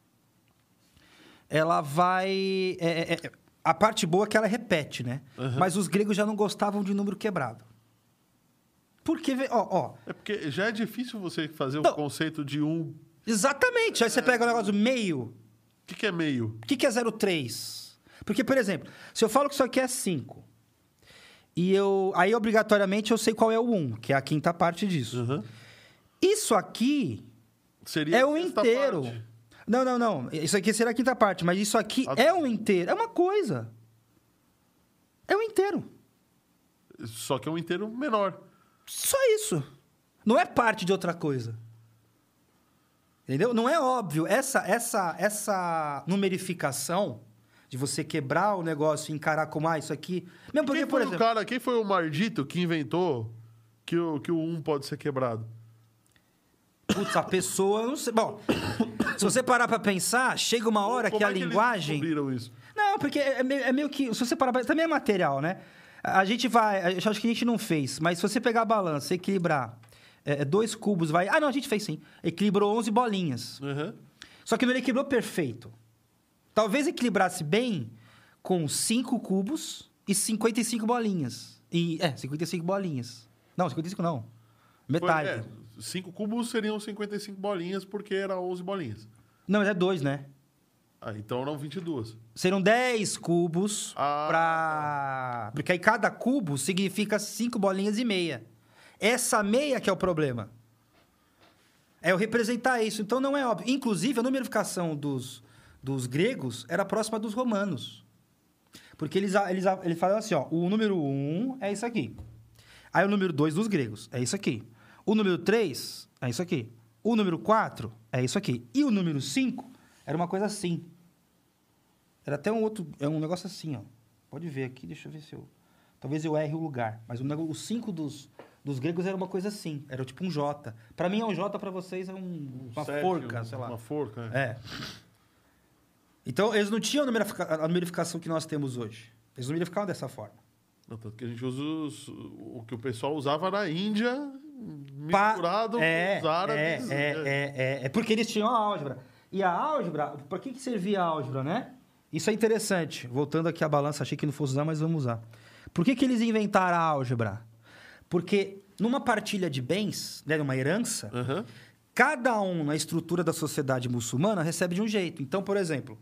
[SPEAKER 2] ela vai. é, é, é, a parte boa é que ela repete, né? Mas os gregos já não gostavam de número quebrado. Porque, vê- ó, ó,
[SPEAKER 1] É porque já é difícil você fazer o
[SPEAKER 2] Então-
[SPEAKER 1] conceito de um. O
[SPEAKER 2] exatamente. Aí você pega o negócio do meio.
[SPEAKER 1] que, que é meio?
[SPEAKER 2] O que, que é 03? Porque, por exemplo, se eu falo que isso aqui é 5, e eu. Aí, obrigatoriamente, eu sei qual é o 1, um, que é a quinta parte disso.
[SPEAKER 1] Uhum.
[SPEAKER 2] Isso aqui
[SPEAKER 1] Seria
[SPEAKER 2] é o
[SPEAKER 1] esta
[SPEAKER 2] inteiro.
[SPEAKER 1] parte.
[SPEAKER 2] Não, não, não. Isso aqui será a quinta parte, mas isso aqui
[SPEAKER 1] Ah,
[SPEAKER 2] é o inteiro. É uma coisa. É o inteiro.
[SPEAKER 1] Só que é um inteiro menor.
[SPEAKER 2] Só isso. Não é parte de outra coisa. Entendeu? Não é óbvio. Essa, essa, essa numerificação de você quebrar o negócio e encarar como, ah, isso aqui. Mesmo porque,
[SPEAKER 1] quem
[SPEAKER 2] por
[SPEAKER 1] foi o
[SPEAKER 2] exemplo.
[SPEAKER 1] cara, quem foi o maldito que inventou que o, que o um pode ser quebrado?
[SPEAKER 2] Putz, a pessoa. Não sei. Bom, se você parar pra pensar, chega uma hora
[SPEAKER 1] Como
[SPEAKER 2] que a
[SPEAKER 1] é eles
[SPEAKER 2] linguagem.
[SPEAKER 1] descobriram isso?
[SPEAKER 2] Não, porque é meio, é meio que. Se você parar pra, Também é material, né? A a gente vai. Eu acho que a gente não fez, mas se você pegar a balança, equilibrar é, dois cubos, vai. Ah, não, a gente fez sim. Equilibrou 11 bolinhas.
[SPEAKER 1] Uhum.
[SPEAKER 2] Só que não ele equilibrou perfeito. Talvez equilibrasse bem com 5 cubos e 55 bolinhas. E, é, 55 bolinhas. Não, 55 não.
[SPEAKER 1] Foi-
[SPEAKER 2] Metade.
[SPEAKER 1] é, cinco cubos seriam 55 bolinhas, porque era 11 bolinhas.
[SPEAKER 2] Não, mas é 2, né?
[SPEAKER 1] Ah, então eram 22.
[SPEAKER 2] Seriam 10 cubos
[SPEAKER 1] Ah, tá.
[SPEAKER 2] pra. Porque aí cada cubo significa 5 bolinhas e meia. Essa meia que é o problema. É eu representar isso. Então não é óbvio. Inclusive, a numerificação dos, dos gregos era próxima dos romanos. Porque eles, a- eles, a- eles falam assim: ó, o número 1 um é isso aqui. Aí o número 2 dos gregos é isso aqui. O número 3 é isso aqui. O número 4 é isso aqui. E o número 5 era uma coisa assim. Era até um outro. É um negócio assim, ó. Pode ver aqui, deixa eu ver se eu. Talvez eu erre o lugar. Mas o nego- o 5 dos, dos gregos era uma coisa assim. Era tipo um J. Pra mim é um J, pra vocês é um, uma
[SPEAKER 1] Sete,
[SPEAKER 2] forca,
[SPEAKER 1] um-
[SPEAKER 2] sei lá.
[SPEAKER 1] Uma forca, é.
[SPEAKER 2] É. Então, eles não tinham a numerifica- a numerificação que nós temos hoje. Eles numerificavam dessa forma.
[SPEAKER 1] Não, tanto que a gente usa os- o que o pessoal usava na Índia,
[SPEAKER 2] Pa-
[SPEAKER 1] misturado
[SPEAKER 2] é,
[SPEAKER 1] com os árabes. né?
[SPEAKER 2] É, é, é, é, é porque eles tinham a álgebra. E a álgebra, para que, que servia a álgebra, né? Isso é interessante. Voltando aqui à balança, achei que não fosse usar, mas vamos usar. Por que, que eles inventaram a álgebra? Porque numa partilha de bens, né, numa herança,
[SPEAKER 1] Aham.
[SPEAKER 2] cada um na estrutura da sociedade muçulmana recebe de um jeito. Então, por exemplo,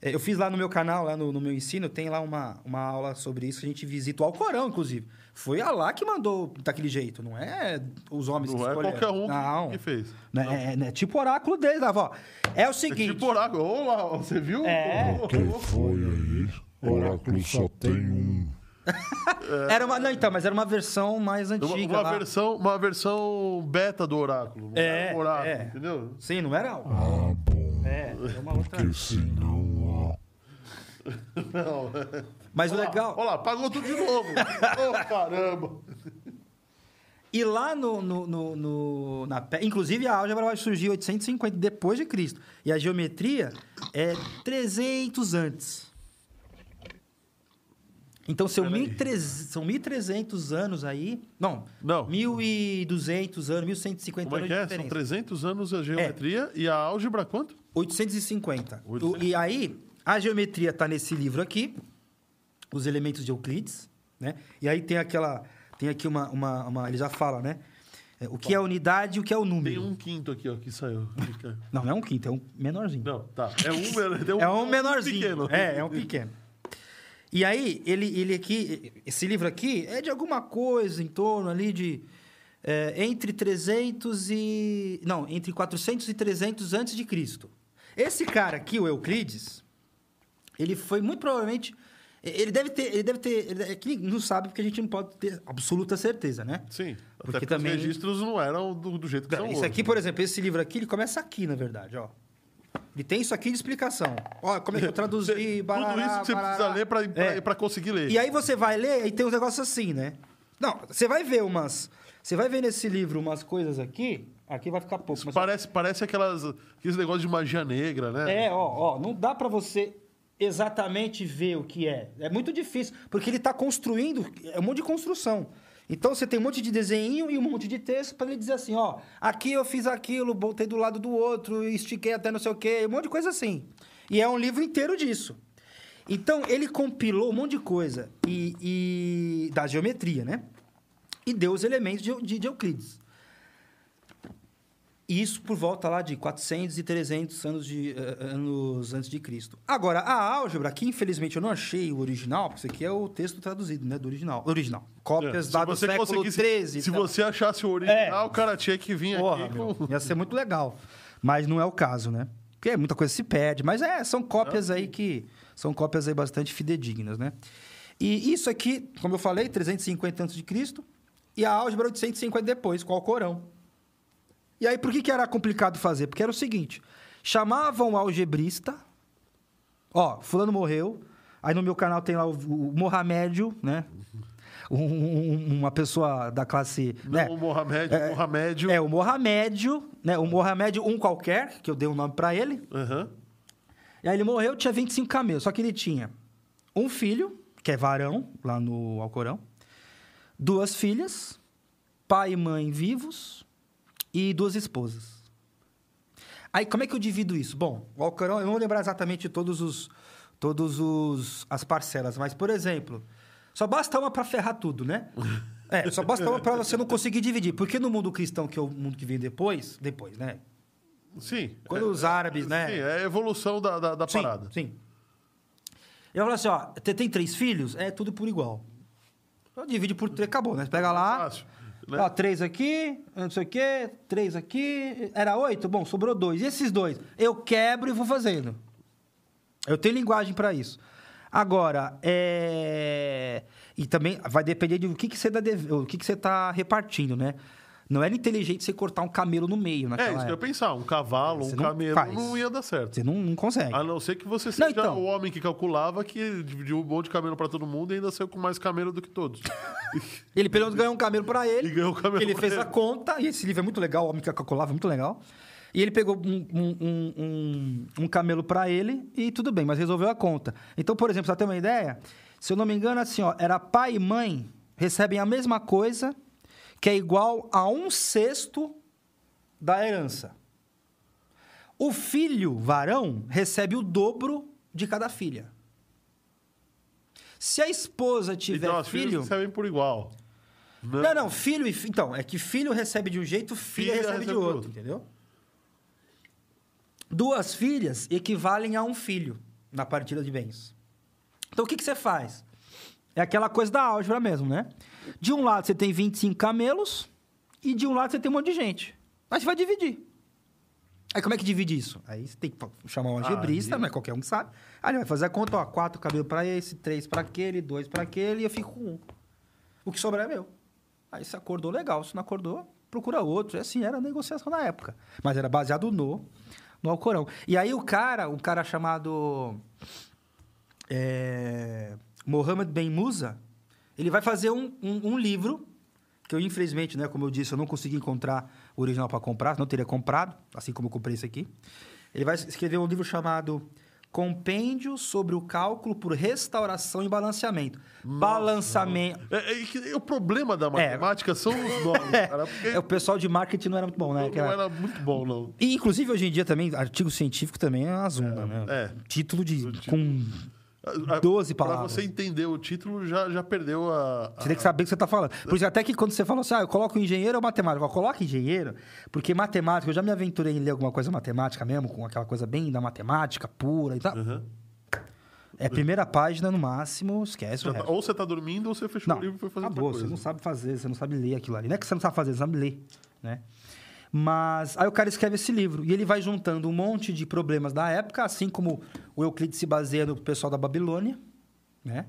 [SPEAKER 2] eh, eu fiz lá no meu canal, lá no, no meu ensino, tem lá uma, uma aula sobre isso, a gente visita o Alcorão, inclusive. Foi Alá que mandou daquele jeito, não é os homens que
[SPEAKER 1] Não é
[SPEAKER 2] escolheram.
[SPEAKER 1] qualquer um que-
[SPEAKER 2] Não.
[SPEAKER 1] que fez.
[SPEAKER 2] Né, É, é tipo o oráculo deles, lá, ó. É o
[SPEAKER 1] É
[SPEAKER 2] seguinte...
[SPEAKER 1] tipo oráculo. Ô, lá, ó, você viu?
[SPEAKER 2] É.
[SPEAKER 1] Ô, ô,
[SPEAKER 3] Que
[SPEAKER 1] ô.
[SPEAKER 3] foi aí? Oráculo só tem um.
[SPEAKER 2] Era uma, não, então, mas era uma versão mais
[SPEAKER 1] é. Uma,
[SPEAKER 2] antiga
[SPEAKER 1] uma
[SPEAKER 2] lá.
[SPEAKER 1] versão, uma versão beta do oráculo. não
[SPEAKER 2] É,
[SPEAKER 1] era um oráculo,
[SPEAKER 2] é.
[SPEAKER 1] entendeu?
[SPEAKER 2] Sim, não era?
[SPEAKER 3] Ah, bom.
[SPEAKER 2] É, é uma outra...
[SPEAKER 3] Porque senão, ó.
[SPEAKER 1] Não.
[SPEAKER 2] Mas o
[SPEAKER 1] Olha lá,
[SPEAKER 2] legal...
[SPEAKER 1] Olha lá, pagou tudo de
[SPEAKER 2] [LAUGHS]
[SPEAKER 1] novo. Ô, caramba.
[SPEAKER 2] E lá no, no, no- no- na pe- inclusive a álgebra vai surgir 850 depois de Cristo e a geometria é 300 antes. Então são, 1300, são 1300 anos aí, não,
[SPEAKER 1] Não.
[SPEAKER 2] 1200 anos, 1150
[SPEAKER 1] Como é
[SPEAKER 2] anos
[SPEAKER 1] que é?
[SPEAKER 2] de
[SPEAKER 1] São
[SPEAKER 2] diferença. É.
[SPEAKER 1] 300 anos a geometria e a álgebra quanto?
[SPEAKER 2] 850. O-
[SPEAKER 1] 850.
[SPEAKER 2] e aí, a geometria está nesse livro aqui, os elementos de Euclides, né? E aí tem aquela. Tem aqui uma. uma, uma- ele já fala, né? É, O que é unidade e o que é o número.
[SPEAKER 1] Tem um quinto aqui, ó, que saiu. Fica-
[SPEAKER 2] Não, não é um quinto, é um menorzinho.
[SPEAKER 1] Não, tá. É um, men- tem
[SPEAKER 2] é um menorzinho.
[SPEAKER 1] pequeno.
[SPEAKER 2] É, é um pequeno. E aí, ele, ele aqui, esse livro aqui é de alguma coisa em torno ali de. é, entre 300 e. Não, entre 400 e 300 antes de Cristo. Esse cara aqui, o Euclides, ele foi muito provavelmente. Ele deve ter. Ele deve ter. Ele, é que não sabe porque a gente não pode ter absoluta certeza, né?
[SPEAKER 1] Sim. até
[SPEAKER 2] Porque
[SPEAKER 1] porque
[SPEAKER 2] também-
[SPEAKER 1] os registros não eram do, do jeito que
[SPEAKER 2] Não,
[SPEAKER 1] são
[SPEAKER 2] isso
[SPEAKER 1] hoje. [LAUGHS]
[SPEAKER 2] aqui, por exemplo, esse livro aqui, ele começa aqui, na verdade, ó. Ele tem isso aqui de explicação. Ó, como é que eu traduzi,
[SPEAKER 1] Tudo
[SPEAKER 2] barará,
[SPEAKER 1] isso que você
[SPEAKER 2] barará.
[SPEAKER 1] precisa ler pra, pra,
[SPEAKER 2] É.
[SPEAKER 1] pra conseguir ler.
[SPEAKER 2] E aí você vai ler e tem uns negócios assim, né? Não, você vai ver umas... Você vai ver nesse livro umas coisas aqui, aqui vai ficar pouco. mas-
[SPEAKER 1] parece, parece aquelas, aqueles negócios de magia negra, né?
[SPEAKER 2] É, ó, ó, não dá pra você exatamente ver o que é. É muito difícil, porque ele tá construindo, é um monte de construção. Então você tem um monte de desenho e um monte de texto pra ele dizer assim, ó, aqui eu fiz aquilo, botei do lado do outro, estiquei até não sei o quê, um monte de coisa assim. E é um livro inteiro disso. Então ele compilou um monte de coisa e, e- da geometria, né? e deu os elementos de, de, de Euclides. Isso por volta lá de 400 e 300 anos, de, eh, anos antes de Cristo. Agora, a álgebra, que infelizmente eu não achei o original, porque isso aqui é o texto traduzido, né? Do original. Original. Cópias
[SPEAKER 1] É. Se
[SPEAKER 2] lá do
[SPEAKER 1] você
[SPEAKER 2] século
[SPEAKER 1] conseguisse-
[SPEAKER 2] XIII.
[SPEAKER 1] Se
[SPEAKER 2] tá?
[SPEAKER 1] você achasse o original, o cara tinha que vir
[SPEAKER 2] É. Porra,
[SPEAKER 1] aqui
[SPEAKER 2] meu, [LAUGHS]
[SPEAKER 1] com...
[SPEAKER 2] ia ser muito legal. Mas não é o caso, né? Porque muita coisa se perde. Mas é, são cópias aí que. São cópias aí bastante fidedignas, né? E isso aqui, como eu falei, 350 a.C. e a álgebra 850 depois, com o Alcorão. E aí, por que, que era complicado fazer? Porque era o seguinte: chamavam o algebrista, ó, fulano morreu, aí no meu canal tem lá o, o Mohamédio, né? Um- um- uma pessoa da classe. né?
[SPEAKER 1] Não, o Mohamed, o Mohamed...
[SPEAKER 2] É, o Mohamédio, né? O Mohamédio um qualquer, que eu dei um nome pra ele.
[SPEAKER 1] Aham.
[SPEAKER 2] E aí ele morreu, tinha 25 camelos. Só que ele tinha um filho, que é varão, lá no Alcorão. Duas filhas, pai e mãe vivos e duas esposas. Aí, como é que eu divido isso? Bom, o Alcorão, eu não vou lembrar exatamente todos os... Todos os... As parcelas, mas, por exemplo... Só basta uma pra ferrar tudo, né? É, só basta uma pra você não conseguir dividir. Porque no mundo cristão, que é o mundo que vem depois... Depois, né?
[SPEAKER 1] Sim.
[SPEAKER 2] Quando
[SPEAKER 1] É-
[SPEAKER 2] os árabes, né?
[SPEAKER 1] Sim, é a evolução da, da, da
[SPEAKER 2] sim,
[SPEAKER 1] parada.
[SPEAKER 2] Sim. Eu falo assim, ó, você tem três filhos? É tudo por igual. Então divide por três, acabou, né? Você pega lá,
[SPEAKER 1] Fácil, né?
[SPEAKER 2] ó, três aqui, não sei o quê, três aqui, era oito? Bom, sobrou dois. E esses dois? Eu quebro e vou fazendo. Eu tenho linguagem para isso. Agora, é... E também vai depender do que, que você está o que, que você tá repartindo, né? Não era inteligente você cortar um camelo no meio naquela
[SPEAKER 1] É isso que eu ia
[SPEAKER 2] época.
[SPEAKER 1] pensar. Um cavalo,
[SPEAKER 2] tá, Você
[SPEAKER 1] um
[SPEAKER 2] não
[SPEAKER 1] camelo
[SPEAKER 2] faz.
[SPEAKER 1] não ia dar certo.
[SPEAKER 2] Você não, não consegue.
[SPEAKER 1] A não ser que você seja
[SPEAKER 2] É. Não, então.
[SPEAKER 1] o homem que calculava que dividiu um monte de camelo pra todo mundo e ainda saiu com mais camelo do que todos.
[SPEAKER 2] Ele pelo menos ganhou um camelo pra ele.
[SPEAKER 1] E ganhou um camelo
[SPEAKER 2] Ele
[SPEAKER 1] pra
[SPEAKER 2] fez
[SPEAKER 1] ele.
[SPEAKER 2] a conta, e esse livro é muito legal, O Homem que Calculava, é muito legal. E ele pegou um, um- um- um- um camelo pra ele e tudo bem, mas resolveu a conta. Então, por exemplo, pra ter uma ideia, se eu não me engano, assim, ó, era pai e mãe recebem a mesma coisa, que é igual a um sexto da herança. O filho varão recebe o dobro de cada filha. Se a esposa tiver
[SPEAKER 1] então, as
[SPEAKER 2] filho.
[SPEAKER 1] filhas recebem por igual. Né?
[SPEAKER 2] Não, não, filho e fi- Então, é que filho recebe de um jeito, filha,
[SPEAKER 1] Filha
[SPEAKER 2] recebe, de
[SPEAKER 1] recebe
[SPEAKER 2] outro,
[SPEAKER 1] outro.
[SPEAKER 2] entendeu? Duas filhas equivalem a um filho na partilha de bens. Então, o que, que você faz? É aquela coisa da álgebra mesmo, né? De um lado você tem 25 camelos e de um lado você tem um monte de gente. Aí você vai dividir. Aí como é que divide isso? Aí você tem que chamar um algebrista, não é qualquer um que sabe. Aí ele vai fazer a conta, ó, quatro cabelos pra esse, três pra aquele, dois pra aquele, e eu fico com um. O que sobrar é meu. Aí se acordou, legal. Se não acordou, procura outro. E assim, era a negociação na época. Mas era baseado no, no Alcorão. E aí o cara, um cara chamado é, Mohammed Ben Musa, ele vai fazer um, um- um livro, que eu infelizmente, né, como eu disse, eu não consegui encontrar o original para comprar, não teria comprado, assim como eu comprei esse aqui. Ele vai escrever um livro chamado Compêndio sobre o Cálculo por Restauração e Balanceamento. Balanceamento...
[SPEAKER 1] É, é que o problema da matemática são os nomes, cara. Porque
[SPEAKER 2] [LAUGHS] É, o pessoal de marketing não era muito bom, né?
[SPEAKER 1] não
[SPEAKER 2] Aquela-
[SPEAKER 1] era muito bom, não.
[SPEAKER 2] E, inclusive, hoje em dia também, artigo científico também é uma zumba, né?
[SPEAKER 1] é.
[SPEAKER 2] Título de... com...
[SPEAKER 1] A- a-
[SPEAKER 2] 12
[SPEAKER 1] Pra
[SPEAKER 2] palavras.
[SPEAKER 1] você entender o título, já, já perdeu a... a-
[SPEAKER 2] Você tem que saber o que você está falando. Por isso, até que quando você fala assim, ah, eu coloco engenheiro ou matemático. Eu coloco engenheiro, porque matemática, eu já me aventurei em ler alguma coisa matemática mesmo, com aquela coisa bem da matemática pura e tal.
[SPEAKER 1] Aham.
[SPEAKER 2] É primeira página, no máximo, esquece o
[SPEAKER 1] Já tá-
[SPEAKER 2] resto.
[SPEAKER 1] ou você tá dormindo ou você fechou o livro e foi fazer
[SPEAKER 2] acabou,
[SPEAKER 1] outra
[SPEAKER 2] você não
[SPEAKER 1] coisa.
[SPEAKER 2] sabe fazer, você não sabe ler aquilo ali. Não é que você não sabe fazer, você sabe ler, né? Mas aí o cara escreve esse livro e ele vai juntando um monte de problemas da época, assim como o Euclides se baseia no pessoal da Babilônia, né?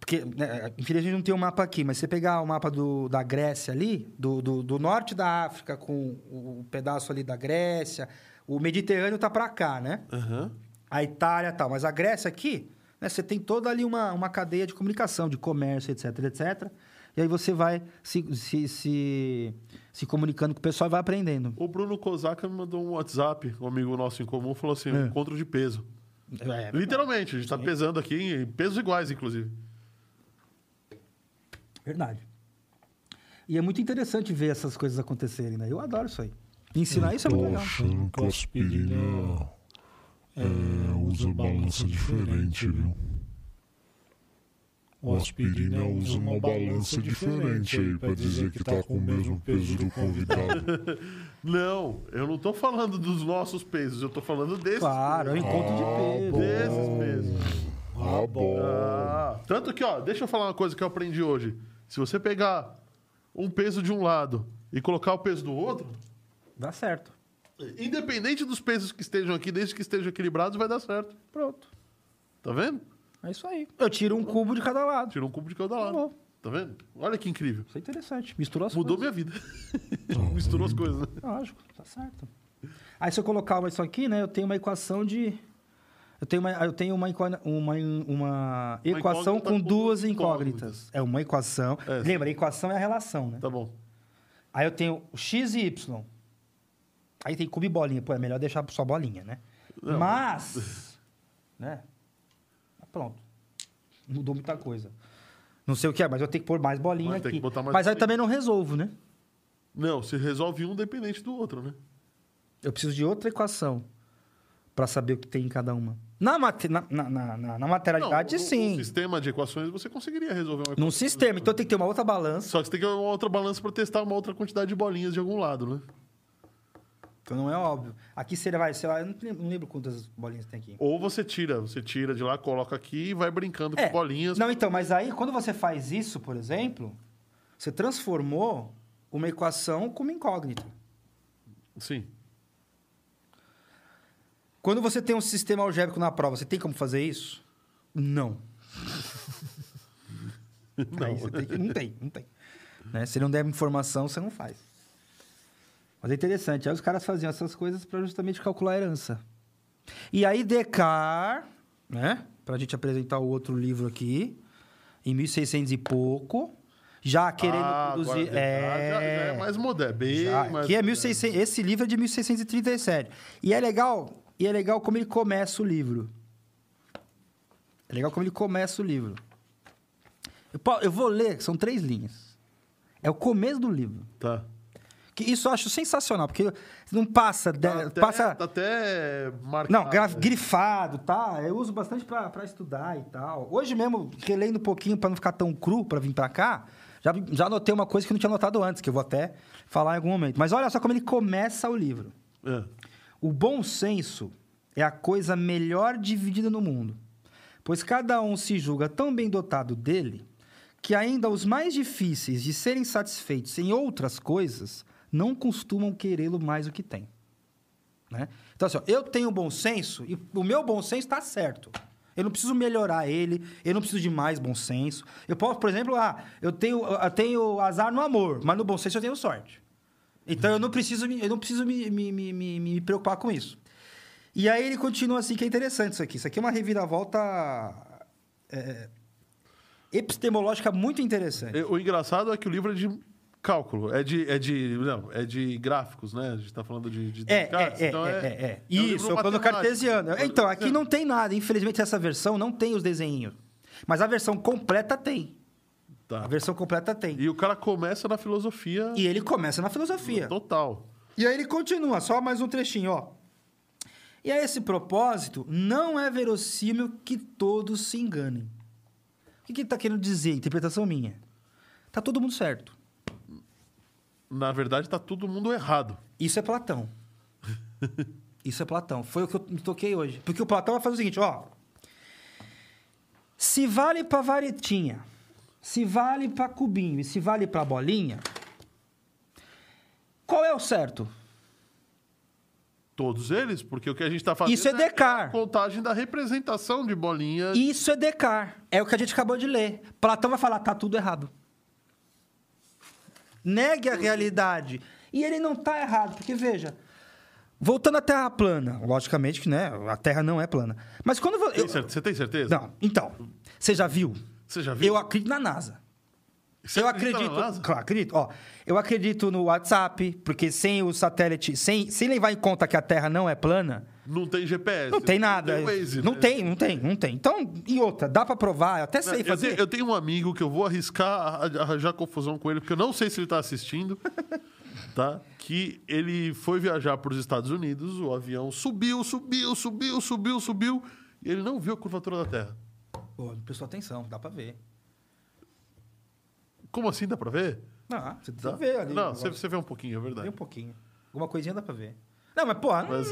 [SPEAKER 2] Porque, né, infelizmente, não tem o mapa aqui, mas você pegar o mapa do, da Grécia ali, do, do, do norte da África com o, o pedaço ali da Grécia, o Mediterrâneo tá para cá, né?
[SPEAKER 1] Aham.
[SPEAKER 2] a Itália e tal. Mas a Grécia aqui, né, você tem toda ali uma, uma cadeia de comunicação, de comércio, etc, etc. E aí você vai se, se, se, se comunicando com o pessoal e vai aprendendo.
[SPEAKER 1] O Bruno Kozaka me mandou um WhatsApp, um amigo nosso em comum, falou assim, um encontro de peso.
[SPEAKER 2] É,
[SPEAKER 1] Literalmente, a gente tá pesando aqui em pesos iguais, inclusive.
[SPEAKER 2] verdade. E é muito interessante ver essas coisas acontecerem, né? Eu adoro isso aí. Ensinar isso é muito
[SPEAKER 3] Tô
[SPEAKER 2] legal.
[SPEAKER 3] achando que o aspirina é, usa balança diferente, viu? O aspirina usa uma balança diferente aí pra dizer que tá com o mesmo peso do convidado.
[SPEAKER 1] Não, eu não tô falando dos nossos pesos, eu tô falando desses.
[SPEAKER 2] Claro, é um encontro de
[SPEAKER 3] Ah,
[SPEAKER 2] peso.
[SPEAKER 3] bom.
[SPEAKER 1] Desses pesos.
[SPEAKER 3] Ah, bom.
[SPEAKER 1] Ah, tanto que, ó, deixa eu falar uma coisa que eu aprendi hoje. Se você pegar um peso de um lado e colocar o peso do outro,
[SPEAKER 2] Dá certo.
[SPEAKER 1] independente dos pesos que estejam aqui, desde que estejam equilibrados, vai dar certo.
[SPEAKER 2] Pronto.
[SPEAKER 1] Tá vendo?
[SPEAKER 2] É isso aí. Eu tiro um cubo de cada lado.
[SPEAKER 1] Tirou um cubo de cada lado.
[SPEAKER 2] Bom.
[SPEAKER 1] Tá vendo? Olha que incrível.
[SPEAKER 2] Isso é interessante. Misturou as
[SPEAKER 1] Mudou
[SPEAKER 2] coisas.
[SPEAKER 1] minha vida. [LAUGHS] Misturou as coisas, né?
[SPEAKER 2] Lógico, tá certo. Aí se eu colocar isso aqui, né, eu tenho uma equação de eu tenho uma eu tenho uma equa- uma, uma equação
[SPEAKER 1] incógnita com
[SPEAKER 2] com duas
[SPEAKER 1] incógnitas.
[SPEAKER 2] incógnitas. É uma equação.
[SPEAKER 1] É.
[SPEAKER 2] Lembra, equação é a relação, né?
[SPEAKER 1] Tá bom.
[SPEAKER 2] Aí eu tenho x e y. Aí tem cubo e bolinha, pô, é melhor deixar só bolinha, né?
[SPEAKER 1] Não. [LAUGHS]
[SPEAKER 2] Mas né? Mas Pronto. Mudou muita coisa. Não sei o que é, mas eu tenho que pôr mais bolinha
[SPEAKER 1] Mas tem
[SPEAKER 2] aqui.
[SPEAKER 1] que botar mais
[SPEAKER 2] mas aí
[SPEAKER 1] bolinha.
[SPEAKER 2] também não resolvo, né?
[SPEAKER 1] Não, se resolve um dependente do outro, né?
[SPEAKER 2] Eu preciso de outra equação para saber o que tem em cada uma. Na, mate- na, na, na- na- na materialidade,
[SPEAKER 1] no- no-
[SPEAKER 2] sim.
[SPEAKER 1] No sistema de equações, você conseguiria resolver uma né?
[SPEAKER 2] Num sistema. Então tem que ter uma outra balança.
[SPEAKER 1] Só que você tem que ter uma outra balança pra testar uma outra quantidade de bolinhas de algum lado, né?
[SPEAKER 2] Então não é óbvio. Aqui seria, vai, sei lá, eu não lembro, não lembro quantas bolinhas tem aqui.
[SPEAKER 1] Ou você tira, você tira de lá, coloca aqui e vai brincando
[SPEAKER 2] É.
[SPEAKER 1] com bolinhas.
[SPEAKER 2] Não, então, mas aí quando você faz isso, por exemplo, você transformou uma equação com uma incógnita.
[SPEAKER 1] Sim.
[SPEAKER 2] Quando você tem um sistema algébrico na prova, você tem como fazer isso?
[SPEAKER 1] [LAUGHS]
[SPEAKER 2] Não. Não. você tem que- não tem, não tem. Né? Se não der informação, você não faz. Mas é interessante. Aí os caras faziam essas coisas para justamente calcular a herança. E aí Descartes, né? Para a gente apresentar o outro livro aqui, em 1600 e pouco, já querendo
[SPEAKER 1] Ah, agora
[SPEAKER 2] produzir...
[SPEAKER 1] já- Já, já é mais moderno. Bem
[SPEAKER 2] Já,
[SPEAKER 1] mais
[SPEAKER 2] que é
[SPEAKER 1] moderno.
[SPEAKER 2] 1600, esse livro é de 1637. E é legal, e é legal como ele começa o livro. É legal como ele começa o livro. Eu, po- eu vou ler, são três linhas. É o começo do livro.
[SPEAKER 1] Tá.
[SPEAKER 2] Que isso eu acho sensacional, porque não passa, de-
[SPEAKER 1] Tá até,
[SPEAKER 2] passa
[SPEAKER 1] tá até marcado.
[SPEAKER 2] não, gra- grifado, tá? Eu uso bastante pra pra estudar e tal. Hoje mesmo, relendo um pouquinho pra não ficar tão cru pra vir pra cá, já, já anotei uma coisa que eu não tinha notado antes, que eu vou até falar em algum momento. Mas olha só como ele começa o livro.
[SPEAKER 1] É.
[SPEAKER 2] O bom senso é a coisa melhor dividida no mundo, pois cada um se julga tão bem dotado dele que ainda os mais difíceis de serem satisfeitos em outras coisas não costumam querê-lo mais o que tem. Né? Então, assim, ó, eu tenho bom senso e o meu bom senso está certo. Eu não preciso melhorar ele, eu não preciso de mais bom senso. Eu posso, por exemplo, ah, eu tenho, eu tenho azar no amor, mas no bom senso eu tenho sorte. Então eu não preciso, me- eu não preciso me, me, me, me- me preocupar com isso. E aí ele continua assim, que é interessante isso aqui. Isso aqui é uma reviravolta é, epistemológica muito interessante.
[SPEAKER 1] E O engraçado é que o livro é de cálculo. É de. É de não, é de gráficos, né? A gente tá falando de. de
[SPEAKER 2] É,
[SPEAKER 1] Descartes,
[SPEAKER 2] é, é,
[SPEAKER 1] então
[SPEAKER 2] é, é, é.
[SPEAKER 1] um livro
[SPEAKER 2] Isso, é o plano
[SPEAKER 1] matemático. né? É.
[SPEAKER 2] cartesiano.
[SPEAKER 1] Plano
[SPEAKER 2] Então, aqui
[SPEAKER 1] cartesiano.
[SPEAKER 2] não tem nada. Infelizmente, essa versão não tem os desenhos. Mas a versão completa tem. A
[SPEAKER 1] Tá.
[SPEAKER 2] versão completa tem.
[SPEAKER 1] E o cara começa na filosofia
[SPEAKER 2] E ele começa na filosofia.
[SPEAKER 1] total.
[SPEAKER 2] E aí ele continua, só mais um trechinho, ó. E a esse propósito, não é verossímil que todos se enganem. O que, que ele está querendo dizer? Interpretação minha. Tá todo mundo certo.
[SPEAKER 1] Na verdade, tá todo mundo errado.
[SPEAKER 2] Isso é Platão. Isso é Platão. Foi o que eu me toquei hoje. Porque o Platão vai fazer o seguinte, ó. Se vale pra varetinha, se vale pra cubinho e se vale pra bolinha, qual é o certo?
[SPEAKER 1] Todos eles, porque o que a gente tá fazendo
[SPEAKER 2] Isso é Descartes.
[SPEAKER 1] a contagem da representação de bolinha.
[SPEAKER 2] Isso é Descartes. É o que a gente acabou de ler. Platão vai falar, tá tudo errado. Negue a realidade. E ele não tá errado, porque veja, voltando à Terra plana, logicamente que né, a Terra não é plana. Mas quando vo-
[SPEAKER 1] Tem
[SPEAKER 2] eu-
[SPEAKER 1] cer- Você tem certeza?
[SPEAKER 2] não, então, você já viu?
[SPEAKER 1] Você já viu?
[SPEAKER 2] Eu acredito na NASA.
[SPEAKER 1] Você
[SPEAKER 2] eu
[SPEAKER 1] acredita na
[SPEAKER 2] acredito,
[SPEAKER 1] NASA?
[SPEAKER 2] claro, acredito. Ó, eu acredito no WhatsApp, porque sem o satélite, sem, sem levar em conta que a Terra não é plana,
[SPEAKER 1] Não tem GPS.
[SPEAKER 2] não tem nada.
[SPEAKER 1] Não tem Waze,
[SPEAKER 2] não
[SPEAKER 1] né?
[SPEAKER 2] tem, não tem, não tem. Então, e outra, dá pra provar, eu até sei
[SPEAKER 1] Eu
[SPEAKER 2] fazer.
[SPEAKER 1] tenho, eu tenho um amigo que eu vou arriscar a- a- arranjar confusão com ele, porque eu não sei se ele tá
[SPEAKER 2] [LAUGHS]
[SPEAKER 1] assistindo, tá? Que ele foi viajar para os Estados Unidos, o avião subiu, subiu, subiu, subiu, subiu, e ele não viu a curvatura da Terra.
[SPEAKER 2] Pô, prestou atenção, dá pra ver.
[SPEAKER 1] Como assim dá pra ver?
[SPEAKER 2] Não, ah, você
[SPEAKER 1] Dá.
[SPEAKER 2] precisa ver ali.
[SPEAKER 1] Não,
[SPEAKER 2] o
[SPEAKER 1] você,
[SPEAKER 2] negócio.
[SPEAKER 1] você vê um pouquinho, é
[SPEAKER 2] Vê
[SPEAKER 1] verdade.
[SPEAKER 2] um pouquinho. Alguma coisinha dá pra ver. Não, mas porra, não-
[SPEAKER 1] Mas,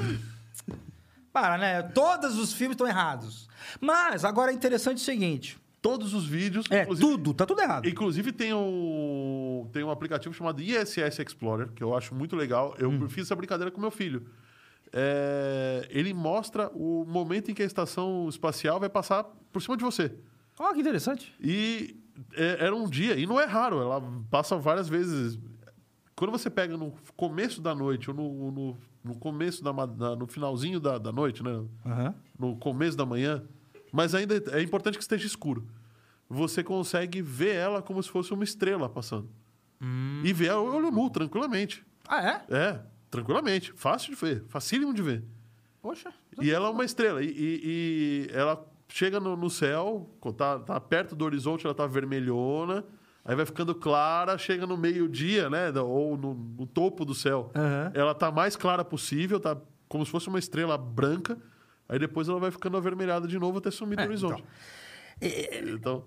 [SPEAKER 2] para, né? Todos os filmes estão errados. Mas agora é interessante o seguinte.
[SPEAKER 1] todos os vídeos.
[SPEAKER 2] um- É,
[SPEAKER 1] inclusive-
[SPEAKER 2] tudo, tá tudo errado.
[SPEAKER 1] Inclusive tem, o, tem um aplicativo chamado ISS Explorer, que eu acho muito legal. Eu
[SPEAKER 2] Hum.
[SPEAKER 1] fiz essa brincadeira com meu filho. É, ele mostra o momento em que a estação espacial vai passar por cima de você.
[SPEAKER 2] Ó, que interessante.
[SPEAKER 1] E é, era um dia, e não é raro, ela passa várias vezes. Quando você pega no começo da noite, ou no, no, no começo da, ma- da- no finalzinho da, da noite, né? no começo da manhã, mas ainda é importante que esteja escuro. Você consegue ver ela como se fosse uma estrela passando. E ver a olho nu, tranquilamente.
[SPEAKER 2] Ah, é?
[SPEAKER 1] É, tranquilamente. Fácil de ver, facílimo de ver.
[SPEAKER 2] Poxa.
[SPEAKER 1] E ela é uma estrela. E, e- e ela chega no, no céu, quando tá, tá perto do horizonte, ela tá vermelhona. Aí vai ficando clara, chega no meio-dia, né? da- Ou no, no topo do céu.
[SPEAKER 2] Aham.
[SPEAKER 1] Ela tá mais clara possível, tá como se fosse uma estrela branca. Aí depois ela vai ficando avermelhada de novo até sumir do horizonte. Então.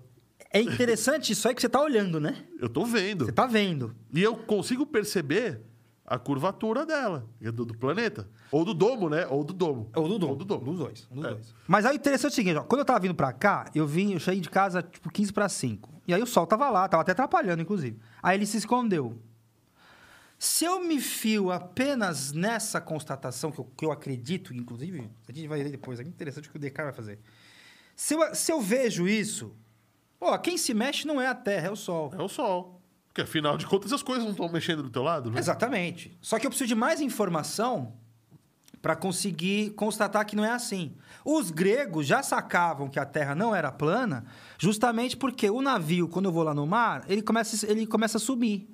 [SPEAKER 2] É interessante isso aí que você tá olhando, né?
[SPEAKER 1] eu tô vendo.
[SPEAKER 2] Você tá vendo.
[SPEAKER 1] E eu consigo perceber a curvatura dela, do, do planeta. Ou do domo, né? Ou do domo.
[SPEAKER 2] Ou do Dom.
[SPEAKER 1] Ou do domo.
[SPEAKER 2] Dos dois. um dos
[SPEAKER 1] É.
[SPEAKER 2] dois. Mas aí o interessante é o seguinte, ó, quando eu tava vindo pra cá, eu vim, eu saí de casa tipo 15 pra 5. E aí o sol tava lá, tava até atrapalhando, inclusive. Aí ele se escondeu. Se eu me fio apenas nessa constatação, que eu, que eu acredito, inclusive, a gente vai ler depois, é interessante o que o DK vai fazer. Se eu, se eu vejo isso, pô, quem se mexe não é a Terra, é o Sol.
[SPEAKER 1] É o sol. Porque afinal de contas as coisas não estão mexendo do teu lado, né?
[SPEAKER 2] Exatamente. Só que eu preciso de mais informação para conseguir constatar que não é assim. Os gregos já sacavam que a Terra não era plana, justamente porque o navio, quando eu vou lá no mar, ele começa, ele começa a subir.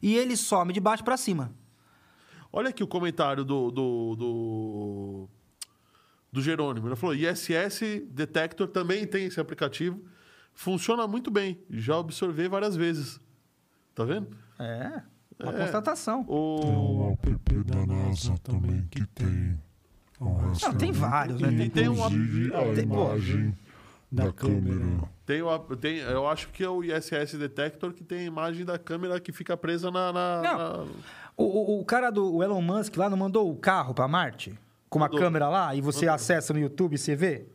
[SPEAKER 2] E ele some de baixo para cima.
[SPEAKER 1] Olha aqui o comentário do, do, do, do Jerônimo. Ele falou: ISS Detector também tem esse aplicativo. Funciona muito bem. Já observei várias vezes. Tá vendo?
[SPEAKER 2] É, uma
[SPEAKER 1] É.
[SPEAKER 2] constatação.
[SPEAKER 3] Tem
[SPEAKER 1] O...
[SPEAKER 3] um app da NASA também que tem. um rastreamento.
[SPEAKER 2] tem vários, né?
[SPEAKER 1] Tem- tem um-
[SPEAKER 3] Inclusive a
[SPEAKER 1] tem-
[SPEAKER 2] pô.
[SPEAKER 3] imagem da câmera.
[SPEAKER 1] Tem, o ap- tem, eu acho que é o ISS Detector que tem a imagem da câmera que fica presa na. na-
[SPEAKER 2] Não.
[SPEAKER 1] na-
[SPEAKER 2] O, o- o cara do o Elon Musk lá não mandou o carro para Marte? Com uma
[SPEAKER 1] Mandou.
[SPEAKER 2] câmera lá e você acessa no YouTube e você vê?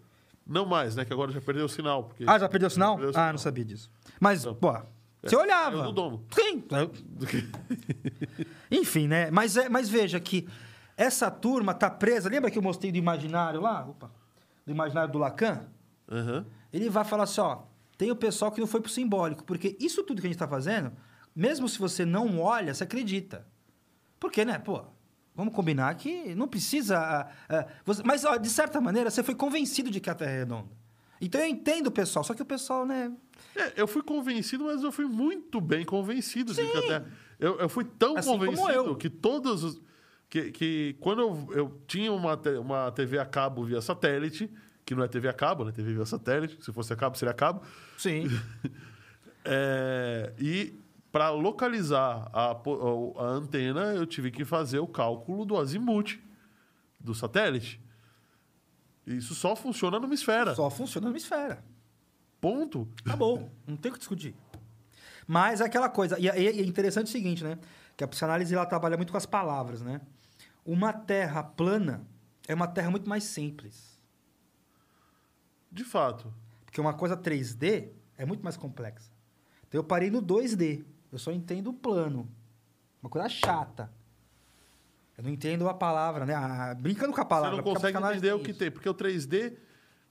[SPEAKER 1] Não mais, né? Que agora já perdeu o sinal. Porque...
[SPEAKER 2] Ah, já perdeu o sinal?
[SPEAKER 1] Perdeu o
[SPEAKER 2] Ah, não sabia disso. Mas, pô, você
[SPEAKER 1] É,
[SPEAKER 2] olhava.
[SPEAKER 1] saiu do domo.
[SPEAKER 2] Sim. tá. Enfim, né? Mas, é, mas veja que essa turma tá presa. Lembra que eu mostrei do imaginário lá? Opa. Do imaginário do Lacan?
[SPEAKER 1] [LAUGHS] Aham.
[SPEAKER 2] Ele vai falar assim, ó, tem o pessoal que não foi pro simbólico, porque isso tudo que a gente tá fazendo, mesmo se você não olha, você acredita. Porque, né, pô, vamos combinar que não precisa... ah, ah, você- mas, ó, de certa maneira, você foi convencido de que a Terra é redonda. Então eu entendo o pessoal, só que o pessoal, né...
[SPEAKER 1] É, eu fui convencido, mas eu fui muito bem convencido. de que até- eu, eu fui tão
[SPEAKER 2] Assim como
[SPEAKER 1] convencido
[SPEAKER 2] eu.
[SPEAKER 1] que todos os. Que, que quando eu, eu tinha uma, te- uma TV a cabo via satélite, que não é TV a cabo, né? TV via satélite, se fosse a cabo, seria a cabo.
[SPEAKER 2] Sim.
[SPEAKER 1] É, e para localizar a, po- a antena, eu tive que fazer o cálculo do azimuth do satélite. Isso só funciona numa esfera.
[SPEAKER 2] Só funciona numa esfera.
[SPEAKER 1] Ponto.
[SPEAKER 2] Acabou. Não tem o que discutir. Mas é aquela coisa. E é e é interessante o seguinte, né? Que a psicanálise ela trabalha muito com as palavras, né? Uma terra plana é uma terra muito mais simples.
[SPEAKER 1] De fato.
[SPEAKER 2] Porque uma coisa 3D é muito mais complexa. Então eu parei no 2D. Eu só entendo o plano. Uma coisa chata. Eu não entendo a palavra, né? A- brincando com a
[SPEAKER 1] você
[SPEAKER 2] palavra.
[SPEAKER 1] não
[SPEAKER 2] porque é um a
[SPEAKER 1] consegue
[SPEAKER 2] psicanálise
[SPEAKER 1] entender o que
[SPEAKER 2] isso.
[SPEAKER 1] tem. Porque o 3D,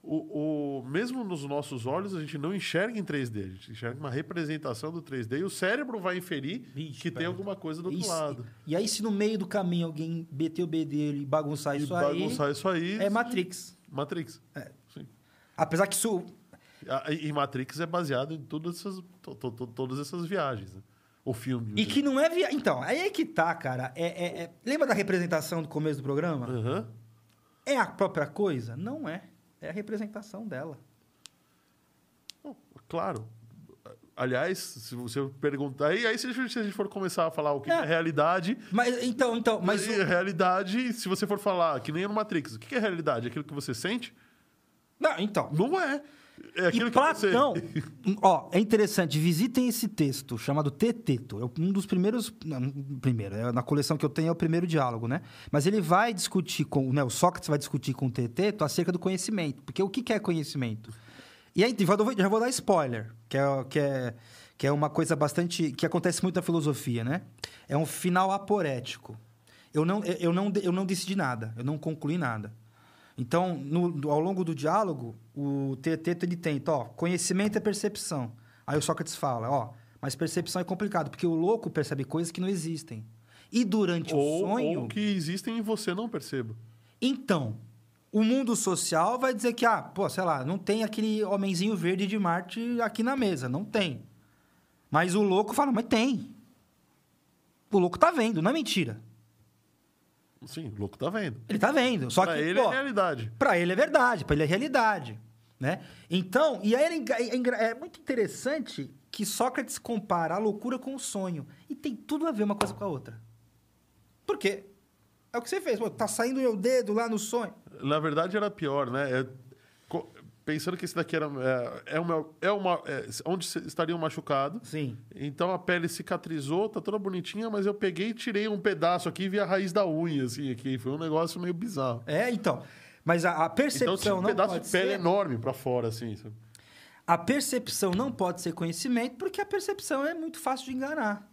[SPEAKER 1] o, o- mesmo nos nossos olhos, a gente não enxerga em 3D. A gente enxerga uma representação do 3D e o cérebro vai inferir
[SPEAKER 2] Vixe,
[SPEAKER 1] que tem
[SPEAKER 2] pera.
[SPEAKER 1] alguma coisa do
[SPEAKER 2] E
[SPEAKER 1] outro
[SPEAKER 2] se-
[SPEAKER 1] lado.
[SPEAKER 2] E aí, se no meio do caminho alguém bater o B dele e bagunçar
[SPEAKER 1] E
[SPEAKER 2] isso
[SPEAKER 1] bagunçar isso aí.
[SPEAKER 2] aí, é Matrix. É.
[SPEAKER 1] Matrix. Sim.
[SPEAKER 2] Apesar que isso.
[SPEAKER 1] A- E e Matrix é baseado em todas essas, to- to- to- todas essas viagens. Né? O filme.
[SPEAKER 2] E que não é via. Então, aí é que tá, cara. É, é- é- Lembra da representação do começo do programa?
[SPEAKER 1] Aham.
[SPEAKER 2] É a própria coisa? Não é. É a representação dela.
[SPEAKER 1] Não, Claro. Aliás, se você perguntar. Aí, aí se a gente se a gente for começar a falar o que
[SPEAKER 2] É.
[SPEAKER 1] é, realidade,
[SPEAKER 2] Mas então, então, mas
[SPEAKER 1] Mas
[SPEAKER 2] o-
[SPEAKER 1] realidade, se você for falar que nem no Matrix, o que que é realidade? Aquilo que você sente?
[SPEAKER 2] não, então,
[SPEAKER 1] Não é. É aquilo
[SPEAKER 2] e
[SPEAKER 1] que eu pensei.
[SPEAKER 2] Platão, ó, é interessante, visitem esse texto chamado Teteto. É um dos primeiros, não, um primeiro, é, na coleção que eu tenho é o primeiro diálogo, né? Mas ele vai discutir com, né, o Sócrates vai discutir com o Teteto acerca do conhecimento, porque o que que é conhecimento? E aí, já vou, já vou dar spoiler, que é, que é que é uma coisa bastante que acontece muito na filosofia, né? É um final aporético. Eu não, eu eu não, eu não decidi nada, eu não concluí nada. Então, no- no- ao longo do diálogo, o Teteto ele tenta, ó, conhecimento é percepção. Aí o Sócrates fala, ó, mas percepção é complicado, porque o louco percebe coisas que não existem. E durante
[SPEAKER 1] Ou,
[SPEAKER 2] o sonho,
[SPEAKER 1] ou que existem e você não perceba.
[SPEAKER 2] então, o mundo social vai dizer que, ah, pô, sei lá, não tem aquele homenzinho verde de Marte aqui na mesa, não tem. Mas o louco fala, mas tem. O louco tá vendo, não é mentira.
[SPEAKER 1] Sim, o louco tá vendo.
[SPEAKER 2] Ele tá vendo, só
[SPEAKER 1] pra
[SPEAKER 2] que,
[SPEAKER 1] ele
[SPEAKER 2] pô,
[SPEAKER 1] é realidade.
[SPEAKER 2] Pra ele é verdade, pra ele é realidade, né? Então, e aí é engra- é, engra- é muito interessante que Sócrates compara a loucura com o sonho e tem tudo a ver uma coisa com a outra. Por quê? É o que você fez, pô, tá saindo meu dedo lá no sonho.
[SPEAKER 1] Na verdade, era pior, né? É- co- pensando que esse daqui era. É, é uma. É uma é, onde se- estaria um machucado.
[SPEAKER 2] Sim.
[SPEAKER 1] Então a pele cicatrizou, tá toda bonitinha, mas eu peguei e tirei um pedaço aqui e vi a raiz da unha, assim, aqui. Foi um negócio meio bizarro.
[SPEAKER 2] É, então. Mas a, a percepção
[SPEAKER 1] Então tinha um
[SPEAKER 2] não
[SPEAKER 1] pedaço
[SPEAKER 2] pode
[SPEAKER 1] de pele
[SPEAKER 2] ser...
[SPEAKER 1] enorme pra fora, assim. sabe?
[SPEAKER 2] A percepção não pode ser conhecimento, porque a percepção é muito fácil de enganar.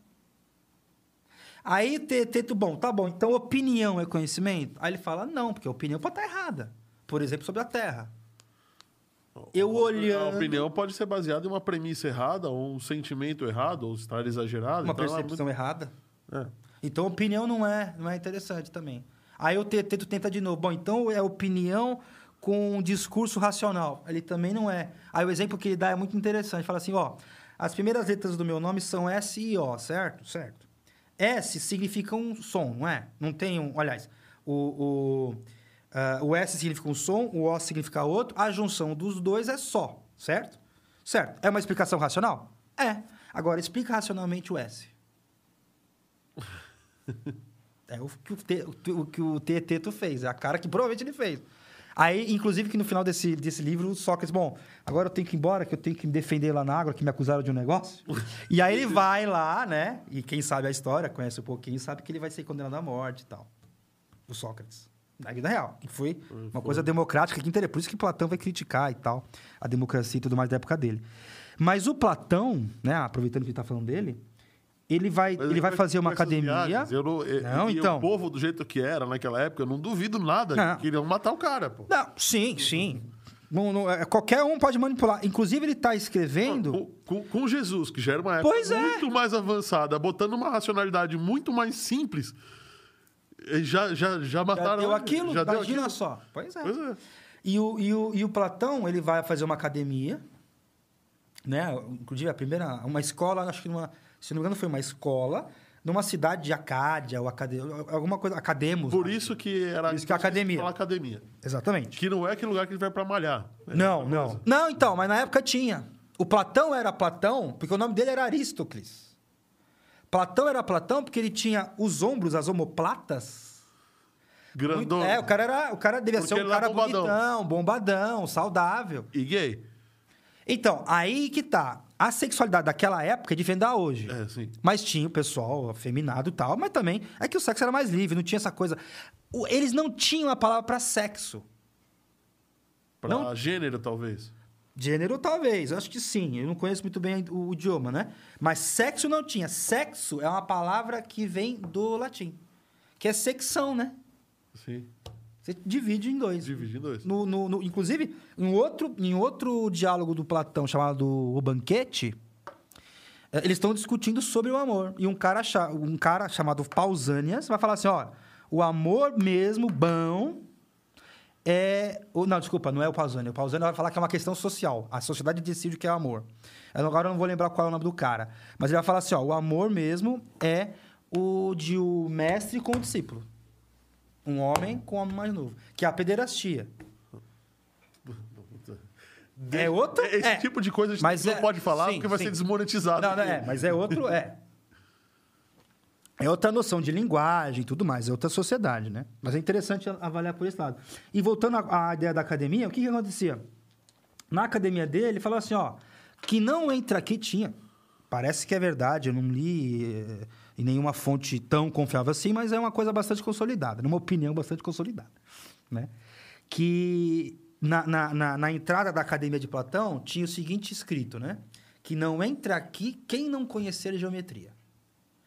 [SPEAKER 2] Aí, te- Teto, bom, tá bom, então opinião é conhecimento? Aí ele fala, não, porque a opinião pode estar errada. Por exemplo, sobre a Terra. Eu
[SPEAKER 1] A
[SPEAKER 2] olhando...
[SPEAKER 1] opinião pode ser baseada em uma premissa errada, ou um sentimento errado, ou estar exagerado.
[SPEAKER 2] Uma
[SPEAKER 1] então ela é
[SPEAKER 2] percepção errada.
[SPEAKER 1] muito- é.
[SPEAKER 2] Então, opinião não é, não é interessante também. Aí o Te- Teto tenta de novo. Bom, então é opinião com um discurso racional. Ele também não é. Aí o exemplo que ele dá é muito interessante. Fala assim, ó, as primeiras letras do meu nome são S e O, certo? Certo. S significa um som, não é? Não tem um... Aliás, o, o, ah, o S significa um som, o O significa outro. A junção dos dois é só, certo? Certo. É uma explicação racional? É. Agora, explica racionalmente o S. É o que o, te, o te- o que o Teteto fez, é a cara que provavelmente ele fez. Aí, inclusive, que no final desse, desse livro, o Sócrates, bom, agora eu tenho que ir embora, que eu tenho que me defender lá na água, que me acusaram de um negócio. e aí ele vai lá, né? E quem sabe a história, conhece um pouquinho, sabe que ele vai ser condenado à morte e tal. O Sócrates. Na vida real. Que foi uma coisa democrática que inter- Por isso que Platão vai criticar e tal, a democracia e tudo mais da época dele. Mas o Platão, né, aproveitando que ele tá falando dele, ele vai,
[SPEAKER 1] Mas
[SPEAKER 2] ele vai
[SPEAKER 1] com-
[SPEAKER 2] fazer uma
[SPEAKER 1] com essas
[SPEAKER 2] academia.
[SPEAKER 1] viagens, eu não, e-
[SPEAKER 2] Não,
[SPEAKER 1] e
[SPEAKER 2] então.
[SPEAKER 1] o povo do jeito que era naquela época, eu não duvido nada
[SPEAKER 2] Não.
[SPEAKER 1] que iriam matar o cara, pô.
[SPEAKER 2] Não, sim, sim. Não- não- é, qualquer um pode manipular. Inclusive, ele está escrevendo.
[SPEAKER 1] Com, com- com Jesus, que já era uma época
[SPEAKER 2] Pois é.
[SPEAKER 1] muito mais avançada, botando uma racionalidade muito mais simples, eh, já, já, já
[SPEAKER 2] Já
[SPEAKER 1] mataram...
[SPEAKER 2] deu aquilo,
[SPEAKER 1] já deu
[SPEAKER 2] imagina
[SPEAKER 1] aquilo.
[SPEAKER 2] só. Pois é.
[SPEAKER 1] Pois é.
[SPEAKER 2] E, o, e, o, e o Platão, ele vai fazer uma academia, né? Inclusive, a primeira. Uma escola, acho que numa. Se não me engano, foi uma escola, numa cidade de Acádia, ou Acade, alguma coisa. Academos.
[SPEAKER 1] Por
[SPEAKER 2] né?
[SPEAKER 1] isso que era...
[SPEAKER 2] Por isso que é academia.
[SPEAKER 1] Fala academia.
[SPEAKER 2] Exatamente.
[SPEAKER 1] Que não é aquele lugar que ele vai pra malhar. né?
[SPEAKER 2] Não, não. Não, então, mas na época tinha. O Platão era Platão, porque o nome dele era Arístocles. Platão era Platão porque ele tinha os ombros, as omoplatas. Muito-
[SPEAKER 1] Grandão.
[SPEAKER 2] É, o cara era, o cara devia
[SPEAKER 1] Porque
[SPEAKER 2] ser um
[SPEAKER 1] ele era
[SPEAKER 2] cara
[SPEAKER 1] bombadão.
[SPEAKER 2] bonitão, bombadão, saudável.
[SPEAKER 1] E gay.
[SPEAKER 2] Então, aí que tá. A sexualidade daquela época é diferente da hoje.
[SPEAKER 1] É, sim.
[SPEAKER 2] Mas tinha o pessoal afeminado e tal, mas também é que o sexo era mais livre, não tinha essa coisa. O- Eles não tinham a palavra pra sexo.
[SPEAKER 1] Pra
[SPEAKER 2] Não.
[SPEAKER 1] gênero, talvez.
[SPEAKER 2] Gênero, talvez, eu acho que sim. Eu não conheço muito bem o, o idioma, né? Mas sexo não tinha. Sexo é uma palavra que vem do latim, que é secção, né?
[SPEAKER 1] Sim.
[SPEAKER 2] Você divide em dois.
[SPEAKER 1] Divide em dois.
[SPEAKER 2] No- no- no- inclusive, em outro, em outro diálogo do Platão chamado O Banquete, eh, eles estão discutindo sobre o amor. E um cara, cha- um cara chamado Pausânias vai falar assim: olha, o amor mesmo bom é. ou- não, desculpa, não é o Pausânias. O Pausânias vai falar que é uma questão social. A sociedade decide o que é amor. Eu- Agora eu não vou lembrar qual é o nome do cara. Mas ele vai falar assim: ó, o amor mesmo é o de o mestre com o discípulo. Um homem com um homem mais novo. Que é a pederastia. É outra?
[SPEAKER 1] Esse
[SPEAKER 2] É.
[SPEAKER 1] tipo de coisa a gente
[SPEAKER 2] Mas
[SPEAKER 1] não
[SPEAKER 2] é-
[SPEAKER 1] pode falar
[SPEAKER 2] sim,
[SPEAKER 1] porque vai
[SPEAKER 2] sim.
[SPEAKER 1] ser desmonetizado.
[SPEAKER 2] Não, não, é, mas é outro, é. É outra noção de linguagem e tudo mais, é outra sociedade, né? Mas é interessante a- avaliar por esse lado. E voltando à à ideia da academia, o que, que acontecia? na academia dele, ele falou assim, ó, que não entra aqui tinha. Parece que é verdade, eu não li eh, em nenhuma fonte tão confiável assim, mas é uma coisa bastante consolidada, numa opinião bastante consolidada, né? Que na, na, na, na entrada da academia de Platão tinha o seguinte escrito, né? Que não entra aqui quem não conhecer geometria.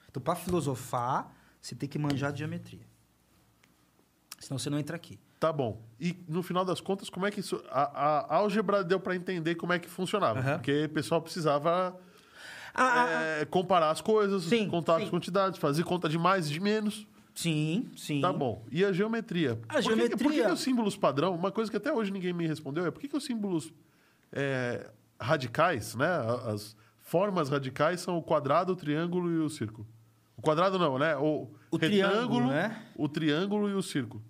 [SPEAKER 2] Então, para filosofar, você tem que manjar de geometria. Senão você não entra aqui.
[SPEAKER 1] Tá bom. E no final das contas, como é que isso. A, a álgebra deu para entender como é que funcionava.
[SPEAKER 4] Aham.
[SPEAKER 1] Porque o pessoal precisava
[SPEAKER 2] Ah, ah,
[SPEAKER 1] é, comparar as coisas,
[SPEAKER 2] Sim,
[SPEAKER 1] contar as
[SPEAKER 2] sim.
[SPEAKER 1] quantidades, fazer conta de mais e de menos.
[SPEAKER 2] Sim, sim.
[SPEAKER 1] Tá bom. E a geometria?
[SPEAKER 4] A
[SPEAKER 1] por que- por Que,
[SPEAKER 4] geometria-
[SPEAKER 1] que os símbolos padrão, uma coisa que até hoje ninguém me respondeu é por que, que os símbolos é, radicais, né? a- As formas radicais são o quadrado, o triângulo e o círculo. O quadrado não, né? O,
[SPEAKER 2] O triângulo, né?
[SPEAKER 1] o triângulo e o círculo.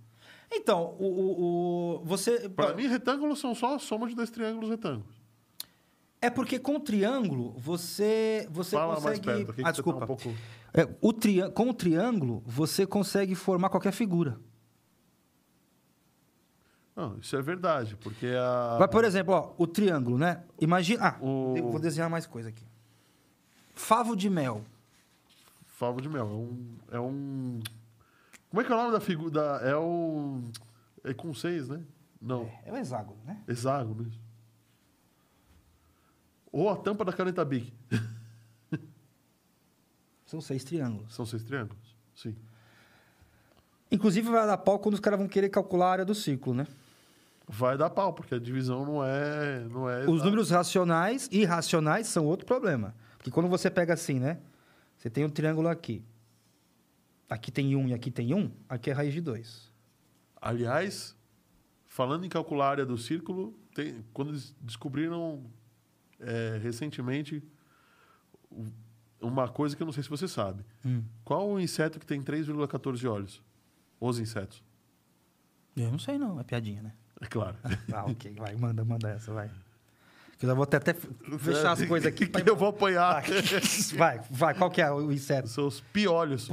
[SPEAKER 2] Então, o, o, o- você.
[SPEAKER 1] Para mim, retângulos são só a soma de dois triângulos retângulos.
[SPEAKER 2] É porque com o triângulo você você
[SPEAKER 1] Fala mais
[SPEAKER 2] consegue.
[SPEAKER 1] perto, que
[SPEAKER 2] ah,
[SPEAKER 1] que você tá
[SPEAKER 2] desculpa.
[SPEAKER 1] um pouco-
[SPEAKER 2] É, o triân- Com o triângulo você consegue formar qualquer figura.
[SPEAKER 1] Não, isso é verdade, porque a...
[SPEAKER 2] Mas, por exemplo, ó, o triângulo, né? Imagina. Ah,
[SPEAKER 1] O-
[SPEAKER 2] eu vou desenhar mais coisa aqui. Favo de mel.
[SPEAKER 1] Favo de mel. É um. É um... Como é que é o nome da figura? É o. É com seis, né? Não.
[SPEAKER 2] É um hexágono, né?
[SPEAKER 1] Hexágono. isso. Ou a tampa da caneta Bic.
[SPEAKER 2] São seis triângulos.
[SPEAKER 1] São seis triângulos? Sim.
[SPEAKER 2] Inclusive vai dar pau quando os caras vão querer calcular a área do círculo, né?
[SPEAKER 1] Vai dar pau, porque a divisão não é. Não é
[SPEAKER 2] Os
[SPEAKER 1] exata.
[SPEAKER 2] números racionais e irracionais são outro problema. Porque quando você pega assim, né? Você tem um triângulo aqui. Aqui tem um e aqui tem um. Aqui é raiz de dois.
[SPEAKER 1] Aliás, falando em calcular a área do círculo, tem- quando eles descobriram é, recentemente u- uma coisa que eu não sei se você sabe.
[SPEAKER 2] Hum.
[SPEAKER 1] Qual o inseto que tem 3,14 olhos? Os insetos.
[SPEAKER 2] Eu não sei não, é piadinha, né?
[SPEAKER 1] É claro.
[SPEAKER 2] Ah, ok. Vai, manda, manda essa, vai. Que eu já vou até, até fechar
[SPEAKER 1] É.
[SPEAKER 2] as coisas aqui.
[SPEAKER 1] [LAUGHS] que eu vou apanhar.
[SPEAKER 2] Vai, vai. Qual que é o inseto?
[SPEAKER 1] São os piolhos.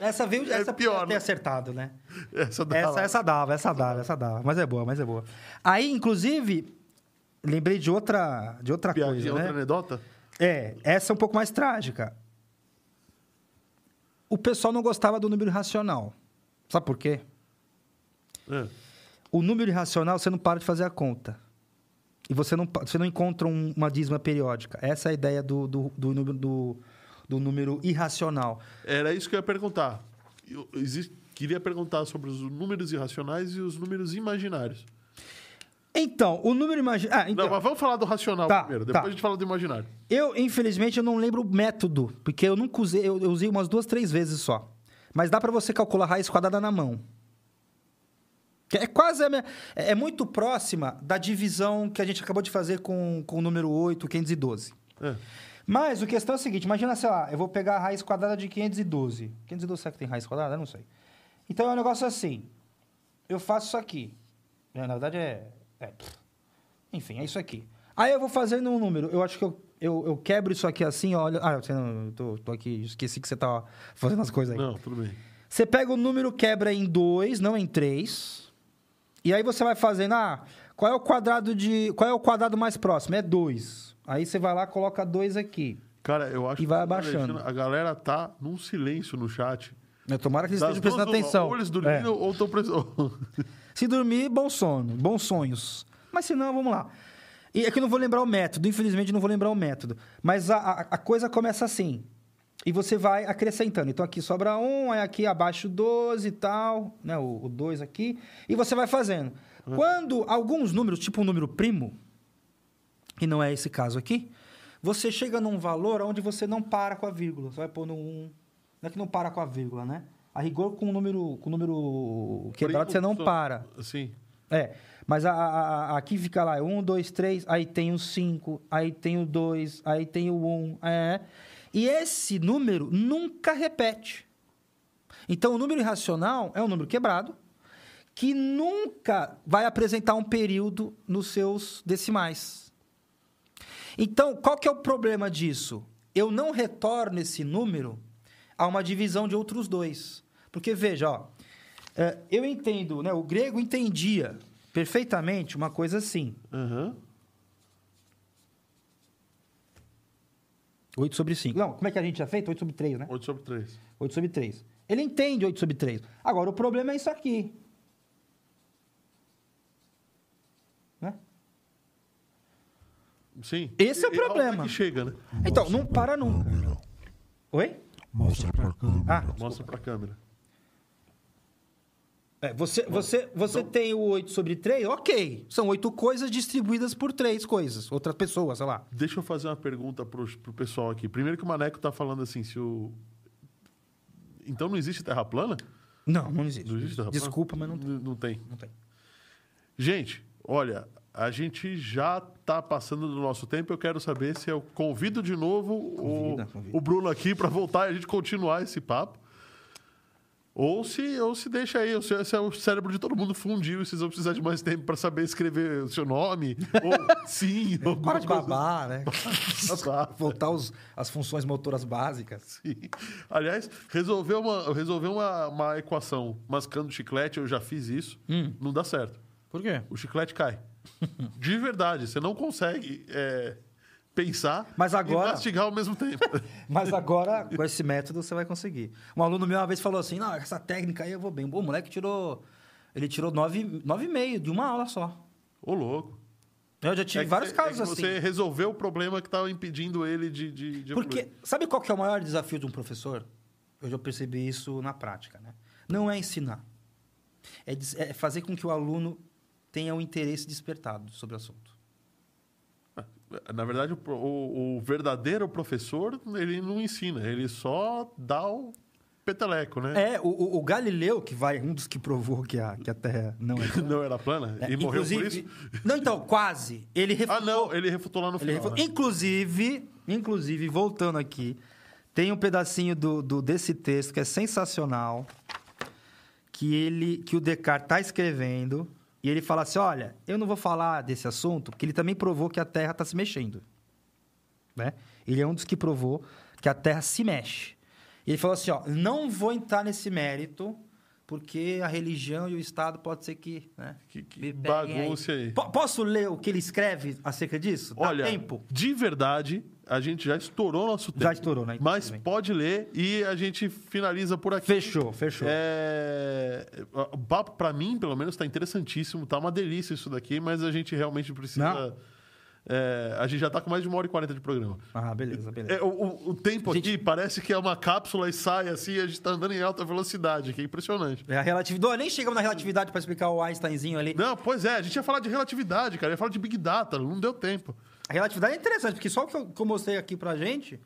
[SPEAKER 2] Essa veio,
[SPEAKER 1] É
[SPEAKER 2] essa
[SPEAKER 1] pior,
[SPEAKER 2] pior, ter
[SPEAKER 1] né?
[SPEAKER 2] acertado, né?
[SPEAKER 1] Essa dá
[SPEAKER 2] Essa,
[SPEAKER 1] lá.
[SPEAKER 2] essa dava, essa dava, essa dava. Mas é boa, mas é boa. Aí, inclusive, lembrei de outra, de outra
[SPEAKER 1] piadinha,
[SPEAKER 2] coisa,
[SPEAKER 1] outra
[SPEAKER 2] né?
[SPEAKER 1] anedota?
[SPEAKER 2] É, essa é um pouco mais trágica. O pessoal não gostava do número irracional. Sabe por quê?
[SPEAKER 1] É.
[SPEAKER 2] O número irracional, você não para de fazer a conta. E você não, pa- você não encontra um- uma dízima periódica. Essa é a ideia do, do, do número, do, do número irracional.
[SPEAKER 1] Era isso que eu ia perguntar. Eu exi- queria perguntar sobre os números irracionais e os números imaginários.
[SPEAKER 2] Então, o número imaginário... Ah, então,
[SPEAKER 1] Não, mas vamos falar do racional
[SPEAKER 2] Tá,
[SPEAKER 1] primeiro,
[SPEAKER 2] tá.
[SPEAKER 1] depois a gente fala do imaginário.
[SPEAKER 2] eu, infelizmente, eu não lembro o método, porque eu nunca usei, eu, eu usei umas duas, três vezes só. Mas dá para você calcular a raiz quadrada na mão. Que É quase a minha, é é muito próxima da divisão que a gente acabou de fazer com, com o número 8, 512.
[SPEAKER 1] É.
[SPEAKER 2] Mas o questão é o seguinte, imagina, sei lá, eu vou pegar a raiz quadrada de 512. 512 será que tem raiz quadrada? Eu não sei. Então é um negócio assim. Eu faço isso aqui. Na na verdade é. é, pff. enfim, é isso aqui. Aí eu vou fazendo um número. Eu acho que eu, eu, eu quebro isso aqui assim, olha. Ah, você não, eu tô, tô aqui, esqueci que você tava fazendo as coisas aí.
[SPEAKER 1] Não, tudo bem.
[SPEAKER 2] Você pega o número, quebra em dois, não em três. E aí você vai fazendo, ah, qual é o quadrado de, qual é o quadrado mais próximo? É 2. Aí você vai lá, coloca 2 aqui.
[SPEAKER 1] Cara, eu acho
[SPEAKER 2] E
[SPEAKER 1] que-
[SPEAKER 2] vai
[SPEAKER 1] tá
[SPEAKER 2] abaixando.
[SPEAKER 1] A galera tá num silêncio no chat.
[SPEAKER 2] Eu Né, tomara que eles
[SPEAKER 1] Das
[SPEAKER 2] estejam prestando
[SPEAKER 1] duas, uma,
[SPEAKER 2] atenção.
[SPEAKER 1] Ou eles
[SPEAKER 2] É.
[SPEAKER 1] dormindo ou estão prestando.
[SPEAKER 2] Se dormir, bom sono, bons sonhos. Mas se não, vamos lá. E aqui eu não vou lembrar o método, infelizmente não vou lembrar o método. Mas a, a- a coisa começa assim. E você vai acrescentando. Então aqui sobra um, aí aqui abaixo 12 e tal, né? O, o 2 aqui. E você vai fazendo.
[SPEAKER 1] Uhum.
[SPEAKER 2] Quando alguns números, tipo um número primo, que não é esse caso aqui, você chega num valor onde você não para com a vírgula. Você vai pôr no 1. Não é que não para com a vírgula, né? A rigor, com o número, com o número quebrado, você não
[SPEAKER 1] Só-
[SPEAKER 2] para.
[SPEAKER 1] Sim.
[SPEAKER 2] É, mas a, a- a- aqui fica lá, é 1, 2, 3, aí tem o 5, aí tem o 2, aí tem o 1, é. E esse número nunca repete. Então, o número irracional é um número quebrado que nunca vai apresentar um período nos seus decimais. Então, qual que é o problema disso? Eu não retorno esse número a uma divisão de outros dois. Porque, veja, ó, é, eu entendo, né? O grego entendia perfeitamente uma coisa assim.
[SPEAKER 1] Aham.
[SPEAKER 2] 8 sobre 5. Não, como é que a gente já fez? 8 sobre 3, né?
[SPEAKER 1] 8 sobre 3.
[SPEAKER 2] 8 sobre 3. Ele entende 8 sobre 3. Agora, o problema é isso aqui. Né?
[SPEAKER 1] Sim.
[SPEAKER 2] Esse é o
[SPEAKER 1] E- e aonde
[SPEAKER 2] problema.
[SPEAKER 1] que chega, né?
[SPEAKER 2] Então, não para nunca.
[SPEAKER 3] câmera.
[SPEAKER 2] Oi? Ah.
[SPEAKER 3] Mostra pra câmera.
[SPEAKER 1] Mostra pra câmera.
[SPEAKER 2] É, você você, você tem o 8 sobre 3, ok. São oito coisas distribuídas por três coisas. Outra pessoa, sei lá.
[SPEAKER 1] Deixa eu fazer uma pergunta pro, pro pessoal aqui. Primeiro que o Maneco tá falando assim, se o... Então não existe terra plana?
[SPEAKER 2] Não, não existe.
[SPEAKER 1] Não existe terra plana?
[SPEAKER 2] Desculpa, mas não tem.
[SPEAKER 1] N- Não tem.
[SPEAKER 2] Não tem.
[SPEAKER 1] Gente, olha, a gente já tá passando do nosso tempo. Eu quero saber se eu convido de novo
[SPEAKER 2] Convida,
[SPEAKER 1] o,
[SPEAKER 2] convida.
[SPEAKER 1] o Bruno aqui para voltar e a gente continuar esse papo. Ou se, ou se deixa aí, ou se, se o cérebro de todo mundo fundiu e vocês vão precisar de mais tempo para saber escrever o seu nome,
[SPEAKER 2] [LAUGHS]
[SPEAKER 1] ou sim, ou alguma
[SPEAKER 2] É, Para de
[SPEAKER 1] coisa [LAUGHS] Ah,
[SPEAKER 2] babar, né?
[SPEAKER 1] babá.
[SPEAKER 2] Voltar os, as funções motoras básicas.
[SPEAKER 1] assim. Aliás, resolver, uma, resolver uma, uma equação mascando chiclete, eu já fiz isso,
[SPEAKER 2] Hum.
[SPEAKER 1] não dá certo.
[SPEAKER 2] Por quê?
[SPEAKER 1] o chiclete cai. De verdade, você não consegue é, pensar
[SPEAKER 2] Mas agora-
[SPEAKER 1] e mastigar ao mesmo
[SPEAKER 2] [LAUGHS]
[SPEAKER 1] tempo.
[SPEAKER 2] Mas agora, com esse método, você vai conseguir. Um aluno meu uma vez falou assim: não, essa técnica aí eu vou bem. Bom, o moleque tirou. Ele tirou 9,5 nove, meio de uma aula só.
[SPEAKER 1] Ô, louco.
[SPEAKER 2] Eu já tive
[SPEAKER 1] que
[SPEAKER 2] vários
[SPEAKER 1] você-
[SPEAKER 2] casos
[SPEAKER 1] é que
[SPEAKER 2] assim.
[SPEAKER 1] Você resolveu o problema que estava impedindo ele de. de, de
[SPEAKER 2] Porque
[SPEAKER 1] evoluir.
[SPEAKER 2] sabe qual que é o maior desafio de um professor? Eu já percebi isso na prática, né? Não é ensinar. É, des- é fazer com que o aluno tenha um interesse despertado sobre o assunto.
[SPEAKER 1] Ah, Na verdade, o, pro- o- o verdadeiro professor, ele não ensina, ele só dá o peteleco, né?
[SPEAKER 2] É, o, o- o Galileu, que vai, um dos que provou que a, que a Terra não
[SPEAKER 1] [LAUGHS]
[SPEAKER 2] [LAUGHS] é. plana,
[SPEAKER 1] [LAUGHS] Não era plana?
[SPEAKER 2] né?
[SPEAKER 1] e morreu por
[SPEAKER 2] Inclusive-
[SPEAKER 1] isso?
[SPEAKER 2] Não, então, quase. Ele
[SPEAKER 1] Ah,
[SPEAKER 2] refutou.
[SPEAKER 1] não, ele refutou lá no
[SPEAKER 2] Ele
[SPEAKER 1] final.
[SPEAKER 2] refu-
[SPEAKER 1] né?
[SPEAKER 2] Inclusive, inclusive, voltando aqui, tem um pedacinho do, do- desse texto que é sensacional, que ele, que o Descartes está escrevendo e ele fala assim, olha, eu não vou falar desse assunto, porque ele também provou que a Terra está se mexendo, né? Ele é um dos que provou que a Terra se mexe. E ele falou assim, ó, não vou entrar nesse mérito, porque a religião e o Estado pode ser que, né?
[SPEAKER 1] Que- que
[SPEAKER 2] me peguem
[SPEAKER 1] bagunça aí.
[SPEAKER 2] Po- Posso ler o que ele escreve acerca disso? Dá
[SPEAKER 1] Olha,
[SPEAKER 2] tempo.
[SPEAKER 1] de verdade, a gente já estourou nosso tempo.
[SPEAKER 2] Já estourou, né?
[SPEAKER 1] Mas
[SPEAKER 2] Tudo bem.
[SPEAKER 1] pode ler e a gente finaliza por aqui.
[SPEAKER 2] Fechou, fechou.
[SPEAKER 1] É, O papo, pra mim, pelo menos, tá interessantíssimo. Tá uma delícia isso daqui, mas a gente realmente precisa...
[SPEAKER 2] Não.
[SPEAKER 1] É, a gente já tá com mais de uma hora e quarenta de programa.
[SPEAKER 2] Ah, beleza, beleza.
[SPEAKER 1] É, o, o- o tempo
[SPEAKER 2] Gente-
[SPEAKER 1] aqui parece que é uma cápsula e sai assim, a gente tá andando em alta velocidade, que é impressionante.
[SPEAKER 2] É a relatividade. Nem chegamos na relatividade pra explicar o Einsteinzinho ali.
[SPEAKER 1] Não, pois é, a gente ia falar de relatividade, cara, ia falar de Big Data, não deu tempo.
[SPEAKER 2] A relatividade é interessante, porque só o que eu, que eu mostrei aqui pra gente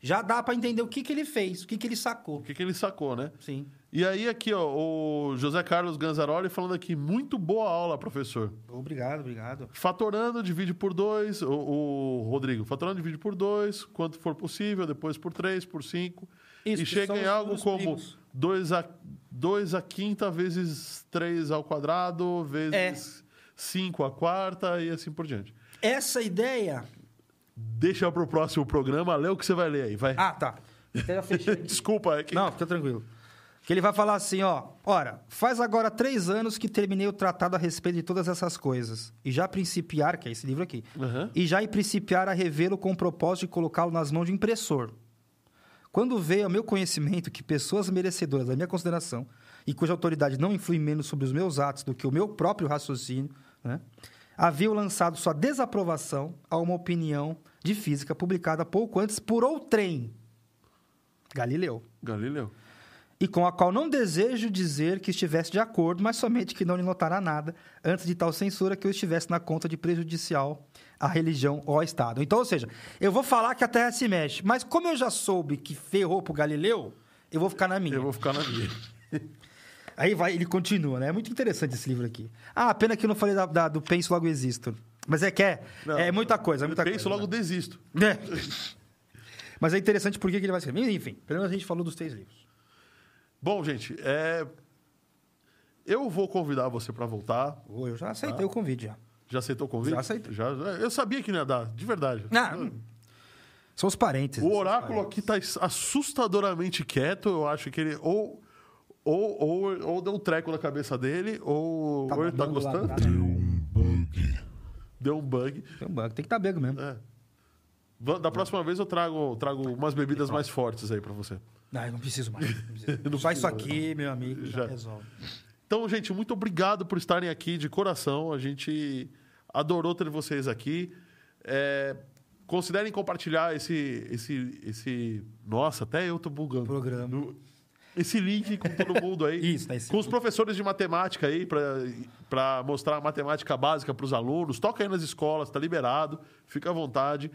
[SPEAKER 2] já dá pra entender o que, que ele fez, o que, que ele
[SPEAKER 1] O
[SPEAKER 2] sacou.
[SPEAKER 1] que, que ele sacou, né?
[SPEAKER 2] Sim.
[SPEAKER 1] E aí aqui, ó, o José Carlos Ganzaroli falando aqui, muito boa aula, professor.
[SPEAKER 2] Obrigado, obrigado.
[SPEAKER 1] Fatorando, divide por dois, o, o Rodrigo, fatorando, divide por dois, quanto for possível, depois por três, por cinco.
[SPEAKER 2] Isso,
[SPEAKER 1] e
[SPEAKER 2] que
[SPEAKER 1] chega
[SPEAKER 2] são
[SPEAKER 1] em
[SPEAKER 2] os
[SPEAKER 1] algo
[SPEAKER 2] números
[SPEAKER 1] como
[SPEAKER 2] primos.
[SPEAKER 1] 2 a, dois a quinta vezes 3 ao quadrado,
[SPEAKER 2] É.
[SPEAKER 1] vezes 5 a quarta e assim por diante.
[SPEAKER 2] Essa ideia.
[SPEAKER 1] Deixa pro próximo programa, lê o que você vai ler aí, vai.
[SPEAKER 2] Ah, tá. Até já fechei aqui.
[SPEAKER 1] Desculpa, é que...
[SPEAKER 2] Não, fica tranquilo. Que ele vai falar assim, ó. Ora, faz agora três anos que terminei o tratado a respeito de todas essas coisas. E já principiar, que é esse livro aqui.
[SPEAKER 1] Aham.
[SPEAKER 2] E já em principiar a revê-lo com o propósito de colocá-lo nas mãos de um impressor. Quando veio ao meu conhecimento que pessoas merecedoras da minha consideração e cuja autoridade não influi menos sobre os meus atos do que o meu próprio raciocínio, né, haviam lançado sua desaprovação a uma opinião de física publicada pouco antes por outrem. Galileu
[SPEAKER 1] Galileu.
[SPEAKER 2] e com a qual não desejo dizer que estivesse de acordo, mas somente que não lhe notará nada antes de tal censura que eu estivesse na conta de prejudicial à religião ou ao Estado. Então, ou seja, eu vou falar que a Terra se mexe, mas como eu já soube que ferrou pro Galileu, eu vou ficar na minha.
[SPEAKER 1] Eu vou ficar na minha.
[SPEAKER 2] Aí vai, ele continua, né? É muito interessante esse livro aqui. Ah, pena que eu não falei da- da- do Penso Logo Existo. Mas é que é,
[SPEAKER 1] Não,
[SPEAKER 2] é muita coisa, é muita coisa.
[SPEAKER 1] Penso, logo desisto.
[SPEAKER 2] É. [LAUGHS] Mas é interessante porque ele vai escrever. Enfim, pelo menos a gente falou dos três livros.
[SPEAKER 1] Bom, gente, é... eu vou convidar você para voltar.
[SPEAKER 2] Oh, Eu já aceitei
[SPEAKER 1] Ah.
[SPEAKER 2] o convite, já.
[SPEAKER 1] Já aceitou o convite?
[SPEAKER 2] Já aceitei.
[SPEAKER 1] Já, já. Eu sabia que não ia dar, de verdade.
[SPEAKER 2] Ah, são os parênteses.
[SPEAKER 1] O oráculo aqui tá assustadoramente quieto. Eu acho que ele ou Ou, ou, ou deu um treco na cabeça dele, ou,
[SPEAKER 2] Tá
[SPEAKER 1] ou ele tá
[SPEAKER 2] babando lá
[SPEAKER 1] gostando.
[SPEAKER 2] atrás.
[SPEAKER 3] Deu um bug.
[SPEAKER 1] Deu um bug.
[SPEAKER 2] Tem um banco, tem que estar bego mesmo.
[SPEAKER 1] É. Va- Da próxima vez eu trago, trago umas bebidas mais fortes aí pra você.
[SPEAKER 2] Não, eu não preciso mais.
[SPEAKER 1] [LAUGHS]
[SPEAKER 2] Não preciso.
[SPEAKER 1] Não
[SPEAKER 2] Só isso
[SPEAKER 1] precisa,
[SPEAKER 2] aqui, meu amigo, já,
[SPEAKER 1] Já.
[SPEAKER 2] resolve.
[SPEAKER 1] Então, gente, muito obrigado por estarem aqui de coração. A gente adorou ter vocês aqui. É, considerem compartilhar esse, esse, esse. Nossa, até eu tô bugando.
[SPEAKER 2] Programa.
[SPEAKER 1] No- Esse link com todo mundo aí.
[SPEAKER 2] [LAUGHS] Isso, tá esse
[SPEAKER 1] Com os professores de matemática aí, para mostrar a matemática básica para os alunos. Toca aí nas escolas, tá liberado. Fica à vontade.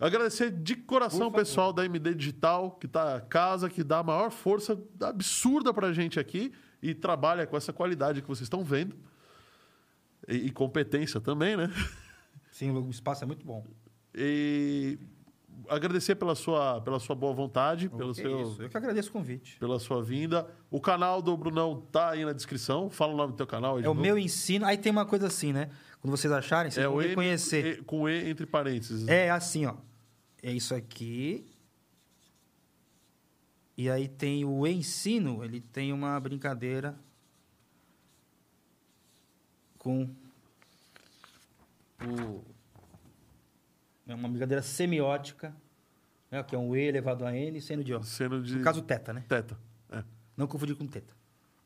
[SPEAKER 1] Agradecer de coração o pessoal da MD Digital, que tá a casa, que dá a maior força absurda pra gente aqui e trabalha com essa qualidade que vocês estão vendo. E- e competência também, né?
[SPEAKER 2] Sim, o espaço é muito bom.
[SPEAKER 1] E agradecer pela sua, pela sua boa vontade, pelo
[SPEAKER 2] Que
[SPEAKER 1] seu,
[SPEAKER 2] isso, eu que agradeço o convite.
[SPEAKER 1] pela sua vinda. O canal do Brunão tá aí na descrição. Fala o nome do teu canal. aí de
[SPEAKER 2] É o
[SPEAKER 1] novo.
[SPEAKER 2] meu ensino. Aí tem uma coisa assim, né? Quando vocês acharem, vocês
[SPEAKER 1] É
[SPEAKER 2] vão
[SPEAKER 1] o E,
[SPEAKER 2] reconhecer.
[SPEAKER 1] E- com E entre parênteses.
[SPEAKER 2] É assim, ó. É isso aqui. E aí tem o ensino, ele tem uma brincadeira com o é uma brincadeira semiótica, né, que é um E elevado a N sendo de O.
[SPEAKER 1] Sendo de
[SPEAKER 2] No caso teta, né?
[SPEAKER 1] teta. É.
[SPEAKER 2] Não confundir com teta.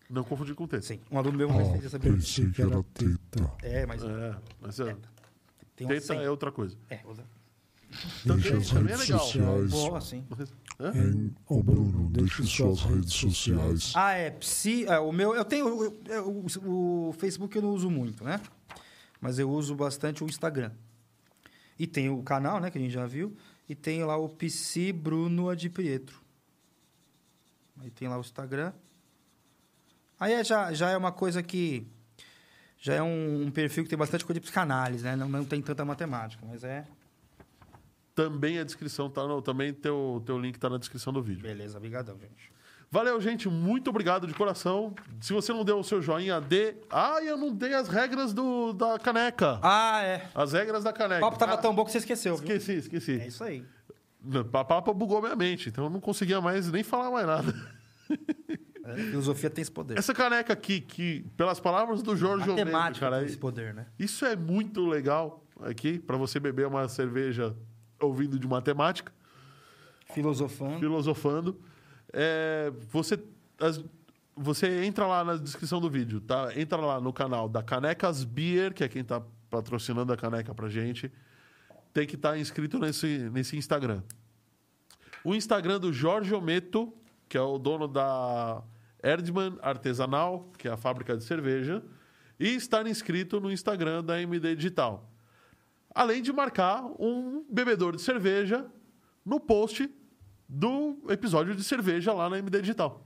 [SPEAKER 1] Não confundir com teta.
[SPEAKER 2] Sim, um aluno meu uma vez fez essa
[SPEAKER 3] Ah, pensei
[SPEAKER 2] brincadeira.
[SPEAKER 3] que era teta.
[SPEAKER 2] É, mas
[SPEAKER 1] É, mas é,
[SPEAKER 2] Teta. tem um
[SPEAKER 1] teta
[SPEAKER 2] acento.
[SPEAKER 1] é outra coisa.
[SPEAKER 2] É, outra-
[SPEAKER 3] Deixa
[SPEAKER 1] Também-
[SPEAKER 3] as
[SPEAKER 1] também é
[SPEAKER 3] redes
[SPEAKER 1] legal.
[SPEAKER 3] sociais.
[SPEAKER 2] Boa, sim.
[SPEAKER 1] Hã?
[SPEAKER 3] Hein? Ô Bruno, deixa suas redes sociais.
[SPEAKER 2] Ah, é. Psi, é, o meu, eu tenho. eu- eu- o, o Facebook eu não uso muito, né? Mas eu uso bastante o Instagram. E tem o canal, né? Que a gente já viu. E tem lá o Psi Bruno Ad Pietro. Aí tem lá o Instagram. Aí é, já, já é uma coisa que. Já é um, um perfil que tem bastante coisa de psicanálise, né? Não, não tem tanta matemática, mas é.
[SPEAKER 1] Também a descrição tá no, também teu teu link tá na descrição do vídeo.
[SPEAKER 2] Beleza, obrigadão, gente.
[SPEAKER 1] Valeu, gente. Muito obrigado de coração. Se você não deu o seu joinha, dê. Ah, eu não dei as regras do, da caneca.
[SPEAKER 2] Ah, é.
[SPEAKER 1] As regras da
[SPEAKER 2] O
[SPEAKER 1] caneca.
[SPEAKER 2] papo tava
[SPEAKER 1] Ah,
[SPEAKER 2] tão bom que você esqueceu, viu?
[SPEAKER 1] Esqueci, esqueci.
[SPEAKER 2] É isso aí.
[SPEAKER 1] Não, pa- Papo bugou minha mente, então eu não conseguia mais nem falar mais nada.
[SPEAKER 2] A filosofia tem esse poder.
[SPEAKER 1] Essa caneca aqui, que, pelas palavras do Jorge Almeida,
[SPEAKER 2] Matemática
[SPEAKER 1] cara,
[SPEAKER 2] tem esse poder, né?
[SPEAKER 1] isso é muito legal aqui, pra você beber uma cerveja ouvindo de matemática,
[SPEAKER 2] Filosofando.
[SPEAKER 1] filosofando. É, você, as- você entra lá na descrição do vídeo, tá? Entra lá no canal da Canecas Beer, que é quem tá patrocinando a caneca pra gente. Tem que estar inscrito nesse, nesse Instagram. O Instagram do Jorge Ometo, que é o dono da Erdman Artesanal, que é a fábrica de cerveja, e estar inscrito no Instagram da MD Digital. Além de marcar um bebedor de cerveja no post do episódio de cerveja lá na MD Digital.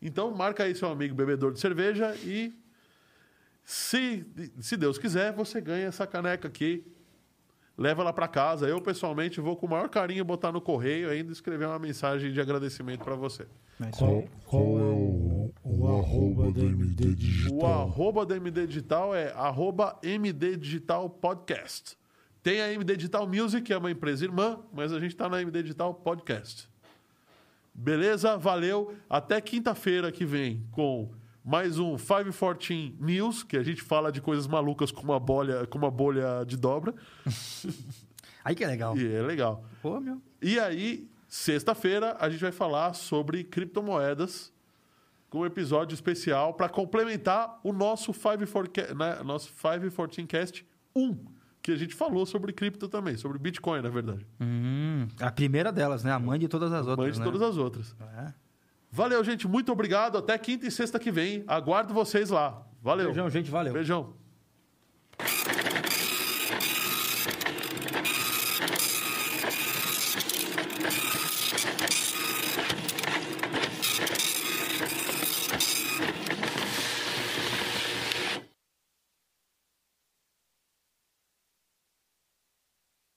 [SPEAKER 1] Então, marca aí seu amigo bebedor de cerveja e, se, se Deus quiser, você ganha essa caneca aqui leva lá para casa. Eu, pessoalmente, vou com o maior carinho botar no correio ainda e escrever uma mensagem de agradecimento para você.
[SPEAKER 3] Qual, qual é o, o arroba da MD
[SPEAKER 1] O
[SPEAKER 3] Digital?
[SPEAKER 1] arroba da MD Digital é arroba MD Digital Podcast. Tem a MD Digital Music, que é uma empresa irmã, mas a gente está na MD Digital Podcast. Beleza? Valeu. Até quinta-feira que vem com mais um 514 News, que a gente fala de coisas malucas com uma bolha, com uma bolha de dobra.
[SPEAKER 2] Aí que é legal.
[SPEAKER 1] E é legal.
[SPEAKER 2] Pô, meu.
[SPEAKER 1] E aí, sexta-feira, a gente vai falar sobre criptomoedas com um episódio especial para complementar o nosso 514 né, nosso 514 Cast 1, que a gente falou sobre cripto também, sobre Bitcoin, na verdade.
[SPEAKER 2] Hum, a primeira delas, né? A mãe de todas as outras.
[SPEAKER 1] Mas de
[SPEAKER 2] né?
[SPEAKER 1] todas as outras.
[SPEAKER 2] É.
[SPEAKER 1] Valeu, gente. Muito obrigado. Até quinta e sexta que vem. Aguardo vocês lá. Valeu.
[SPEAKER 2] Beijão, gente. Valeu.
[SPEAKER 1] Beijão.